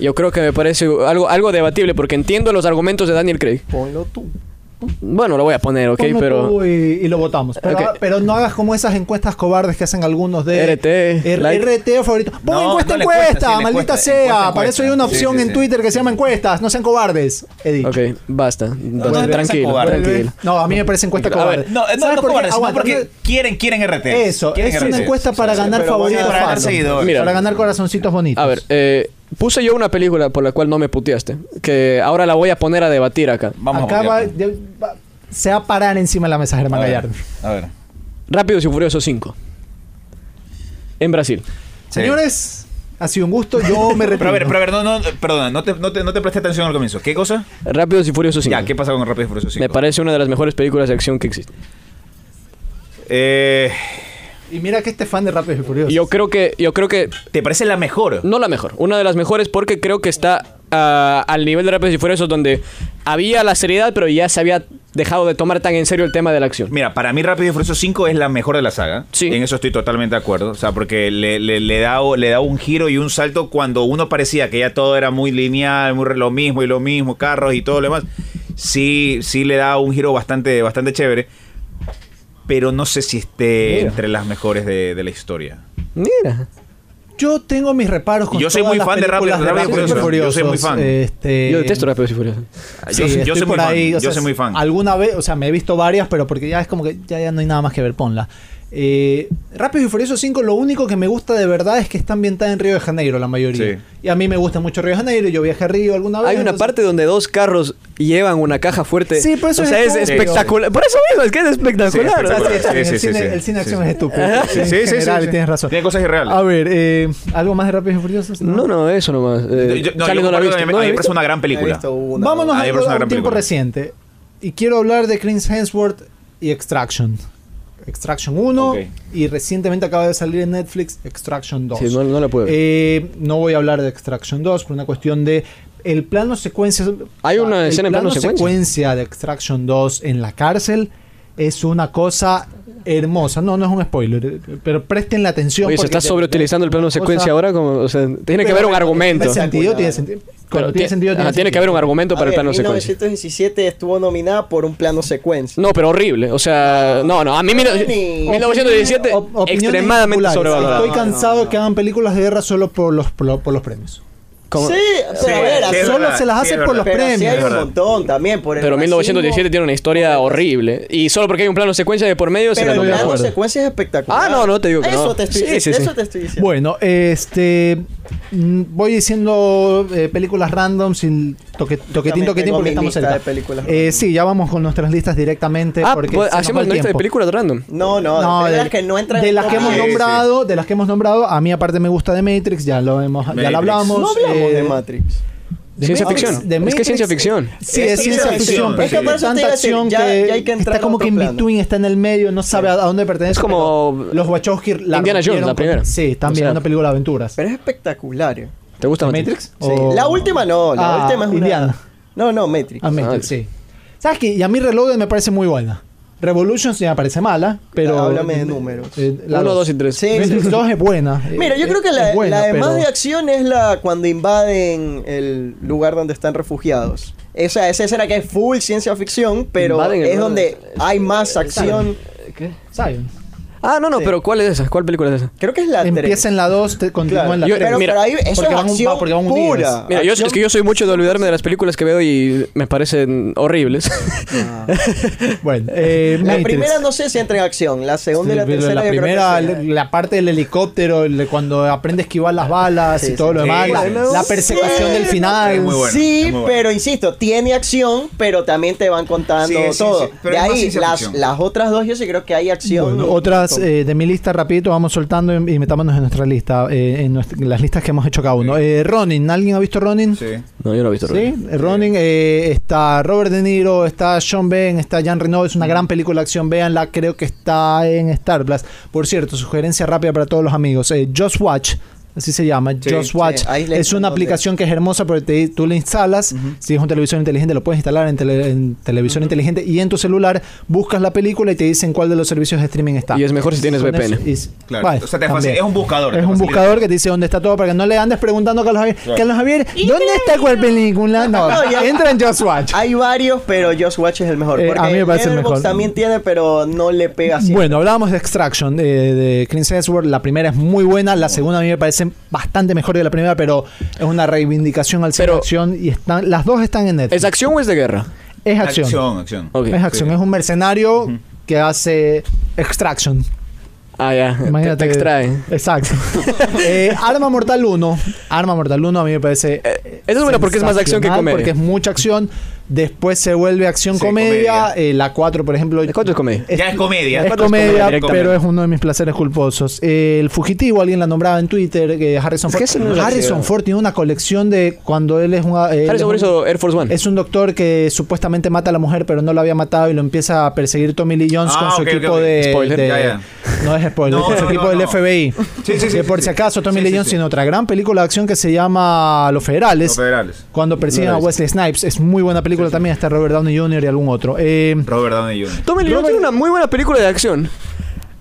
S2: Yo creo que me parece algo, algo debatible porque entiendo los argumentos de Daniel Craig.
S3: Ponlo tú.
S2: Bueno, lo voy a poner, ¿ok?
S1: ponlo
S2: pero...
S1: tú y, y lo votamos. Pero,
S2: Ok.
S1: pero no hagas como esas encuestas cobardes que hacen algunos de
S2: RT,
S1: R-
S2: like.
S1: RT o favorito. Pon
S4: No,
S1: encuesta,
S4: no le
S1: encuesta,
S4: cuesta, sí, le
S1: maldita
S4: cuesta,
S1: sea.
S4: encuesta,
S1: Para eso hay una
S4: encuesta.
S1: opción
S4: Sí, sí,
S1: en
S4: sí.
S1: Twitter que se llama encuestas. No sean cobardes. He dicho.
S2: Ok, basta. basta,
S4: vuelves a
S2: tranquilo,
S4: cobarde.
S2: tranquilo.
S1: No, a mí me parece encuesta
S2: A ver,
S1: cobarde.
S4: No, no,
S1: ¿Sabes
S4: no
S1: por qué?
S4: cobardes, sino
S1: Aguanta,
S4: porque quieren, quieren RT.
S1: Eso,
S4: Quieren
S1: es una
S4: RT.
S1: encuesta para
S4: Sí, sí,
S1: ganar
S4: pero vamos a-
S1: favoritos.
S4: Para ganar
S1: fandom,
S4: seguidores.
S2: Mira.
S1: Para ganar corazoncitos bonitos.
S2: A ver, eh, puse yo una película por la cual no me puteaste, que ahora la voy a poner a debatir acá.
S4: Vamos
S1: Acá
S4: a
S1: va-
S4: copiar.
S1: ya- va- se va a parar encima de la mesa Germán
S4: A ver,
S1: Gallardo.
S4: A ver.
S2: Rápidos y Furiosos 5. En Brasil.
S4: Sí.
S1: Señores, ha sido un gusto. Yo me
S4: Pero
S1: repito.
S4: a ver, pero a ver, no, no, perdona, no te, no, te, no te presté atención al comienzo. ¿Qué cosa?
S2: Rápidos y Furiosos 5.
S4: Ya, ¿qué pasa con Rápido y Furioso 5?
S2: me parece una de las mejores películas de acción que existe.
S4: Eh,
S1: Y mira que este fan de Rápidos y Furiosos.
S2: Yo creo que, yo creo que
S4: ¿Te parece la mejor?
S2: No la mejor, una de las mejores porque creo que está ah, al nivel de Rápidos y Furiosos donde había la seriedad pero ya se había dejado de tomar tan en serio el tema de la acción.
S4: Mira, para mí Rápido y Furioso 5 es la mejor de la saga.
S2: Sí.
S4: En eso estoy totalmente de acuerdo. O sea, porque le, le, le da, o- le da un giro y un salto cuando uno parecía que ya todo era muy lineal, muy re- lo mismo y lo mismo, carros y todo lo demás. Sí, sí le da un giro bastante, bastante chévere. Pero no sé si esté
S2: Mira.
S4: entre las mejores de, de la historia.
S2: Mira.
S1: Yo tengo mis reparos con
S4: Yo soy
S1: todas
S4: muy
S1: las
S4: fan de
S1: películas
S4: Rápido- Rápido y
S1: Rápidos y
S4: Furioso. Yo
S1: Furiosos.
S4: soy muy fan. Eh,
S1: Este,
S2: Yo detesto Rápidos y Furiosos.
S1: Sí,
S4: yo, yo
S1: estoy
S4: soy
S1: por
S4: muy
S1: ahí,
S4: fan.
S1: o sea,
S4: yo soy muy fan.
S1: Alguna vez, o sea, me he visto varias, pero porque ya es como que ya, ya no hay nada más que ver, ponla. Eh, Rápidos y Furiosos 5, lo único que me gusta de verdad es que está ambientada en Río de Janeiro la mayoría.
S4: Sí.
S1: Y a mí me gusta mucho Río de Janeiro, yo viajé a Río alguna vez.
S2: Hay una
S1: entonces-
S2: parte donde dos carros llevan una caja fuerte.
S1: Sí, por eso
S2: o sea,
S1: es
S2: es,
S1: estúpido.
S2: espectacular. Por eso mismo, es que es espectacular.
S4: Sí,
S2: o sea,
S1: Ah, sí, está bien,
S4: Sí,
S1: el
S4: sí,
S1: cine-
S4: sí, sí.
S1: El cine de
S4: Sí,
S1: acción
S4: sí.
S1: es estúpido.
S4: Sí,
S1: En
S4: sí, sí,
S1: general,
S4: sí.
S1: Tienes razón.
S4: Tiene cosas irreales.
S1: A ver, eh, ¿algo más de Rápidos y Furiosos?
S2: No, no, eso nomás. Eh,
S4: Yo- no,
S2: Charlie
S4: yo
S2: no la ha
S4: comparto,
S2: visto.
S4: a mí-
S2: ¿No
S4: a
S2: la
S4: mí
S2: ha
S4: me parece
S2: visto?
S4: una gran
S3: He
S4: película.
S3: visto una.
S1: Vámonos a
S4: Ah, yo
S1: algo
S4: creo que es una
S1: de un
S4: gran
S1: tiempo
S4: película.
S1: reciente. Y quiero hablar de Chris Hemsworth y Extraction. Extraction 1
S4: Ok.
S1: y recientemente acaba de salir en Netflix Extraction 2.
S2: Sí, no- no la puedo ver.
S1: Eh, no voy a hablar de Extraction 2 por una cuestión de el plano secuencia.
S2: Hay una
S1: el
S2: escena en plano secuencia.
S1: de Extraction 2 en la cárcel es una cosa hermosa. No, no es un spoiler, eh, pero presten la atención.
S2: Oye, se
S1: porque
S2: está
S1: te-
S2: sobreutilizando el plano
S1: cosa-
S2: secuencia ahora. Como, o sea, tiene que
S1: Pero
S2: haber un
S1: bueno,
S2: argumento.
S1: Tiene sentido, tiene sentido. Cuando
S2: Pero
S1: tiene
S2: tiene,
S1: sentido,
S2: ajá, tiene que haber un argumento
S3: A
S2: para el
S3: ver,
S2: plano secuencia.
S3: 1917 estuvo nominada por un plano secuencia.
S2: No, pero horrible. O sea, no, no. A mí mil-
S3: Opiniones-
S2: 1917
S1: Op- opiniones
S2: extremadamente
S1: populares.
S2: sobrevalorado.
S1: Estoy cansado de que hagan películas de guerra solo por los, por los, por los premios.
S2: Como-
S3: Sí, pero a ver,
S4: Sí,
S3: así-
S4: es
S1: solo
S4: verdad,
S1: se las
S4: sí,
S1: hace
S4: es
S1: por los
S4: verdad.
S3: pero así
S1: premios.
S3: hay
S4: Es
S3: un
S4: verdad.
S3: montón también. Por el
S2: Pero
S3: racismo.
S2: 1917 tiene una historia horrible. Y solo porque hay un plano secuencia de por medio se
S3: Pero
S2: la
S3: el
S1: estoy de
S2: nomina.
S3: plano
S1: acuerdo.
S3: secuencia es espectacular.
S2: Ah, no, no te digo que
S3: eso
S2: no.
S3: Te estoy,
S2: Sí, sí, sí.
S3: Eso te estoy diciendo.
S1: Bueno, este. mm, Voy diciendo eh, películas random sin toque, toquetín,
S3: También
S1: toquetín,
S3: tengo
S1: porque
S3: mi
S1: estamos
S3: lista
S1: cerca.
S3: de películas
S1: Eh,
S3: random.
S1: sí, ya vamos con nuestras listas directamente.
S2: Ah,
S1: porque se
S2: pues,
S1: nos va
S2: hacemos
S1: el
S2: una lista de
S1: tiempo.
S2: películas random.
S3: No, no,
S1: No,
S3: de
S1: de-
S3: las que no entran
S1: de
S3: en
S1: las
S3: top
S1: que hemos
S4: Sí,
S3: diez.
S4: sí.
S1: nombrado, de las que hemos nombrado, a mí aparte me gusta de Matrix, ya lo hemos, ya
S4: Matrix.
S1: lo hablamos.
S3: No hablamos
S1: eh,
S3: de Matrix.
S1: de
S2: Ciencia
S1: Matrix,
S2: ficción.
S1: de
S2: Es que es
S1: Matrix.
S2: ciencia ficción. pues
S1: Sí,
S4: Es
S1: es ciencia
S4: ciencia
S1: ficción,
S4: ficción,
S1: pero
S4: es que
S1: tiene
S4: por eso
S3: te
S1: tanta
S3: iba a decir,
S1: acción
S3: ya-
S1: que,
S3: ya hay que entrar
S1: está
S3: a
S1: como
S3: otro
S1: que en
S3: plano.
S1: between, está en el medio, no sabe a a dónde pertenece.
S2: Es como-
S1: pero Los Wachowski la
S2: Indiana Jones,
S1: rompieron
S2: la
S1: con-
S2: primera.
S1: Sí,
S2: O
S1: también
S2: sea-
S1: una película de aventuras.
S3: Pero es espectacular. eh.
S2: ¿Te gusta Matrix?
S1: Matrix?
S3: Sí, La última no, la
S1: Ah,
S3: última es una...
S1: Indiana.
S3: No, no, Matrix.
S1: Ah, Matrix,
S2: Ah,
S1: sí. ¿Sabes qué? Y a mí Reloaded me parece muy buena. Revolutions ya me parece mala, pero...
S3: Ah, Háblame de números.
S1: Eh, la
S2: Uno, dos y tres.
S3: Sí, sí,
S1: Matrix
S3: sí.
S1: 2 es buena. eh,
S3: Mira, yo
S1: eh,
S3: creo que la,
S1: es buena,
S3: la de más
S1: pero-
S3: de acción es la cuando invaden el lugar donde están refugiados. O sea, esa escena que es full ciencia ficción, pero
S2: Invaden el
S3: es
S2: lugar
S3: donde
S2: donde-
S3: hay más acción.
S2: ¿Qué?
S1: ¿Saben?
S2: Ah, no, no,
S3: Sí.
S2: pero ¿cuál es esa? ¿Cuál película es esa?
S3: Creo que es la 3.
S1: Empieza en la 2, te- continúa
S3: Claro. eh,
S1: en la
S2: Yo-
S1: 3.
S3: pero,
S2: mira,
S3: pero ahí, eso
S1: porque
S3: es
S1: van un-
S3: acción
S1: porque van unidas.
S3: pura.
S2: Mira, yo, es que yo soy mucho de olvidarme de las películas que veo y me parecen horribles.
S1: Bueno, eh,
S3: La
S1: Matrix.
S3: primera no sé si entra en acción, la segunda y la
S1: Pero
S3: tercera
S1: la
S3: yo creo que
S1: primera,
S3: sí.
S1: la, la parte del helicóptero, el- cuando aprende a esquivar las balas y
S3: Sí,
S1: todo
S3: sí.
S1: lo
S4: Sí,
S1: demás, la,
S4: sí.
S1: la persecución
S3: Sí,
S1: del final.
S4: es muy buena,
S3: sí,
S4: es muy buena.
S3: pero insisto, tiene acción, pero también te van contando
S4: Sí, sí,
S3: todo.
S4: sí, pero
S3: de
S4: es más
S3: ahí,
S4: ciencia
S3: las,
S4: ficción.
S3: las otras dos yo sí creo que hay acción.
S1: Bueno,
S3: y-
S1: otras
S3: todo.
S1: eh, de mi lista, rapidito, vamos soltando y, y metámonos en nuestra lista, eh, en, nuestra- en las listas que hemos hecho cada uno. Eh, Ronin, ¿alguien ha visto Ronin?
S4: Sí.
S2: no, yo no he visto.
S1: Sí, Ronin, eh, está Robert De Niro, está Sean Ben, está Jan Reno, es
S2: mm.
S1: una gran película de acción, véanla, creo que está en Star Plus. Por cierto, sugerencia rápida para todos los amigos, eh, Just Watch. Así se llama,
S4: Sí.
S1: Just Watch.
S3: Sí, ahí le
S1: es una
S3: encontré.
S1: aplicación que es hermosa porque te- tú la instalas. Si es un televisor inteligente, lo puedes instalar en, tele- en televisión inteligente y en tu celular buscas la película y te dicen cuál de los servicios de streaming está.
S2: Y es mejor si tienes
S1: Con
S2: VPN.
S1: eso- y s-
S4: Claro.
S1: Bueno,
S4: O sea, te faci-
S1: también.
S4: es un buscador,
S1: Es
S4: te
S1: un
S4: facilita.
S1: buscador que te dice dónde está todo para que no le andes preguntando a Carlos Javier.
S4: Claro.
S1: Carlos Javier, ¿dónde está cuál película? No,
S3: No, ya- Ah,
S1: entra en Just Watch.
S3: Hay varios, pero Just Watch es el mejor.
S1: Eh,
S3: porque
S1: a mí me parece el
S3: Letterboxd
S1: mejor.
S3: también tiene, pero no le pega así.
S1: Bueno, hablábamos de Extraction eh, de Chris Hemsworth. La primera es muy buena, la segunda a mí me parece bastante mejor que la primera, pero es una reivindicación al cine
S2: Pero-
S1: de acción y están las dos están en Netflix.
S2: ¿Es acción o es de guerra?
S1: Es acción.
S4: Acción, acción.
S2: Ok.
S1: Es acción,
S4: Sí.
S1: es un mercenario que hace Extraction.
S2: Ah, ya. Te- Te,
S1: Imagínate.
S2: extraen.
S1: Exacto. Eh, Arma Mortal 1. Arma Mortal 1 a mí me parece.
S2: Eh, esa es buena porque es más acción que
S1: sensacional,
S2: comedia.
S1: Porque es mucha acción. Después se vuelve acción
S4: Sí,
S1: comedia.
S4: comedia.
S1: Eh, la 4, por ejemplo.
S2: ¿De cuánto es comedia?
S4: Ya es comedia.
S1: Es
S4: ¿Cuánto
S1: comedia,
S4: directamente?
S1: pero es uno de mis placeres culposos. Eh, el fugitivo, alguien la nombraba en Twitter, que Harrison
S2: Es
S1: Ford.
S2: que ese no es
S1: Harrison
S2: acción.
S1: Ford tiene una colección de cuando él es un. eh, él es
S2: Harrison Ford
S1: un-
S2: hizo Air Force One.
S1: es un doctor que supuestamente mata a la mujer, pero no la había matado y lo empieza a perseguir Tommy Lee Jones
S4: Ah,
S1: con su
S4: ok, ok,
S1: equipo
S4: ok.
S1: de.
S2: Spoiler.
S1: de-
S4: Ya, ya.
S1: No es spoiler,
S4: No,
S1: es el
S4: no,
S1: equipo
S4: no,
S1: del
S4: no.
S1: FBI.
S4: Sí, sí, sí,
S1: que
S4: sí,
S1: por
S4: sí.
S1: si acaso Tommy
S4: Sí,
S1: Lee
S4: sí,
S1: Jones
S4: sí.
S1: tiene otra gran película de acción que se llama Los Federales.
S4: Los federales.
S1: Cuando persiguen
S2: No la
S1: a
S2: he
S1: Wesley Snipes. Es muy buena película también. Está Robert Downey Jr. y algún otro. Eh,
S4: Robert Downey Jr.
S2: Tommy Lee Jones tiene una muy buena película de acción.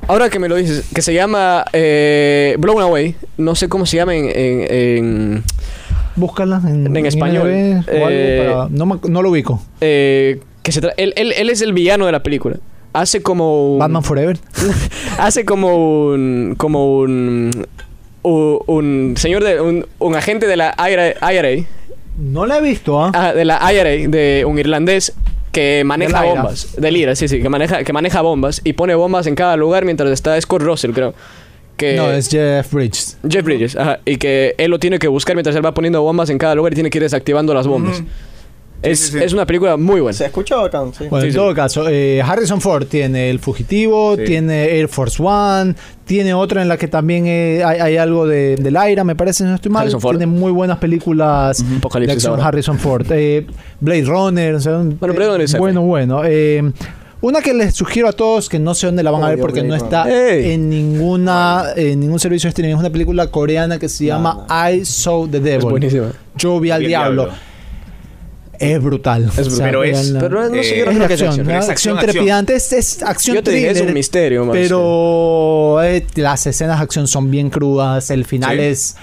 S2: Ahora que me lo dices, que se llama eh, Blown Away. No sé cómo se llama en. en- en,
S1: búscalas en,
S2: En español.
S1: IMDb o algo
S2: Eh,
S1: para- no, me- no lo ubico.
S2: eh, que se tra- él, él- él es el villano de la película. Hace como. un-
S1: Batman Forever.
S2: hace como un. Como un. Un, un señor de. Un, un agente de la IRA. IRA,
S1: No la he visto, ¿ah?
S2: ah, de la IRA, de un irlandés que maneja
S1: Del IRA.
S2: bombas. Del IRA, sí, sí, que maneja, que maneja bombas y pone bombas en cada lugar mientras está Scott Russell, creo. Que
S1: no, es Jeff Bridges.
S2: Jeff Bridges, ajá, y que él lo tiene que buscar mientras él va poniendo bombas en cada lugar y tiene que ir desactivando las bombas.
S4: Ujú.
S2: es,
S4: sí, sí.
S2: es una película muy buena.
S3: ¿Se escucha bacán? Sí.
S1: Bueno,
S2: Sí,
S1: en
S2: sí.
S1: todo caso, eh, Harrison Ford tiene El Fugitivo,
S4: Sí.
S1: tiene Air Force One, tiene otra en la que también eh, hay, hay algo de, del aire, me parece, si no estoy mal.
S2: Harrison Ford.
S1: Tiene muy buenas películas de
S2: Apocalipsis
S1: acción,
S2: ahora.
S1: Harrison Ford. Eh, Blade Runner, o sea, un-
S2: Bueno, Blade
S1: eh,
S2: Runner es
S1: Bueno, bueno. eh, una que les sugiero a todos que no sé dónde la van a ver
S3: Odio
S1: porque no
S3: Blade
S1: está
S2: Runner. ¡Ey!
S1: en ninguna en ningún servicio de streaming. Es una película coreana que se llama I Saw the
S2: Es
S1: Devil.
S2: buenísima.
S1: Yo vi al
S4: El
S1: diablo. Es brutal.
S2: Es brutal.
S4: Pero es-
S1: véanla.
S2: Pero no sé,
S4: Eh,
S2: yo no
S1: Es
S2: creo que es
S1: acción,
S2: acción.
S1: ¿no?
S4: es
S1: acción
S4: acción,
S1: trepidante, es, es acción
S2: Yo te diría, es
S1: thriller,
S2: un misterio, más
S1: Pero eh, las escenas de acción son bien crudas, el final
S4: Sí.
S1: es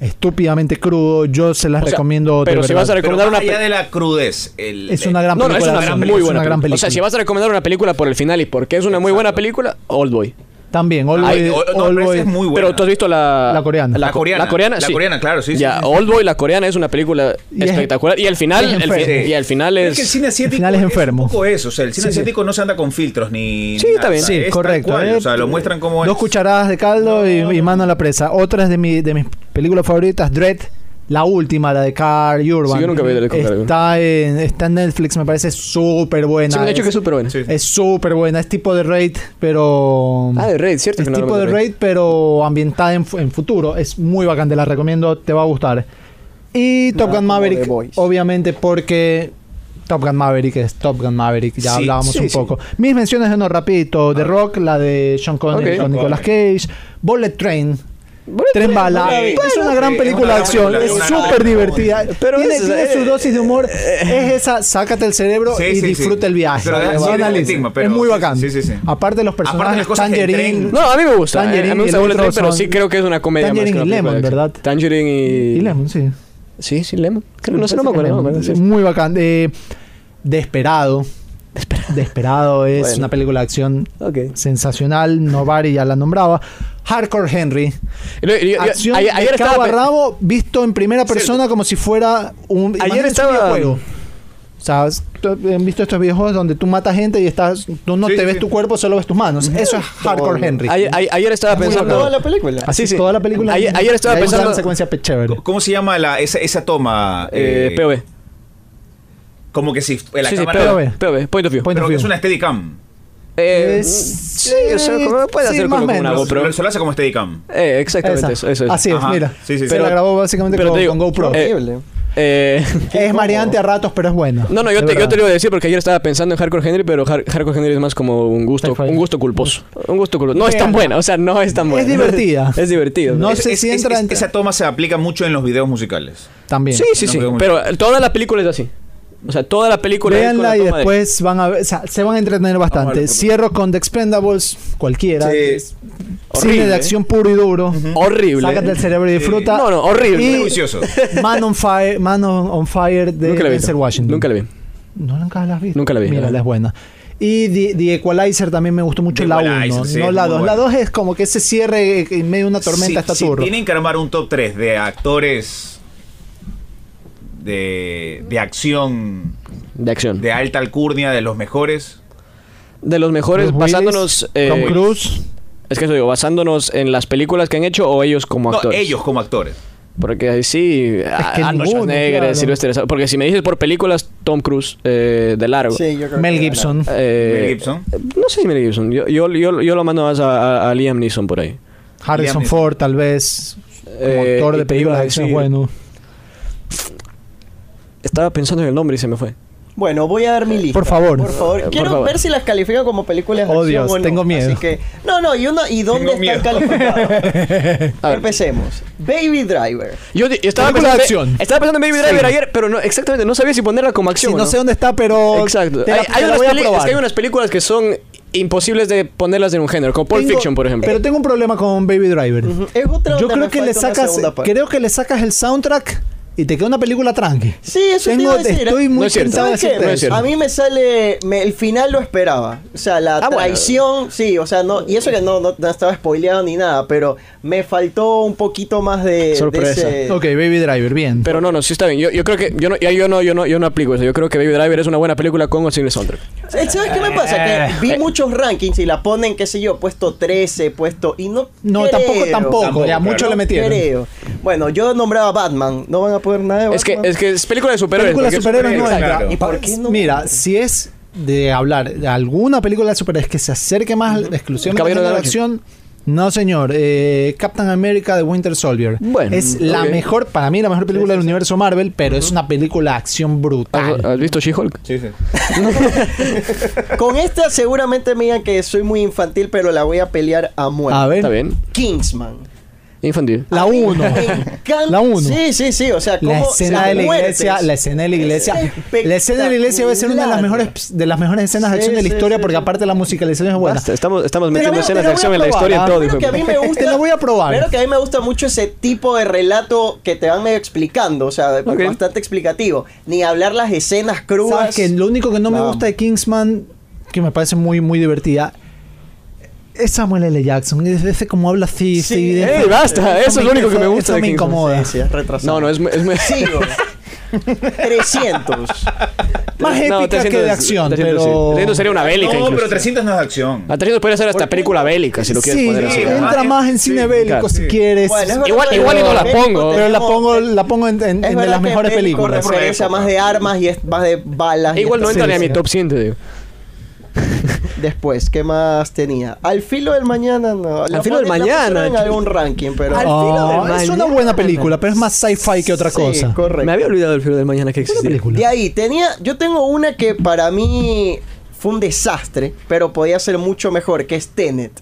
S1: estúpidamente crudo, yo se las
S2: O sea,
S1: recomiendo. de
S2: pero si
S1: verdad.
S2: vas a
S4: Pero
S2: recomendar
S4: más
S2: una
S4: allá
S2: pe-
S4: de la crudez. el- eh,
S1: Es una gran
S2: No, no, es
S1: película,
S2: una
S1: de acción,
S2: muy
S1: es
S2: buena
S1: una gran
S2: película. O sea,
S1: película.
S2: si vas a recomendar una película por el final y porque es una muy buena
S4: Exacto.
S2: película, Old Boy.
S1: También, All Boy-
S4: Ay, o- no,
S1: All
S4: pero esa
S1: Boy-
S4: es muy buena.
S2: Pero tú has visto la...
S1: La coreana.
S4: La
S2: co-
S4: coreana.
S2: La coreana,
S4: La
S2: sí.
S4: coreana, claro, sí, sí,
S2: Ya,
S4: sí.
S2: Old Boy, la coreana es una película
S1: Y es-
S2: espectacular. Y al
S1: es
S2: final... el fi-
S1: enfermo.
S2: y al final
S4: Es
S2: es...
S4: que el cine asiático
S1: final es enfermo.
S4: un poco eso, o sea, el cine
S1: Sí, sí.
S4: asiático no se anda con filtros ni
S2: Sí,
S4: ni
S2: está
S4: nada,
S2: bien.
S4: o sea,
S1: Sí,
S4: es tal
S1: correcto.
S4: cual,
S1: eh.
S4: o sea, lo muestran como
S1: Dos
S4: es.
S1: cucharadas de caldo y, y mano a la presa. Otra es de, mi- de mis películas favoritas, Dread. La última, la de Carl Urban.
S2: Sí, yo nunca vi la de Carl Urban.
S1: está, en, está en Netflix, me parece súper buena.
S2: Sí, me han dicho
S1: Es-
S2: que es súper buena.
S4: Sí.
S1: Es súper buena, es tipo de raid, pero.
S2: Ah, de Raid, cierto.
S1: Es
S2: que no
S1: tipo de
S2: hablamos
S1: raid, pero ambientada en, fu- en futuro. Es muy bacán, te la recomiendo, te va a gustar. Y Top
S3: Nada
S1: Gun
S3: como
S1: Maverick,
S3: The Boys.
S1: obviamente, porque Top Gun Maverick es Top Gun Maverick, ya
S4: Sí,
S1: hablábamos
S4: sí,
S1: un
S4: sí.
S1: poco. Mis menciones de no rapidito: The Rock, la de Sean Connery
S2: Ah. Ok.
S1: con
S2: Sean
S1: Nicolas Cage, Bullet Train.
S2: Bullet
S1: Tren Bala. Pues,
S4: no la vi.
S1: es una gran
S4: Sí,
S1: película de
S4: es una
S1: acción.
S4: gran
S1: Es
S4: película, es una
S1: súper
S4: gran
S1: divertida. Pero
S2: Pero
S1: tiene,
S2: es-
S1: tiene su
S2: eh,
S1: dosis de humor. Es esa, sácate el cerebro
S4: Sí,
S1: y
S4: sí, sí.
S1: disfruta el viaje.
S4: Pero deja-
S1: No
S4: sí, deja el
S1: analices.
S4: estigma, pero-
S1: es muy
S4: sí,
S1: bacán.
S4: sí, sí, sí.
S1: Aparte de los
S4: Aparte de
S1: personajes,
S4: las cosas que el
S1: Tangerine,
S4: tren-
S2: No, a mí me gusta. eh.
S1: Tangerine
S2: a mí me
S1: y
S2: gusta
S1: el
S2: Bullet
S1: otro
S2: Train, pero
S1: son-
S2: sí creo que es una comedia más
S1: Tangerine
S2: que una
S1: y
S2: película de
S1: Lemon,
S2: acción.
S1: ¿verdad?
S2: Tangerine y...
S1: y Lemon, sí.
S2: Sí, sí, Lemon. Creo- no sé, no me
S1: Parece que
S2: acuerdo. no me
S1: Lemon.
S2: acuerdo, sí.
S1: Muy bacán. Eh, Desperado.
S2: Desperado.
S1: Desperado es
S2: Bueno.
S1: una película de acción
S2: Ok.
S1: sensacional. Novari ya la nombraba. Hardcore Henry.
S2: Y lo- y- y-
S1: Acción
S2: ayer, ayer
S1: de cabo
S2: estaba,
S1: a
S2: pe-
S1: rabo visto en primera persona como si fuera un,
S2: Ayer
S1: imagínense un
S2: estaba-
S1: videojuego. O sea, has- tú- eh, han visto estos videojuegos donde tú matas gente y estás tú no
S4: Sí,
S1: te
S4: sí,
S1: ves
S4: sí.
S1: tu cuerpo, solo ves tus manos. Eso es Hardcore Henry.
S2: Mm. ayer- ayer- ayer estaba pensando.
S3: toda la película.
S1: Así
S2: Sí, sí.
S1: toda la película.
S2: Ayer- ayer estaba
S1: Y hay una
S2: pensando-
S1: gran secuencia pe- chévere.
S4: ¿Cómo se llama la, esa, esa toma?
S2: eh,
S4: eh,
S2: POV.
S4: Como que si la
S2: Sí, sí,
S4: cámara.
S1: POV.
S2: POV. POV, Point of view.
S1: Point-
S4: Pero que es una Steadicam.
S2: Eh,
S1: Es-
S2: sí, o sea, como- puede
S1: sí,
S2: hacer
S1: más
S2: como
S1: o
S2: una
S1: menos.
S2: GoPro.
S4: Pero se lo hace como Steadicam.
S2: Eh, exactamente
S1: Esa.
S2: eso. eso es.
S1: Así es,
S4: Ajá.
S1: mira.
S4: Sí, sí, sí.
S1: Se la
S4: Pero-
S1: grabó básicamente
S2: pero
S1: con,
S2: te digo,
S1: con GoPro.
S2: eh,
S3: Horrible.
S2: Eh,
S1: es mareante a ratos, pero es bueno.
S2: no, no, yo
S1: de
S2: te, yo
S1: verdad.
S2: te lo iba a decir porque ayer estaba pensando en Hardcore Henry, pero Har- Hardcore Henry es más como un gusto,
S1: Perfecto.
S2: un gusto culposo. Un gusto culposo. No es tan
S1: Veanla.
S2: buena, o sea, no es tan
S1: Es
S2: buena.
S1: divertida.
S2: es divertido. Eh,
S1: No
S2: Es-
S1: sé si entra en-
S4: Esa toma se aplica mucho en los videos musicales.
S1: También.
S2: Sí, sí,
S4: No
S2: sí.
S4: veo mucho.
S2: Pero toda la película es así. O sea, toda la película es con la
S1: Veanla y
S2: toma de-
S1: después van a ver, o sea, se van a entretener
S4: Vamos a
S1: bastante.
S4: ver,
S1: Cierro con The Expendables, cualquiera.
S4: Sí.
S1: Es Cine
S2: Horrible.
S1: de acción puro y duro.
S2: Horrible.
S1: Sácate el cerebro y disfruta.
S2: No, no, horrible.
S1: Y-
S4: Prejuicioso.
S1: Man on Fire, Man on, on Fire de
S2: Nunca la vi.
S1: Denzel Washington.
S2: Nunca la vi.
S1: No, nunca la has visto.
S2: Nunca la vi,
S1: Mira,
S2: no.
S1: la es buena. Y The, The Equalizer también me gustó mucho
S4: The
S1: la
S4: Equalizer,
S1: 1,
S4: sí,
S1: no
S4: es
S1: la
S4: muy
S1: 2.
S4: buena.
S1: La 2 es como que ese cierre eh, en medio de una tormenta
S4: si,
S1: está
S4: si
S1: turro.
S4: tienen que armar un top 3 de actores de, de acción
S2: De acción.
S4: de alta alcurnia, de los mejores.
S2: De los mejores,
S1: Bruce
S2: basándonos.
S1: Willis, Tom
S2: eh,
S1: Cruise.
S2: Es que eso digo, basándonos en las películas que han hecho o ellos como
S4: No,
S2: actores.
S4: ellos como actores.
S2: Porque ahí sí, a-
S1: que
S2: Arnold
S1: ninguno,
S2: Schwarzenegger,
S1: claro.
S2: Sylvester Stallone. Porque si me dices por películas, Tom Cruise, eh, de largo.
S3: Sí, yo creo
S1: Mel
S3: que
S1: Gibson.
S2: Eh,
S4: Mel Gibson.
S2: No sé si Mel Gibson. Yo, yo, yo, yo lo mando más a, a- a Liam Neeson por ahí.
S1: Harrison
S4: Liam
S1: Ford, tal vez. Como
S2: Eh,
S1: actor
S2: y
S1: de
S2: te iba
S1: películas
S2: a
S1: de acción,
S2: decir-
S1: bueno.
S2: Estaba pensando en el nombre y se me fue.
S3: Bueno, voy a dar mi lista.
S1: Por favor.
S3: Por favor.
S2: Eh, por
S3: Quiero
S2: favor.
S3: ver si las califican como películas de
S1: Oh,
S3: acción
S1: Dios,
S3: o no.
S1: tengo miedo.
S3: Así que, no, no, y, uno, ¿y dónde
S4: Tengo
S3: están calificadas? Empecemos. Baby Driver.
S2: Yo di-
S1: Película
S2: estaba,
S1: de
S2: pensando, en-
S1: acción.
S2: estaba pensando en Baby
S1: Sí.
S2: Driver ayer, pero no, exactamente no sabía si ponerla como
S1: Sí,
S2: acción.
S1: no,
S2: o no
S1: sé dónde está, pero.
S2: Exacto.
S1: te la-
S2: hay, hay
S1: te la
S2: unas
S1: voy a
S2: peli- es
S1: probar.
S2: que hay unas películas que son imposibles de ponerlas en un género, como Pulp
S1: Tengo-
S2: Fiction, por ejemplo.
S1: Pero tengo un problema con Baby Driver.
S3: Es otra
S1: Yo
S3: donde
S1: creo
S3: me
S1: que le
S3: falta una
S1: sacas.
S3: segunda parte.
S1: Creo que le sacas el soundtrack y te queda una película tranqui.
S3: Sí, eso te
S1: Tengo-
S3: iba a decir.
S1: Estoy muy
S2: No es cierto.
S1: tentado de
S3: ¿Sabes qué?
S1: decirte
S2: No es
S1: eso.
S2: cierto.
S3: a mí me sale. me- el final lo esperaba. O sea, la
S2: Ah, bueno.
S3: traición. Sí, o sea, no. Y eso que no, no, no estaba spoileado ni nada, pero me faltó un poquito más de. de
S2: Sorpresa.
S3: ese-
S1: Ok, Baby Driver, bien.
S2: Pero no, no, sí está bien. Yo, yo creo que yo no, ya yo no, yo no, yo no aplico eso. Yo creo que Baby Driver es una buena película con o sin el soundtrack.
S3: Eh, ¿Sabes qué me pasa? Que vi muchos rankings y la ponen, qué sé yo, puesto 13, puesto. Y no.
S1: no,
S3: creo,
S1: tampoco, tampoco.
S4: Tampoco,
S1: ya,
S4: claro.
S1: mucho le
S3: no
S1: metieron.
S3: creo. Bueno, yo nombraba Batman. No van a poder nada de
S2: Es que,
S3: Batman?
S2: es que es película de superhéroes.
S1: Película de
S2: porque-
S1: superhéroes no
S2: Exacto.
S1: entra.
S4: claro.
S1: Y pa-
S3: ¿Por qué no?
S1: Mira, si es de hablar de alguna película de superhéroes que se acerque más al- exclusivamente
S2: Caballero
S1: a
S2: de
S1: la
S2: la Noche.
S1: acción. No, señor. eh, Captain America de Winter Soldier.
S2: Bueno,
S1: es la
S2: ok.
S1: mejor, para mí, la mejor película del universo Marvel, pero es una película de acción brutal.
S2: ¿Has, has visto She-Hulk?
S4: Sí, sí.
S3: Con esta seguramente me digan que soy muy infantil, pero la voy a pelear a muerte.
S1: A ver.
S2: Está bien.
S3: Kingsman.
S2: Infantil.
S1: La
S3: A mí
S1: 1.
S3: me encanta-
S1: La 1.
S3: Sí, sí, sí. O sea,
S1: La
S3: cómo
S1: escena
S3: las
S1: de la
S3: muertes-
S1: iglesia, la escena de la iglesia,
S3: Es
S1: la escena de la iglesia debe ser una de las
S3: espectacular.
S1: mejores de las mejores escenas de
S3: Sí,
S1: acción de la
S3: sí,
S1: historia
S3: sí,
S1: porque
S3: sí.
S1: aparte la musicalización es buena.
S2: Basta, estamos, estamos
S1: Te la
S2: metiendo
S1: voy a- te
S2: escenas de
S1: la voy a
S2: acción en la
S1: probar,
S2: historia
S1: ¿ah?
S2: en todo.
S1: Creo
S2: hijo de
S3: que a mí
S2: puta.
S3: me gusta.
S1: Te la voy a probar.
S3: Claro que a mí me gusta mucho ese tipo de relato que te van medio explicando, o sea, pues,
S2: Ok.
S3: bastante explicativo. Ni hablar las escenas crudas.
S1: Sabes que lo único que no me
S3: Vamos.
S1: gusta de Kingsman, que me parece muy muy divertida, es Samuel L. Jackson. Es ese como habla así.
S3: Sí,
S1: así, de-
S2: ¡Ey, basta! Eso es lo único que me gusta
S1: Eso
S2: de
S1: me
S2: Kingsman.
S1: incomoda.
S3: Sí, sí, es retrasado.
S2: No, no, es, muy- es muy...
S3: Sigo. 300.
S1: Más
S2: No,
S1: épica
S2: 300
S1: que de acción,
S2: 300 sí.
S1: pero...
S2: 300 sería una bélica
S4: no,
S2: incluso.
S4: pero 300 no es acción.
S2: A 300 puede ser hasta película bélica, si lo quieres
S1: sí,
S2: poner así.
S4: sí,
S2: ¿no?
S1: entra
S4: Ah,
S1: más en
S4: sí,
S1: cine
S4: claro,
S1: bélico si
S4: sí.
S1: quieres.
S3: Bueno, es verdad,
S2: Igual-
S3: pero
S2: igual y no la
S3: Bélico
S2: pongo,
S1: pero la
S3: tenemos-
S1: pongo, la pongo en, en-
S3: Es
S1: en de
S3: verdad
S1: las
S3: que
S1: mejores
S3: Bélico
S1: películas.
S3: referencia más de armas y es más de balas. y
S2: Igual no
S3: estas
S2: entra ni a mi
S1: sí.
S2: top 100, te digo.
S3: Después, ¿qué más tenía? Al filo del mañana, no. La
S2: filo del
S3: pon- la
S2: mañana,
S3: pusieron En
S2: chico.
S3: algún ranking, pero.
S1: Ah,
S2: del
S1: es una
S2: mañana.
S1: buena película, pero es más sci-fi que otra
S3: Sí,
S1: cosa.
S3: correcto.
S2: Me había olvidado el filo del mañana que
S1: Buena
S2: existía.
S1: película.
S3: De ahí, tenía. Yo tengo una que para mí fue un desastre, pero podía ser mucho mejor, que es Tenet.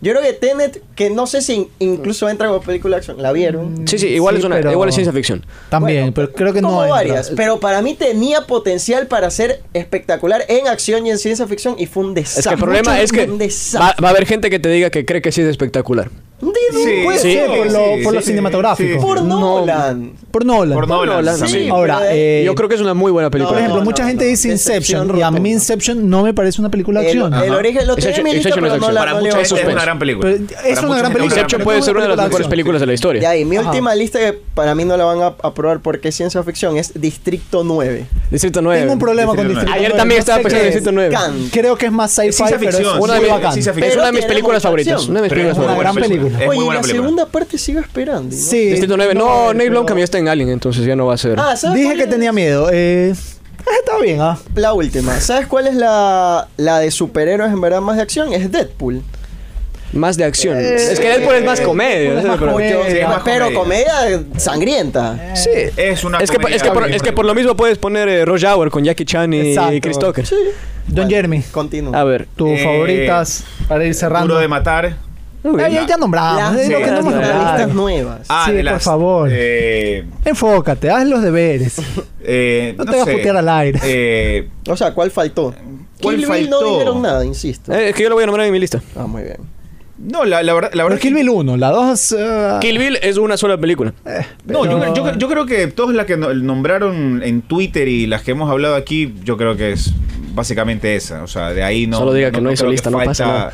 S3: Yo creo que Tenet, que no sé si in- incluso entra como película de acción, ¿la vieron?
S2: Sí, sí, igual
S1: Sí,
S2: es una,
S1: pero-
S2: igual es ciencia ficción.
S1: Mm, También,
S3: Bueno,
S1: pero creo que
S3: como
S1: no entra.
S3: varias, pero para mí tenía potencial para ser espectacular en acción y en ciencia ficción y fue un desastre.
S2: Es que el problema
S3: Mucho-
S2: es que
S3: un
S2: va,
S3: desastre.
S2: va a haber gente que te diga que cree que sí es espectacular.
S3: Un
S4: Sí,
S1: puede
S2: sí,
S1: ser por
S4: sí,
S1: lo,
S4: sí,
S1: por lo
S4: sí.
S1: cinematográfico.
S3: Por
S2: No.
S3: Nolan.
S1: Por Nolan.
S4: Por Nolan,
S2: Nolan
S4: también.
S3: Sí,
S1: Ahora,
S3: pero,
S1: eh,
S2: Yo creo que es una muy buena película.
S1: Por ejemplo,
S3: No,
S1: mucha
S3: no,
S1: gente
S3: no.
S1: dice
S3: Decepción
S1: Inception. Y a mí
S3: rotunda.
S1: Inception no me parece una película de
S3: El,
S1: acción.
S3: el
S4: Ajá.
S3: origen lo tenía
S2: Exception-
S3: en mi lista,
S2: Exception
S3: pero
S2: es
S3: no
S2: acción.
S3: la
S4: Para
S3: no
S4: mucha
S3: le-
S4: gente es una gran película.
S1: Pero es
S4: Para
S1: una
S4: mucha
S1: gran
S4: gente
S1: película.
S2: Inception
S1: Pero
S2: puede
S1: no
S2: ser
S1: me
S2: una de las
S1: acuerdo
S2: mejores
S1: de la
S2: películas de la historia.
S3: Ya, y mi
S1: Ajá.
S3: última lista que para mí no la van a aprobar porque es ciencia ficción es Distrito 9.
S2: Distrito 9.
S1: Tengo un problema con
S4: Distrito
S1: Distrito
S2: Ayer
S1: 9.
S2: también
S1: No
S2: estaba
S1: sé
S2: pensando en
S1: qué
S2: Distrito 9.
S3: Can.
S1: es. Creo que es más
S4: Es
S1: sci-fi,
S4: ciencia
S1: pero es
S4: ficción.
S1: muy
S2: Una de mis-
S1: bacán.
S4: ciencia
S2: Es
S4: ficción.
S2: una de mis
S3: Pero
S2: películas
S3: tiene
S2: favoritas. Una de mis
S4: Pero
S2: películas
S4: es una
S2: favoritas.
S1: gran película.
S4: Es
S3: Oye,
S4: muy
S3: y
S4: buena
S3: la
S4: película.
S3: segunda parte sigo esperando. ¿no?
S1: Sí.
S2: Distrito 9.
S3: No,
S2: No, Nate
S3: pero-
S2: Blomkamp ya está en Alien, entonces ya no va a ser.
S3: Ah, ¿sabes
S1: Dije
S3: cuál
S1: que
S3: es?
S1: tenía miedo. Eh, está bien, ¿ah?
S3: La última. ¿Sabes cuál es la, la de superhéroes en verdad más de acción? Es Deadpool.
S2: Más de acción.
S1: Eh,
S2: es que Deadpool es más comedia.
S1: Deadpool es
S2: ese es el
S1: más comedia.
S2: problema.
S4: Sí, es más
S3: pero
S4: comedia.
S3: comedia
S1: Eh.
S3: sangrienta.
S2: Sí.
S4: Es una
S2: Es que,
S4: comedia
S2: es, que por,
S4: bien
S2: es que por lo mismo puedes poner eh, Rush Hour con Jackie Chan y
S1: Exacto.
S2: Chris Tucker.
S3: Sí.
S1: Don Jeremy,
S3: Continúa.
S2: A ver.
S1: tus
S4: Eh,
S1: favoritas para ir cerrando.
S4: Duro de matar.
S1: Ah, ya, ya nombramos.
S3: Las
S1: es lo que no
S3: nuevas,
S1: hemos
S2: las
S1: nombrado.
S3: listas nuevas.
S4: Ah,
S1: Sí,
S4: de
S1: por
S4: las,
S1: favor.
S4: eh,
S1: Enfócate, haz los deberes.
S4: eh,
S1: No te vas a
S4: sé,
S1: putear al aire.
S4: eh,
S3: O sea, ¿cuál faltó?
S4: ¿Cuál
S3: Kill Bill
S4: faltó?
S3: no dijeron nada, insisto.
S2: Eh, es que yo lo voy a nombrar en mi lista.
S3: Ah, muy bien.
S4: no, la, la verdad,
S1: Pero
S4: la verdad
S1: es Kill Bill 1, la 2. eh,
S2: Kill Bill es una sola película.
S4: No, yo,
S1: Pero-
S4: yo- yo creo que todas las que no- nombraron en Twitter y las que hemos hablado aquí, yo creo que es básicamente esa. O sea, de ahí no.
S2: Solo diga que no hizo
S4: creo
S2: lista, no pasa nada.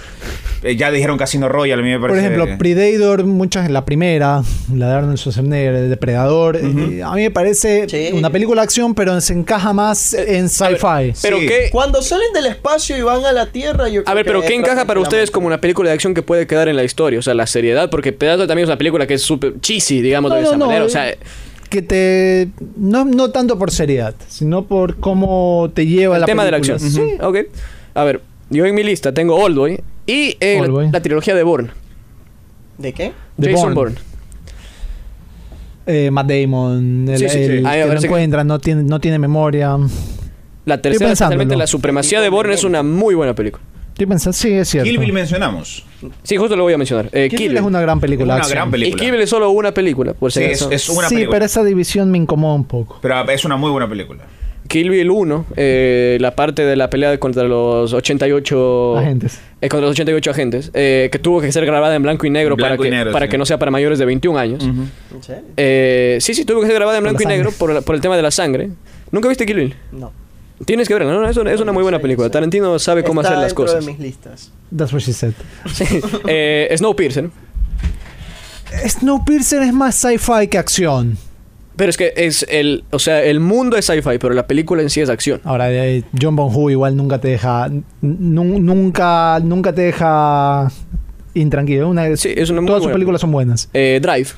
S4: Eh, ya dijeron Casino Royal, a mí me
S1: Por
S4: parece.
S1: ejemplo, Predator, muchas, la primera, la de Arnold Schwarzenegger, el Depredador. eh, a mí me parece
S3: Sí.
S1: una película de acción, pero se encaja más en sci-fi.
S2: Pero
S4: Sí.
S2: qué.
S3: Cuando salen del espacio y van a la Tierra, yo creo
S2: A ver, pero
S3: que
S2: ¿qué
S3: entra
S2: encaja para ustedes como una película de acción que puede quedar en la historia? O sea, la seriedad, porque Pedazo también es una película que es súper cheesy, digamos,
S1: No,
S2: de
S1: no,
S2: esa
S1: no,
S2: manera.
S1: eh,
S2: O sea,
S1: que te. No, no tanto por seriedad, sino por cómo te lleva
S2: el
S1: la
S2: tema de la
S1: película.
S2: acción. Sí, ok. A ver, yo en mi lista tengo Oldboy y eh, la-
S1: Oldboy.
S2: La, trilogía de Bourne.
S3: ¿De qué?
S1: The
S2: Jason
S1: Bourne.
S2: Bourne.
S1: Eh, Matt Damon, el,
S2: Sí, sí, sí.
S1: el
S2: Ah,
S1: que
S2: a ver,
S1: lo
S2: sí.
S1: encuentra, no tiene, no tiene memoria.
S2: La tercera,
S1: pensándolo.
S2: especialmente La Supremacía de Bourne, es una muy buena película.
S1: Estoy pensando, sí, es cierto.
S4: Kill Bill mencionamos.
S2: Sí, justo lo voy a mencionar. Eh,
S1: Kill Bill es una gran película. de
S4: Una
S1: acción.
S4: gran
S2: Y
S4: película.
S2: Kill Bill es solo una película, por si
S4: Sí, es,
S2: acaso.
S4: es una
S1: sí,
S4: película.
S1: pero esa división me incomoda un poco.
S4: Pero es una muy buena película.
S2: Kill Bill 1, eh, la parte de la pelea contra los 88
S1: Agentes.
S2: eh, contra los 88 agentes, eh, que tuvo que ser grabada en blanco y negro
S4: Blanco
S2: para,
S4: y
S2: que,
S4: negro,
S2: para
S4: sí.
S2: que no sea para mayores de 21 años.
S3: ¿En serio?
S2: Eh, sí, sí, tuvo que ser grabada en
S1: Por la
S2: blanco y
S1: sangre.
S2: negro por, la- por el tema de la sangre. ¿Nunca viste Kill Bill?
S3: No.
S2: Tienes que verla, ¿no? Es una, es una muy buena película. Tarantino sabe cómo
S3: Está
S2: hacer las
S3: dentro
S2: cosas.
S3: de mis listas.
S1: That's what she said.
S2: eh, Snowpiercer.
S1: Snowpiercer es más sci-fi que acción.
S2: Pero es que es el... O sea, el mundo es sci-fi, pero la película en sí es acción.
S1: Ahora, eh, John Bonhu igual nunca te deja. nun- Nunca, nunca te deja intranquilo. Una-
S2: Sí, es una muy
S1: todas sus
S2: buena
S1: películas son buenas.
S2: Eh, Drive,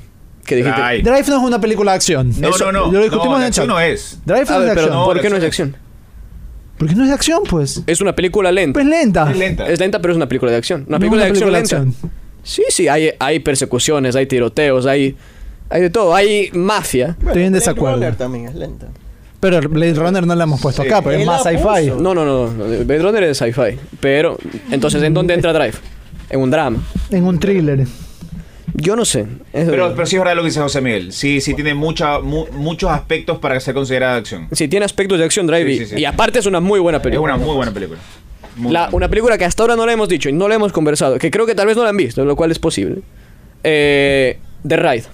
S2: que dijiste...
S4: Ay.
S1: Drive no es una película de acción.
S4: No,
S1: Eso-
S4: no, no.
S1: Lo discutimos
S4: no,
S1: en
S4: la
S1: el chat.
S4: acción no es.
S1: Drive
S2: A
S1: no es
S2: ver,
S1: de
S2: pero
S1: acción.
S4: no,
S2: ¿por
S4: la
S2: qué no es de acción?
S1: ¿Por qué no es de acción, pues?
S2: Es una película lenta.
S1: Pues lenta.
S4: Es lenta.
S2: Es lenta, pero es una película de acción. Una
S1: No es
S2: película,
S1: una
S2: de,
S1: película de
S2: acción lenta. Sí, sí, hay, hay persecuciones, hay tiroteos, hay, hay de todo. Hay mafia.
S1: Estoy en
S3: Blade
S1: desacuerdo.
S3: Runner también es lenta.
S1: Pero Blade Runner no la hemos puesto
S4: Sí.
S1: acá, pero es
S3: Él
S1: más
S3: la
S1: sci-fi.
S3: puso.
S2: No, no, no. no, Blade Runner es sci-fi. Pero, entonces, ¿en dónde entra Drive? En un drama.
S1: En un thriller.
S2: Yo no sé. Eso
S4: Pero,
S2: digo.
S4: pero sí es verdad lo que dice José Miguel. Sí, sí tiene mucha, mu- muchos aspectos para ser considerada acción.
S2: Sí, tiene aspectos de acción Drive
S4: Sí,
S2: y-
S4: sí, sí.
S2: y, aparte es una muy buena
S4: Es
S2: película.
S4: una muy buena película. Muy
S2: La-
S4: buena.
S2: una película que hasta ahora no la hemos dicho y no la hemos conversado, que creo que tal vez no la han visto, lo cual es posible. Eh, The Ride.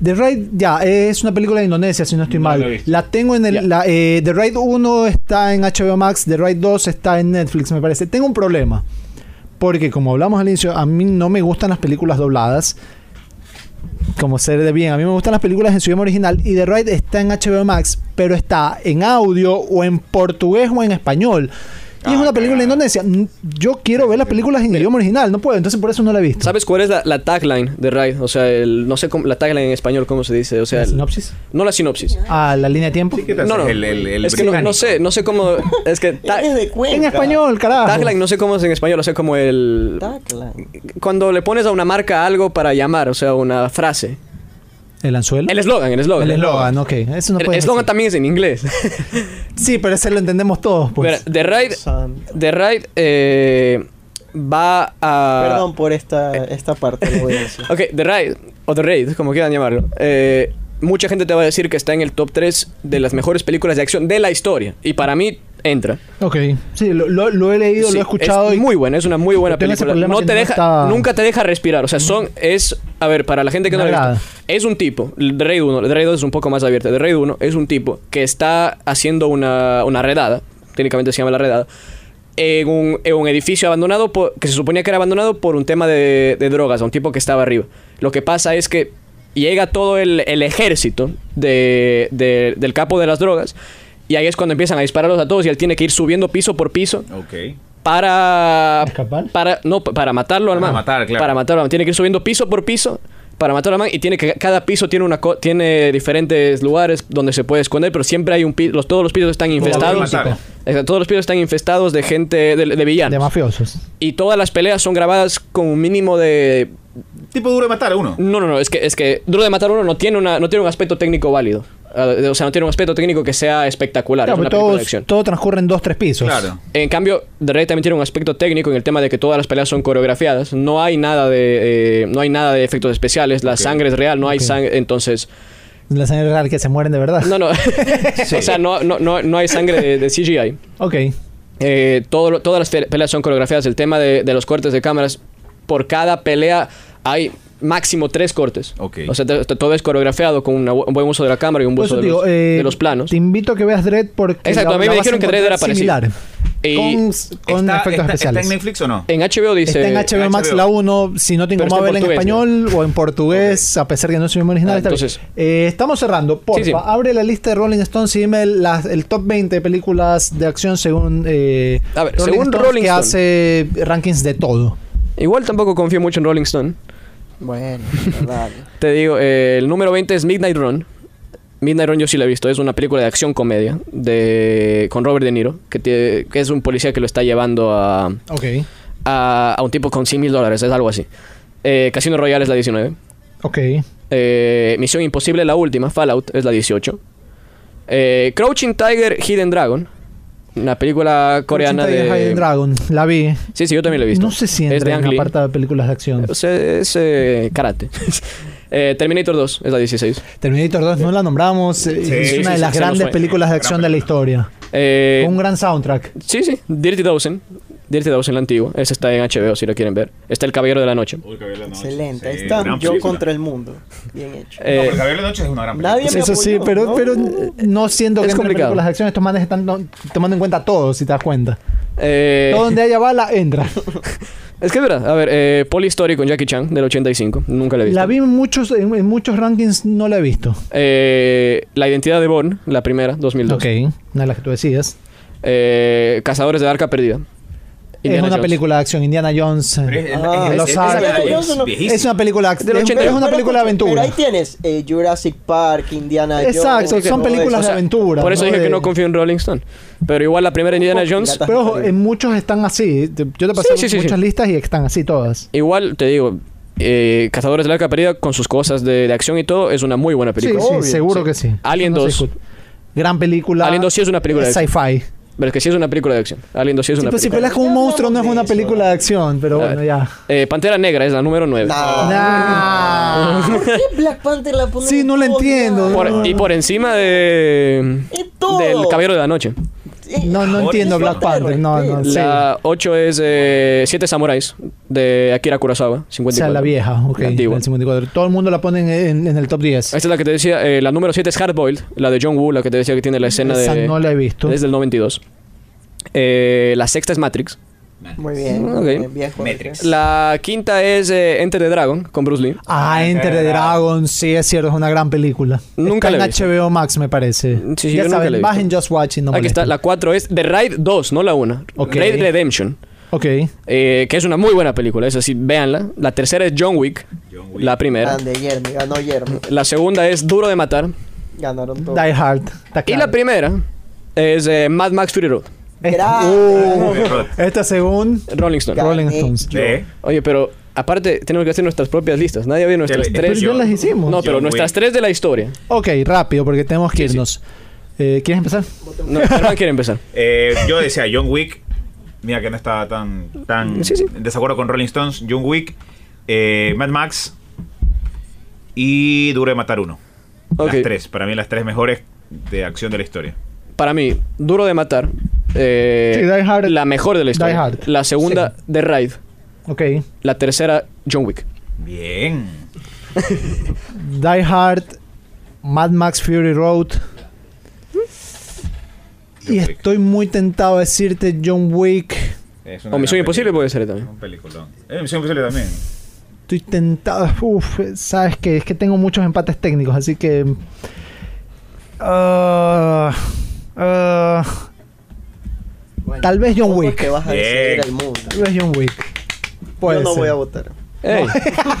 S1: The Raid, ya, es una película de Indonesia, si no estoy
S4: No
S1: mal.
S4: la he visto.
S1: La tengo en el.
S2: Ya.
S1: la, eh, The Raid 1 está en HBO Max, The Raid 2 está en Netflix, me parece. Tengo un problema. Porque, como hablamos al inicio, a mí no me gustan las películas dobladas. Como ser de bien, a mí me gustan las películas en su idioma original. Y The Raid está en HBO Max, pero está en audio o en portugués o en español. Y es
S4: Ah,
S1: una película
S4: cagada.
S1: indonesia. Mm, Yo quiero ver las películas en idioma original, no puedo, entonces por eso no la he visto.
S2: ¿Sabes cuál es la, la tagline de Ride? O sea, el- no sé cómo, la tagline en español, ¿cómo se dice? O sea,
S1: ¿La
S2: el-
S1: sinopsis?
S2: no la sinopsis.
S1: Ah, la línea de tiempo.
S4: ¿Qué tal?
S2: No, no.
S4: El, el- el
S2: es que no, no
S4: británico.
S2: sé, no sé cómo. Es que. ta-
S3: Eres de Cuenca.
S1: en español, carajo.
S2: tagline, no sé cómo es en español, o sea, como el.
S3: Tagline.
S2: Cuando le pones a una marca algo para llamar, o sea, una frase.
S1: ¿El anzuelo?
S2: El eslogan, el eslogan.
S1: El eslogan, ok. Eso no
S2: El
S1: puede
S2: eslogan también es en inglés.
S1: Sí, pero ese lo entendemos todos, pues.
S2: Pero The Ride.
S3: Santo.
S2: The Ride eh, va a.
S3: Perdón por esta, esta parte, lo voy a decir.
S2: Ah. Ok, The Raid, o The Raid, como quieran llamarlo. eh, mucha gente te va a decir que está en el top 3 de las mejores películas de acción de la historia. Y para mí entra.
S1: Ok. Sí, lo, lo- lo he leído,
S2: Sí,
S1: lo he escuchado.
S2: Es
S1: y
S2: muy buena, es una muy buena
S1: Tengo ese
S2: película.
S1: problema
S2: No
S1: que
S2: te
S1: no
S2: deja,
S1: está-
S2: Nunca te deja respirar. O sea, son. Es. A ver, para la gente que
S1: Me
S2: no lo ha
S1: agrada.
S2: visto, es un tipo. The Raid 1, The Raid 2 es un poco más abierta. The Raid 1 es un tipo que está haciendo una, una redada. Técnicamente se llama la redada. En un, en un edificio abandonado por- que se suponía que era abandonado por un tema de, de drogas, a un tipo que estaba arriba. Lo que pasa es que llega todo el, el ejército de- de- del capo de las drogas y ahí es cuando empiezan a dispararlos a todos y él tiene que ir subiendo piso por piso
S4: Ok.
S2: para.
S1: ¿Escapar?
S2: Para, no, pa- para matarlo al
S4: Para
S2: man.
S4: matar, claro.
S2: Para matarlo al man. Tiene que ir subiendo piso por piso para matar al man. Y tiene que. Cada piso tiene una co- tiene diferentes lugares donde se puede esconder, pero siempre hay un piso. Los, todos los pisos están infestados.
S4: matar.
S2: O sea, Todos los pisos están infestados de gente. de, de villanos.
S1: de mafiosos.
S2: y todas las peleas son grabadas con un mínimo de.
S4: Tipo duro de matar a uno.
S2: No, no, no. Es que, es que Duro de Matar uno no tiene, una, no tiene un aspecto técnico válido. Ah, o sea, no tiene un aspecto técnico que sea espectacular.
S1: Claro,
S2: es una
S1: pero
S2: película de
S1: todo,
S2: acción.
S1: todo transcurre en dos, tres pisos.
S4: Claro.
S2: En cambio, The Raid también tiene un aspecto técnico en el tema de que todas las peleas son coreografiadas. No hay nada de, eh, no hay nada de efectos especiales. La sangre es real, no hay sangre. Entonces,
S1: La sangre real que se mueren de verdad.
S2: no, no. o sea, no, no, no, no hay sangre de, de CGI.
S1: Ok.
S2: Eh, todo lo- todas las fe- peleas son coreografiadas. El tema de, de los cortes de cámaras, por cada pelea hay máximo tres cortes.
S4: Ok.
S2: O sea, te- te- todo es coreografiado con una bu- un buen uso de la cámara y un buen
S1: Por eso
S2: uso de,
S1: te digo,
S2: los,
S1: eh,
S2: de los planos.
S1: Te invito a que veas Dread porque.
S2: Exacto,
S1: la-
S2: a mí
S1: la
S2: me
S1: vas
S2: dijeron que Dredd era
S1: encontrar
S2: parecido.
S1: Similar.
S2: Y
S1: con con
S4: ¿Está,
S1: efectos
S4: está-
S1: especiales.
S4: ¿Está en Netflix o no?
S2: En HBO dice.
S1: Está en HBO Max
S4: HBO.
S1: la 1, si no tengo
S2: Pero está
S1: más
S2: en
S1: verla en
S2: portugués,
S1: español o en portugués, a pesar que no es mi idioma original.
S2: Ah,
S1: está bien.
S2: entonces-
S1: Eh, estamos cerrando. Porfa,
S2: Sí, sí.
S1: abre la lista de Rolling Stones y dime las- el top 20 de películas de acción según, eh,
S2: A ver, según
S1: Stones,
S2: Rolling
S1: que
S2: Stone.
S1: hace rankings de todo.
S2: Igual tampoco confío mucho en Rolling Stone.
S3: Bueno, verdad.
S2: Te digo, eh, el número 20 es Midnight Run. Midnight Run yo sí la he visto, es una película de acción comedia de, con Robert De Niro, que, tie- que es un policía que lo está llevando a,
S1: Ok.
S2: a, a un tipo con 100 mil dólares, es algo así. Eh, Casino Royale es la 19.
S1: Ok.
S2: Eh, Misión Imposible, la última, Fallout, es la 18. Eh, Crouching Tiger, Hidden Dragon, una película coreana
S1: Crouching Tiger, Hidden
S2: de...
S1: Dragon, la vi.
S2: Sí, sí, yo también la he visto.
S1: No sé si
S2: es de
S1: entra en
S2: Ang
S1: la
S2: Lee.
S1: parte de películas de acción.
S2: O sea, es eh, karate. Eh, Terminator 2 es la 16.
S1: Terminator 2 no la nombramos, eh,
S4: Sí,
S1: es
S4: sí,
S1: una de
S2: sí,
S1: las
S2: se nos
S1: grandes
S2: fue.
S1: películas de
S4: Gran
S1: acción de la historia.
S2: Eh,
S1: Con un gran soundtrack.
S2: Sí, sí. Dirty Dozen. Dirty Dozen, la antigua. Esa está en HBO, si la quieren ver. Está El Caballero de la Noche.
S4: Uy, Gabriel de la Noche.
S3: Excelente. Ahí
S4: Sí,
S3: está.
S4: gran
S3: Yo
S4: película.
S3: contra el mundo. Bien hecho.
S4: No,
S2: Eh,
S4: pero Gabriel de la Noche es una gran película.
S3: Nadie me
S1: Pues Eso sí,
S3: apoyó,
S1: pero
S3: ¿no?
S1: no, pero no siento que
S2: Es
S1: entren
S2: complicado.
S1: películas de acción, estos manes están no, tomando en cuenta todo, si te das cuenta.
S2: eh,
S1: Todo donde haya bala, entra.
S2: es que es verdad. A ver, eh, Polystory con Jackie Chan, del 85. Nunca la he visto.
S1: La vi en muchos, en, en muchos rankings, no la he visto.
S2: Eh, la identidad de Bourne, la primera, 2002.
S1: Ok, una de las que tú decías.
S2: Eh, Cazadores de Arca Perdida.
S1: es
S2: Indiana
S1: una
S2: Jones.
S1: película de acción, Indiana Jones.
S4: Pero es-
S1: eh,
S4: es-
S3: Ah,
S4: es-
S1: lo
S4: es-
S1: sabe.
S4: esa película
S3: Eso no-
S4: viejísima.
S1: Es una película de acción,
S2: Del 82.
S1: es una
S3: Pero
S1: película de
S3: escucha,
S1: aventura.
S3: Pero ahí tienes eh, Jurassic Park, Indiana Jones.
S1: Exacto, son
S3: todo
S1: películas
S3: eso.
S1: de aventura.
S2: Por eso dije
S1: De-
S2: que no confío en Rolling Stone. Pero igual la primera Indiana
S3: poco
S2: Jones.
S3: pirata.
S1: Pero ojo, en muchos están así. Te- Yo te pasé
S2: sí, sí,
S1: muchas
S2: sí.
S1: listas y están así todas.
S2: Igual te digo, eh, Cazadores del Arca Perdida con sus cosas de, de acción y todo es una muy buena
S1: Sí,
S2: película.
S1: sí, seguro
S2: sí.
S1: que sí.
S2: Alien
S1: No se
S2: 2.
S1: discute. Gran película.
S2: Alien 2 sí es una película de acción.
S1: Sci-fi.
S2: Pero es que sí es una película de acción. Alien 2 sí es
S1: Sí,
S2: una
S1: pues si
S2: película.
S1: peleas con un
S3: Ya hablamos
S1: monstruo no es
S3: de
S1: una
S3: eso,
S1: película de acción, pero
S2: Ah,
S1: bueno, ya.
S2: eh, Pantera Negra es la número 9.
S3: Nah.
S1: Nah.
S3: ¿Por qué Black Panther la ponen
S1: Sí, no la
S3: en todos
S1: entiendo.
S3: lados?
S2: Por- y por encima de.
S3: En todo.
S2: Del Caballero de la Noche.
S3: Eh,
S1: No, no
S4: Ahora
S1: entiendo
S4: es
S1: Black
S4: otra
S1: Panther. No, no, sí.
S2: La 8 es 7 Samuráis de Akira Kurosawa. 54.
S1: O sea, la vieja, ok.
S2: La antigua.
S1: del 54. Todo el mundo la pone en, en- en el top 10.
S2: Esta es la que te decía. eh, la número 7 es Hardboiled. La de John Woo, la que te decía que tiene la escena
S1: Esa
S2: de.
S1: no la he visto.
S2: Es del 92. Eh, la sexta es Matrix.
S3: Muy bien.
S2: Ok.
S3: muy bien, bien, Jorge.
S4: Matrix.
S2: La quinta es eh, Enter the Dragon con Bruce Lee.
S1: Ah, Enter the Dragon, sí, es cierto, es una gran película.
S2: Nunca
S1: Está
S2: la he
S1: en
S2: visto.
S1: HBO Max, me parece.
S2: Sí, sí, yo
S1: ya
S2: nunca la
S1: saben,
S2: he
S1: bajen
S2: visto.
S1: Just Watching, no
S2: Aquí está.
S1: molesten.
S2: La 4 es The Raid 2, no la 1.
S1: Ok.
S2: Raid Redemption.
S1: Ok.
S2: eh, que es una muy buena película, es así, véanla. La tercera es John Wick,
S4: John Wick.
S2: la primera.
S3: Grande, Jeremy. Ganó Jeremy.
S2: La segunda es Duro de Matar.
S3: Ganaron todos.
S1: Die Hard. está
S2: Y
S1: claro.
S2: la primera es eh, Mad Max Fury Road,
S1: Esta,
S3: Gran-
S1: Uh, esta según
S2: Rolling Stone.
S1: Rolling
S3: Gané.
S1: Stones.
S4: De-
S2: Oye, pero aparte tenemos que hacer nuestras propias listas. Nadie ve nuestras
S4: Pero
S1: Pero
S2: tres.
S1: ya
S4: yo-
S1: las hicimos.
S2: No, pero
S4: John
S2: nuestras
S4: Wick.
S2: tres de la historia.
S1: Ok, rápido, porque tenemos que
S2: Sí, sí.
S1: irnos. Eh, ¿Quieres empezar?
S2: No, Germán quiere empezar.
S4: Eh, yo decía John Wick. Mira que no estaba tan, tan
S2: Sí, sí.
S4: en desacuerdo con Rolling Stones. John Wick, eh, Mad Max y Duro de Matar Uno.
S2: Ok.
S4: Las tres. Para mí las tres mejores de acción de la historia.
S2: Para mí, Duro de Matar, eh,
S1: Sí, Die Hard-
S2: la mejor de la historia.
S1: Die Hard.
S2: La segunda, The Ride.
S1: Ok.
S2: La tercera, John Wick.
S4: Bien.
S1: Die Hard, Mad Max Fury Road. Y
S4: John Wick.
S1: estoy muy tentado a decirte John Wick.
S4: Es una
S2: O Misión
S4: gran
S2: Imposible pues.
S4: película.
S2: puede ser también.
S4: Un peliculón. Eh, Misión Imposible también.
S1: Estoy tentado. Uf, sabes que es que tengo muchos empates técnicos, así que. ah, ah,
S3: Bueno,
S1: tal vez John
S3: ¿cómo es
S1: Wick.
S3: que vas a
S4: Bien.
S3: decidir al mundo?
S1: tal vez John Wick. Puede
S3: Yo no
S1: ser.
S3: voy a votar.
S2: ¡Ey!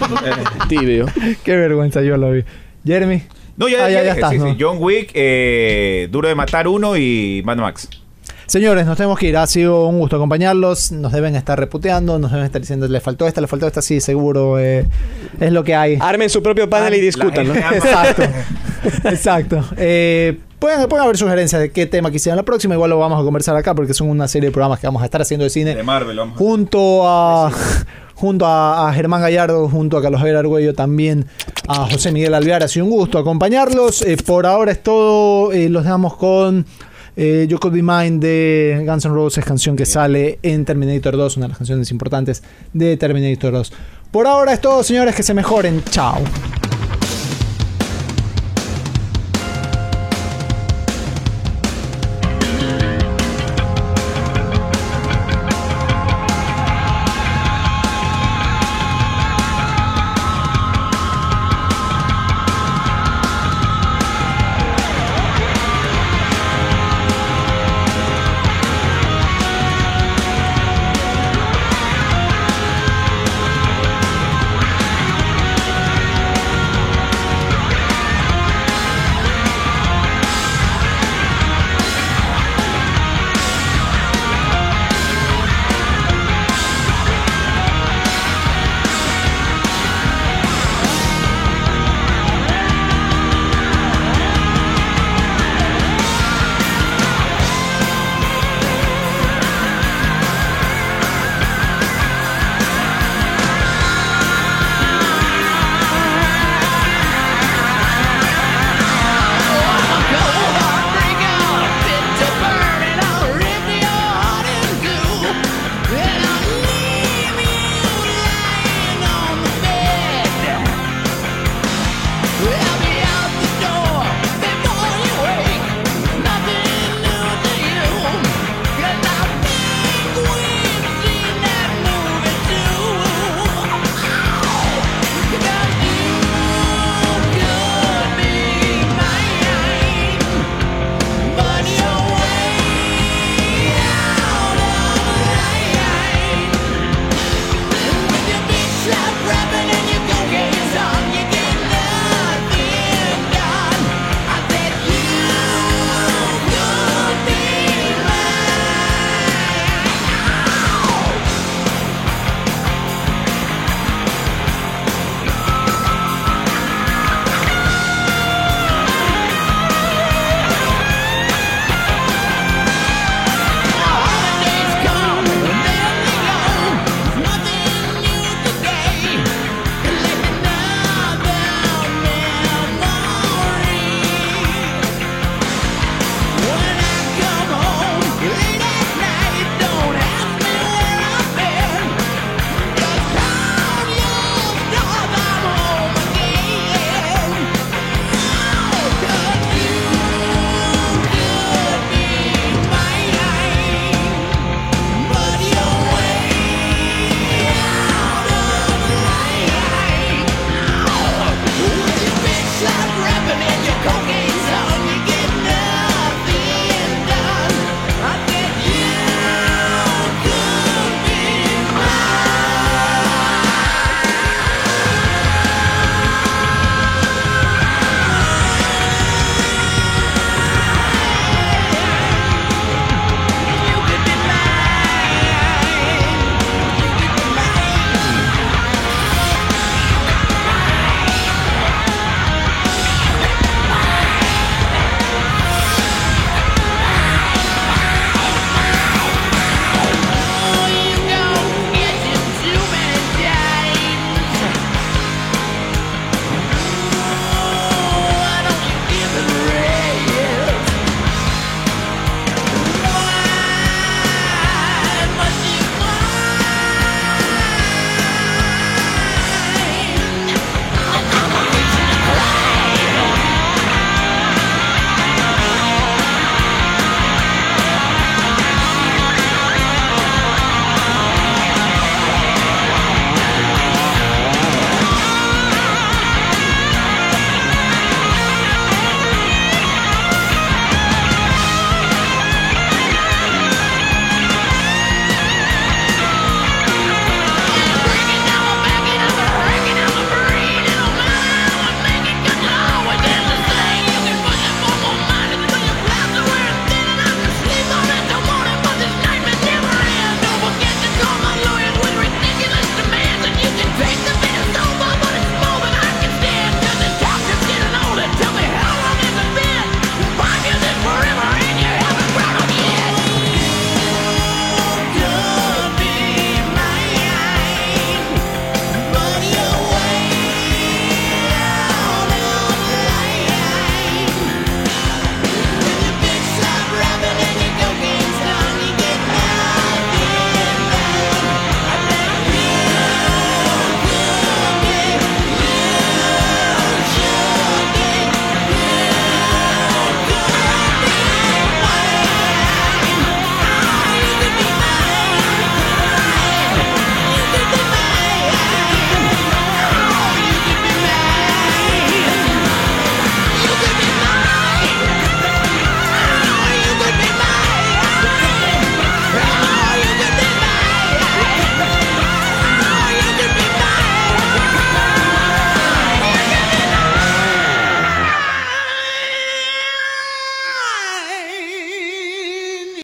S2: Tibio.
S1: Qué vergüenza, yo lo vi. Jeremy.
S4: No, ya,
S1: Ah,
S4: ya,
S1: ya, ya
S4: dije,
S1: estás,
S4: sí,
S1: ¿no?
S4: sí. John Wick, eh, Duro de Matar uno y Mad Max.
S1: Señores, nos tenemos que ir. Ha sido un gusto acompañarlos. Nos deben estar reputeando, nos deben estar diciendo, le faltó esta, le faltó esta, sí, seguro. eh, es lo que hay.
S2: Armen su propio panel y discútanlo.
S4: Ah, La gente ama-
S1: Exacto. Exacto. Eh, pueden, pueden haber sugerencias de qué tema quisieran la próxima. Igual lo vamos a conversar acá porque son una serie de programas que vamos a estar haciendo de
S4: De
S1: cine.
S4: Marvel, vamos.
S1: Junto a. Junto a, a Germán Gallardo, junto a Carlos Javier Argüello, también a José Miguel Alvear. Ha sido un gusto acompañarlos. Eh, por ahora es todo. Eh, los dejamos con eh, You Could Be Mine de Guns N' Roses, canción que sale en Terminator 2, una de las canciones importantes de Terminator 2. Por ahora es todo, señores. Que se mejoren. Chao.
S4: a-